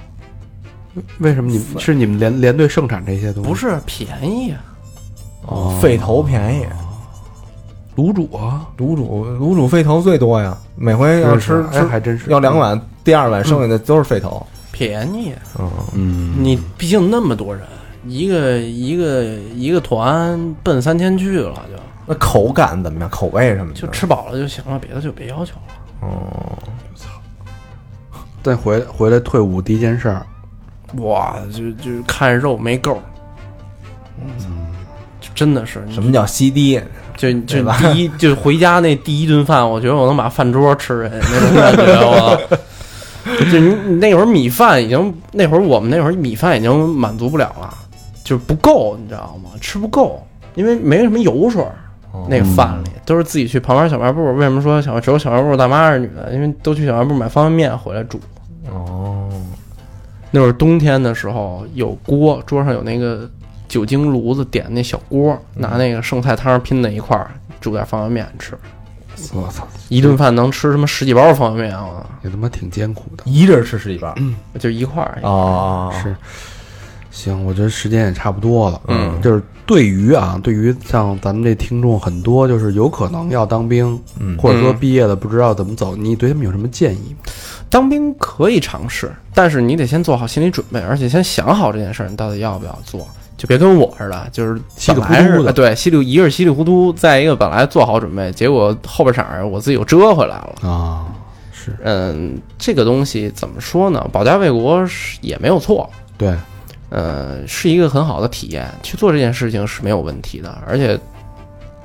S2: 为什么你们是你们连连队盛产这些东西？
S4: 不是便宜啊，
S2: 哦
S5: 肺头便宜，
S2: 卤煮啊，
S5: 卤煮卤煮肺头最多呀，每回要
S2: 是
S5: 啊吃
S2: 是哎
S5: 吃
S2: 还真是
S5: 要两，碗，第二碗剩下的都是肺头。
S4: 便宜啊。
S2: 嗯，
S4: 你毕竟那么多人，一个一个一个团奔三千去了就，
S5: 那口感怎么样？口味什么的？
S4: 就吃饱了就行了，别的就别要求了。
S2: 但回回来退伍第一件事儿，
S4: 哇，就就看肉没够，就嗯真的是你
S5: 什么叫西滴？
S4: 就就第一就回家那第一顿饭，我觉得我能把饭桌吃人那种感觉，我。就你你那会儿米饭已经，那会儿我们那会儿米饭已经满足不了了，就是不够，你知道吗？吃不够，因为没什么油水儿。那个饭里都是自己去旁边小卖部。为什么说小只有小卖部大妈是女的？因为都去小卖部买方便面回来煮。
S5: 哦，
S4: 那会儿冬天的时候有锅，桌上有那个酒精炉子点那小锅，拿那个剩菜汤拼在一块儿煮点方便面吃，
S2: 我操，
S4: 一顿饭能吃什么十几包方便面啊？
S2: 也他妈挺艰苦的。
S5: 一人吃十几包。
S4: 就一块
S2: 啊
S4: 儿。
S5: 哦，
S2: 是，行，我觉得时间也差不多了。
S4: 嗯，
S2: 就是对于啊，对于像咱们这听众很多，就是有可能要当兵，
S5: 嗯
S2: 或者说毕业了不知道怎么走，你对他们有什么建议吗？
S4: 当兵可以尝试，但是你得先做好心理准备，而且先想好这件事儿，你到底要不要做。就别跟我似的，就是
S2: 稀里
S4: 本来
S2: 糊涂
S4: 是
S2: 的
S4: 哎对稀里，一个是稀里糊涂，再一个本来做好准备，结果后半场儿我自己又折回来了。
S2: 啊，是
S4: 嗯，这个东西怎么说呢？保家卫国是也没有错，
S2: 对，
S4: 呃，是一个很好的体验，去做这件事情是没有问题的。而且，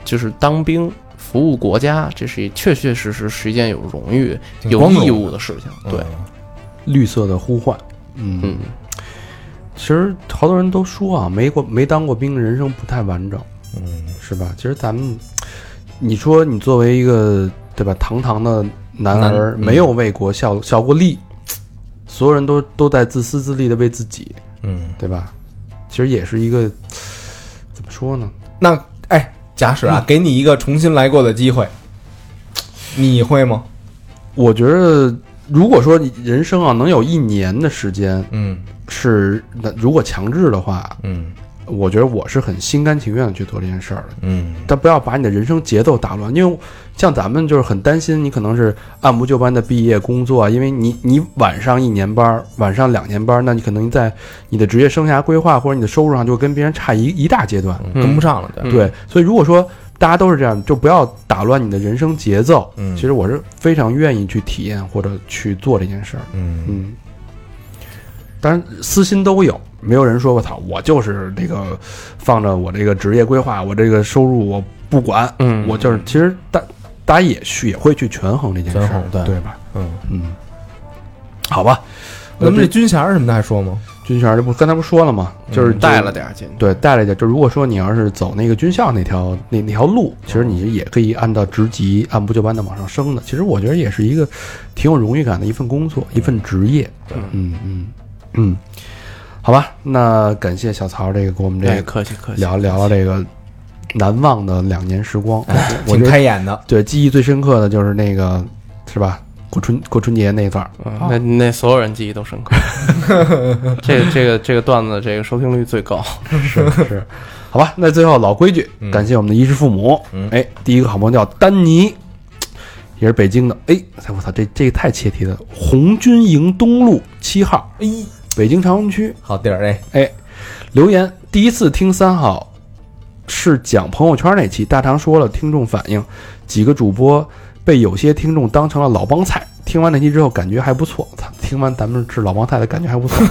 S4: 就是当兵服务国家，这是一确确实实是一件有荣誉、
S5: 挺
S4: 有
S5: 光荣的
S4: 义务的事情。
S2: 嗯
S4: 对，
S2: 绿色的呼唤。嗯
S4: 嗯，
S2: 其实好多人都说啊，没过没当过兵，人生不太完整，嗯，是吧？其实咱们，你说你作为一个对吧，堂堂的男嗯儿，没有为国效效过力，所有人都都在自私自利的为自己，
S5: 嗯，
S2: 对吧？其实也是一个怎么说呢？
S5: 那哎，假使啊，给你一个重新来过的机会，你会吗？
S2: 我觉得，如果说你人生啊能有一年的时间
S5: 嗯
S2: 是，那如果强制的话，
S5: 嗯
S2: 我觉得我是很心甘情愿的去做这件事儿的。
S5: 嗯
S2: 但不要把你的人生节奏打乱，因为像咱们就是很担心你可能是按部就班的毕业工作啊，因为你你晚上一年班儿，晚上两年班儿，那你可能在你的职业生涯规划或者你的收入上就跟别人差一一大阶段。
S5: 跟不上了，对，
S4: 嗯
S2: 对，所以如果说大家都是这样，就不要打乱你的人生节奏。
S5: 嗯
S2: 其实我是非常愿意去体验或者去做这件事儿。
S5: 嗯
S2: 嗯，当然私心都有，没有人说我操，我就是这个放着我这个职业规划，我这个收入我不管，
S4: 嗯
S2: 我就是其实大大家也去也会去权衡这件事
S5: 权
S2: 儿
S5: 衡，对
S2: 吧？
S5: 嗯，
S2: 嗯，好吧，
S5: 咱们这军衔儿什么的还说吗？
S2: 军衔儿这不刚才不说了吗？就是
S4: 嗯
S5: 嗯
S4: 带了点儿进去。
S2: 对，带了一点。就如果说你要是走那个军校那条那那条路，其实你也可以按照职级按部就班的往上升的。其实我觉得也是一个挺有荣誉感的一份工作，一份职业。嗯嗯嗯，好吧，那感谢小曹这个给我们这
S4: 哎
S2: 个
S4: 客气客气。
S2: 聊聊了这个难忘的两年时光。我
S5: 哎挺
S2: 觉得
S5: 开眼的，
S2: 对记忆最深刻的就是那个是吧？过春过春节那一段儿，
S4: 嗯那那所有人记忆
S2: <laughs>
S4: 都深刻，这个这个这个段子这个收听率最高，
S2: 是是，好吧，那最后老规矩，感谢我们的衣食父母。哎，第一个好朋友叫丹尼，也是北京的。哎，我操，这这个太切题了。红军营东路七号，
S5: 哎，
S2: 北京朝阳区。
S5: 好地儿哎，
S2: 哎，留言第一次听三好是讲朋友圈那期，大长说了听众反映，几个主播被有些听众当成了老帮菜。听完那期之后感觉还不错，操，听完咱们是老帮菜的感觉还不错，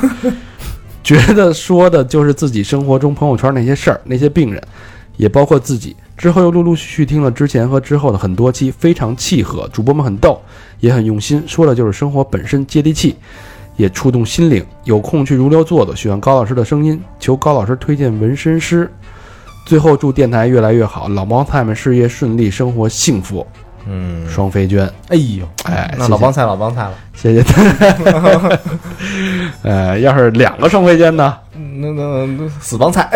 S2: 觉得说的就是自己生活中朋友圈那些事儿，那些病人，也包括自己。之后又陆陆续续听了之前和之后的很多期，非常契合，主播们很逗，也很用心，说的就是生活本身接地气。也触动心灵。有空去如流坐坐，喜欢高老师的声音，求高老师推荐纹身师。最后祝电台越来越好，老帮菜们事业顺利，生活幸福。
S5: 嗯，
S2: 双飞娟，
S5: 哎呦，
S2: 哎，
S5: 那老帮菜老帮菜了，
S2: 谢谢他。 <laughs> 呃，要是两个双飞娟呢？
S5: 嗯那那那死帮菜，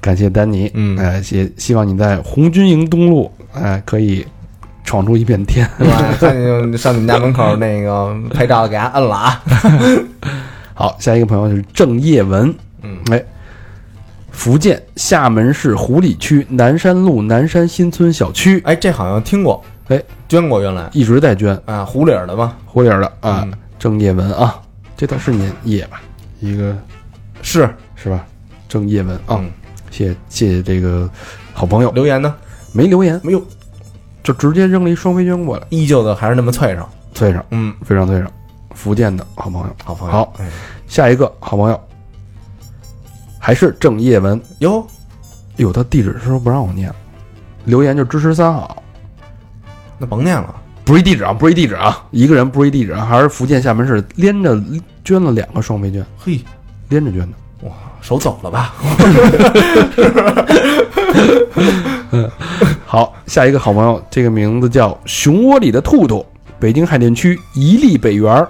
S2: 感谢丹尼，
S5: 嗯
S2: 呃，也希望你在红军营东路，哎，可以闯出一片天。
S5: 对吧？ <laughs> 看见上你们家门口那个拍照的给他摁
S2: <laughs>
S5: 了啊，
S2: 好，下一个朋友是郑业文，嗯，哎，福建厦门市湖里区南山路南山新村小区，
S5: 哎，这好像听过，
S2: 哎，
S5: 捐过原来
S2: 一直在捐，
S5: 啊，湖里儿的嘛，
S2: 狐狸儿的啊
S5: 嗯，
S2: 郑业文啊，这倒是念业吧，一个
S5: 是，
S2: 是吧？郑业文啊
S5: 嗯，
S2: 谢谢谢谢这个好朋友，
S5: 留言呢，
S2: 没留言，
S5: 没有，
S2: 就直接扔了一双飞娟过来，
S5: 依旧的还是那么脆弱。
S2: 脆上，
S5: 嗯，
S2: 非常脆上，福建的好朋友，
S5: 好朋友，
S2: 好
S5: 哎，
S2: 下一个好朋友还是郑叶文，
S5: 哟，
S2: 有他地址是说不让我念，留言就支持三好，
S5: 那甭念了，
S2: 不是一地址啊，不是一地址啊，一个人不是一地址啊，还是福建厦门市连着捐了两个双飞娟，
S5: 嘿，
S2: 连着捐的。
S5: 手走了吧。
S2: 好，下一个好朋友，这个名字叫熊窝里的兔兔，北京海淀区一利北园儿。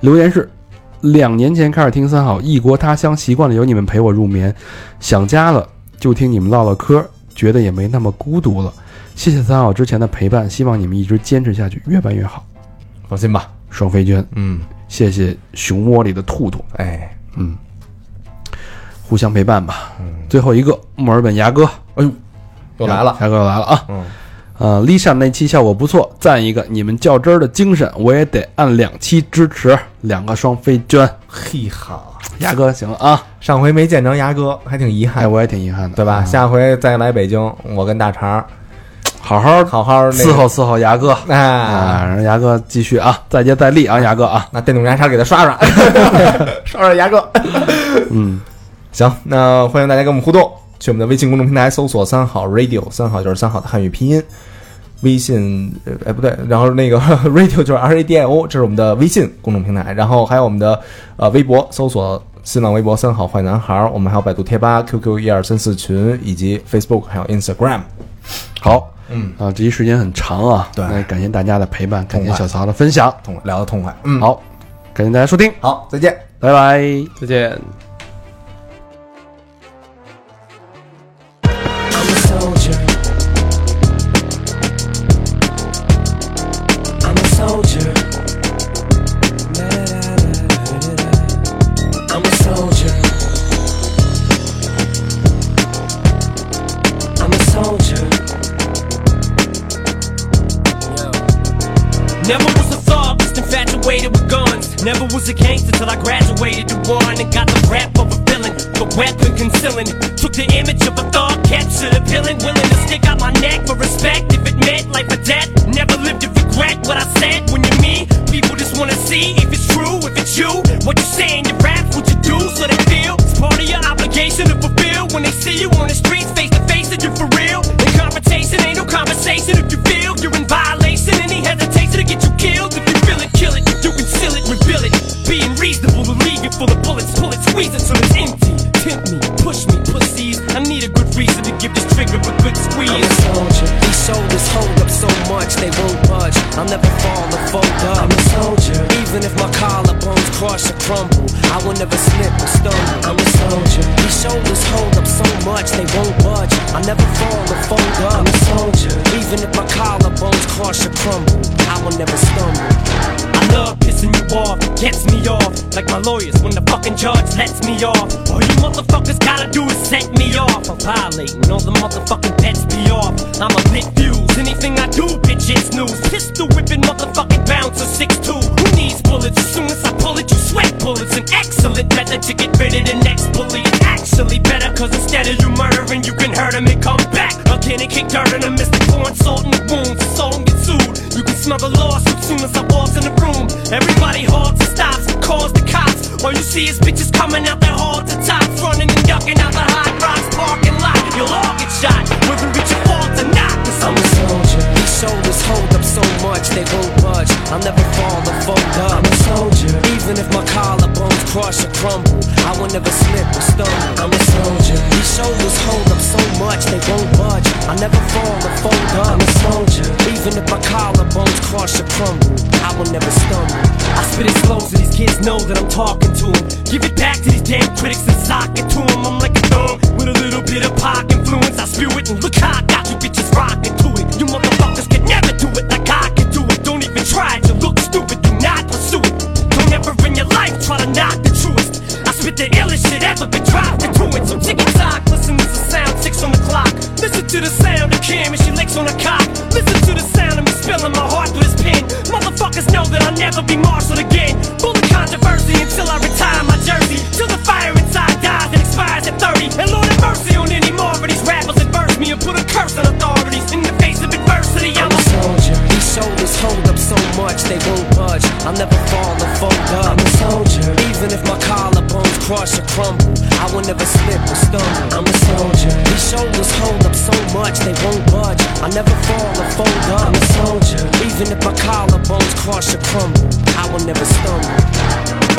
S2: 留言是：两年前开始听三好，异国他乡，习惯了有你们陪我入眠，想家了就听你们唠唠嗑，觉得也没那么孤独了。谢谢三好之前的陪伴，希望你们一直坚持下去，越办越好。
S5: 放心吧，
S2: 双飞娟，
S5: 嗯，
S2: 谢谢熊窝里的兔兔，
S5: 哎，
S2: 嗯，互相陪伴吧。最后一个，墨尔本牙哥，
S5: 嗯哎又来了，
S2: 牙哥又来了啊！
S5: 嗯，
S2: 呃，Lisa 那期效果不错，赞一个！你们较真儿的精神，我也得按两期支持，两个双飞娟。
S5: 嘿哈，
S2: 牙哥，行了啊，
S5: 上回没见着牙哥，还挺遗
S2: 哎，
S5: 憾，
S2: 我也挺遗憾的，
S5: 对吧？
S2: 啊
S5: 下回再来北京，我跟大肠儿
S2: 好好
S5: 好好那
S2: 伺
S5: 个，
S2: 候伺候牙哥
S5: 哎，
S2: 啊，让牙哥继续啊，再接再厉啊，牙哥啊，
S5: 那电动牙刷给他刷刷，刷刷牙哥。
S2: 嗯，
S5: <laughs> 行，那欢迎大家跟我们互动，去我们的微信公众平台搜索“三好 radio”，三好就是三好的汉语拼音。微信，呃哎不对，然后那个 <laughs> radio 就是 R A D I O，这是我们的微信公众平台，然后还有我们的呃微博，搜索新浪微博“三好坏男孩”，我们还有百度贴吧、QQ 一二三四群，以及 Facebook 还有 Instagram。
S2: 好，
S5: 嗯，
S2: 啊，这一时间很长啊，
S5: 对
S2: 那感谢大家的陪伴，感谢
S5: 痛快
S2: 小曹的分享，
S5: 痛快，聊得痛快，嗯，
S2: 好，感谢大家收听，
S5: 好，再见。
S2: 拜拜。
S4: 再见。
S6: I'm a soldier. I'm a soldier. La, la, la, la, la, la. I'm a soldier. I'm a soldier.
S7: Never was a thug, just infatuated with guns. Never was a gangster till I graduated to one and got the rap of a villain. The weapon concealing. Took the image of a thug, captured a villain. Willing to stick out my neck for respect if it meant life or death. Never lived to regret what I said when you're me. People just wanna see if it's true, if it's you. What you say in your rap, what you do, so they feel. It's part of your obligation to fulfill when they see you on the streets face to face that you're for real. And confrontation ain't no conversation if you feel you're in violation. Any hesitation to get you killed if you feel it, kill it. You can seal it, reveal it. Being reasonable to leave you full of bullets, pull it, squeeze it till it's empty. Tempt me, push me, pussies. I need a good reason to give this trigger a good squeeze.
S6: I'm a soldier. These shoulders hold up so much they won't budge. I'll never fall or fold up. I'm a soldier. Even if my collarbones crush or crumble, I will never slip or stumble. I'm a soldier. These shoulders hold up so much they won't budge. I'll never fall or fold up. I'm a soldier. Even if my collarbones crush or crumble, I will never stumble.
S7: I love pissing you off, gets me off. Like my lawyers when the fucking judge lets me off. All you motherfuckers gotta do is set me off. I'm violating all the motherfucking pets be off. I'm a lit fuse, anything I do, bitch, it's news. Pistol whipping motherfucking bouncer 6'2. Who needs bullets? As soon as I pull it, you sweat bullets. An excellent method to get rid of the next bully. And actually better, cause instead of you murdering, you can hurt him and come back. Again and kick dirt in a mystic pouring salt in the wounds. So don't get sued. You can smell the lawsuit soon as I walk in the room. Everybody halts and stops, calls the cops. All you see is bitches coming out their hall to tops, running and ducking out the hot rocks parking lot. You'll all get shot, whether it's your fault or not. Cause
S6: I'm
S7: I'm a
S6: a soldier. These shoulders hold up so much they won't budge. I'll never fall or fold up. I'm a soldier. Even if my collarbones crush or crumble, I will never slip or stumble. I'm a soldier. These shoulders hold up so much they won't budge. I'll never fall or fold up. I'm a soldier. Even if my collarbones crush or crumble, I will never stumble.
S7: I spit it slow so these kids know that I'm talking to 'em. Give it back to these damn critics and sock it to 'em. I'm like a thumb with a little bit of pop influence. I spew it and look how I got you bitches rocking to it. You motherfuckers can never do it like I can do it. Don't even try it. You look stupid. Do not pursue it. Don't ever in your life try to knock the truest. I spit the illest shit ever been dropped into it. So tick tock, listen to the sound, six on the clock. Listen to the sound of Kim and she licks on the cock. Listen to the sound of me spilling my heart through this pen. Motherfuckers know that I'll never be marshaled again. Full of controversy until I retire my jersey. Till the fire inside dies and expires at 30. And Lord have mercy. much, they won't budge. I'll never fall or fold up. I'm a soldier. Even if my collarbones crush or crumble, I will never slip or stumble. I'm a soldier. These shoulders hold up so much, they won't budge. I'll never fall or fold up. I'm a soldier. Even if my collarbones crush or crumble, I will never stumble.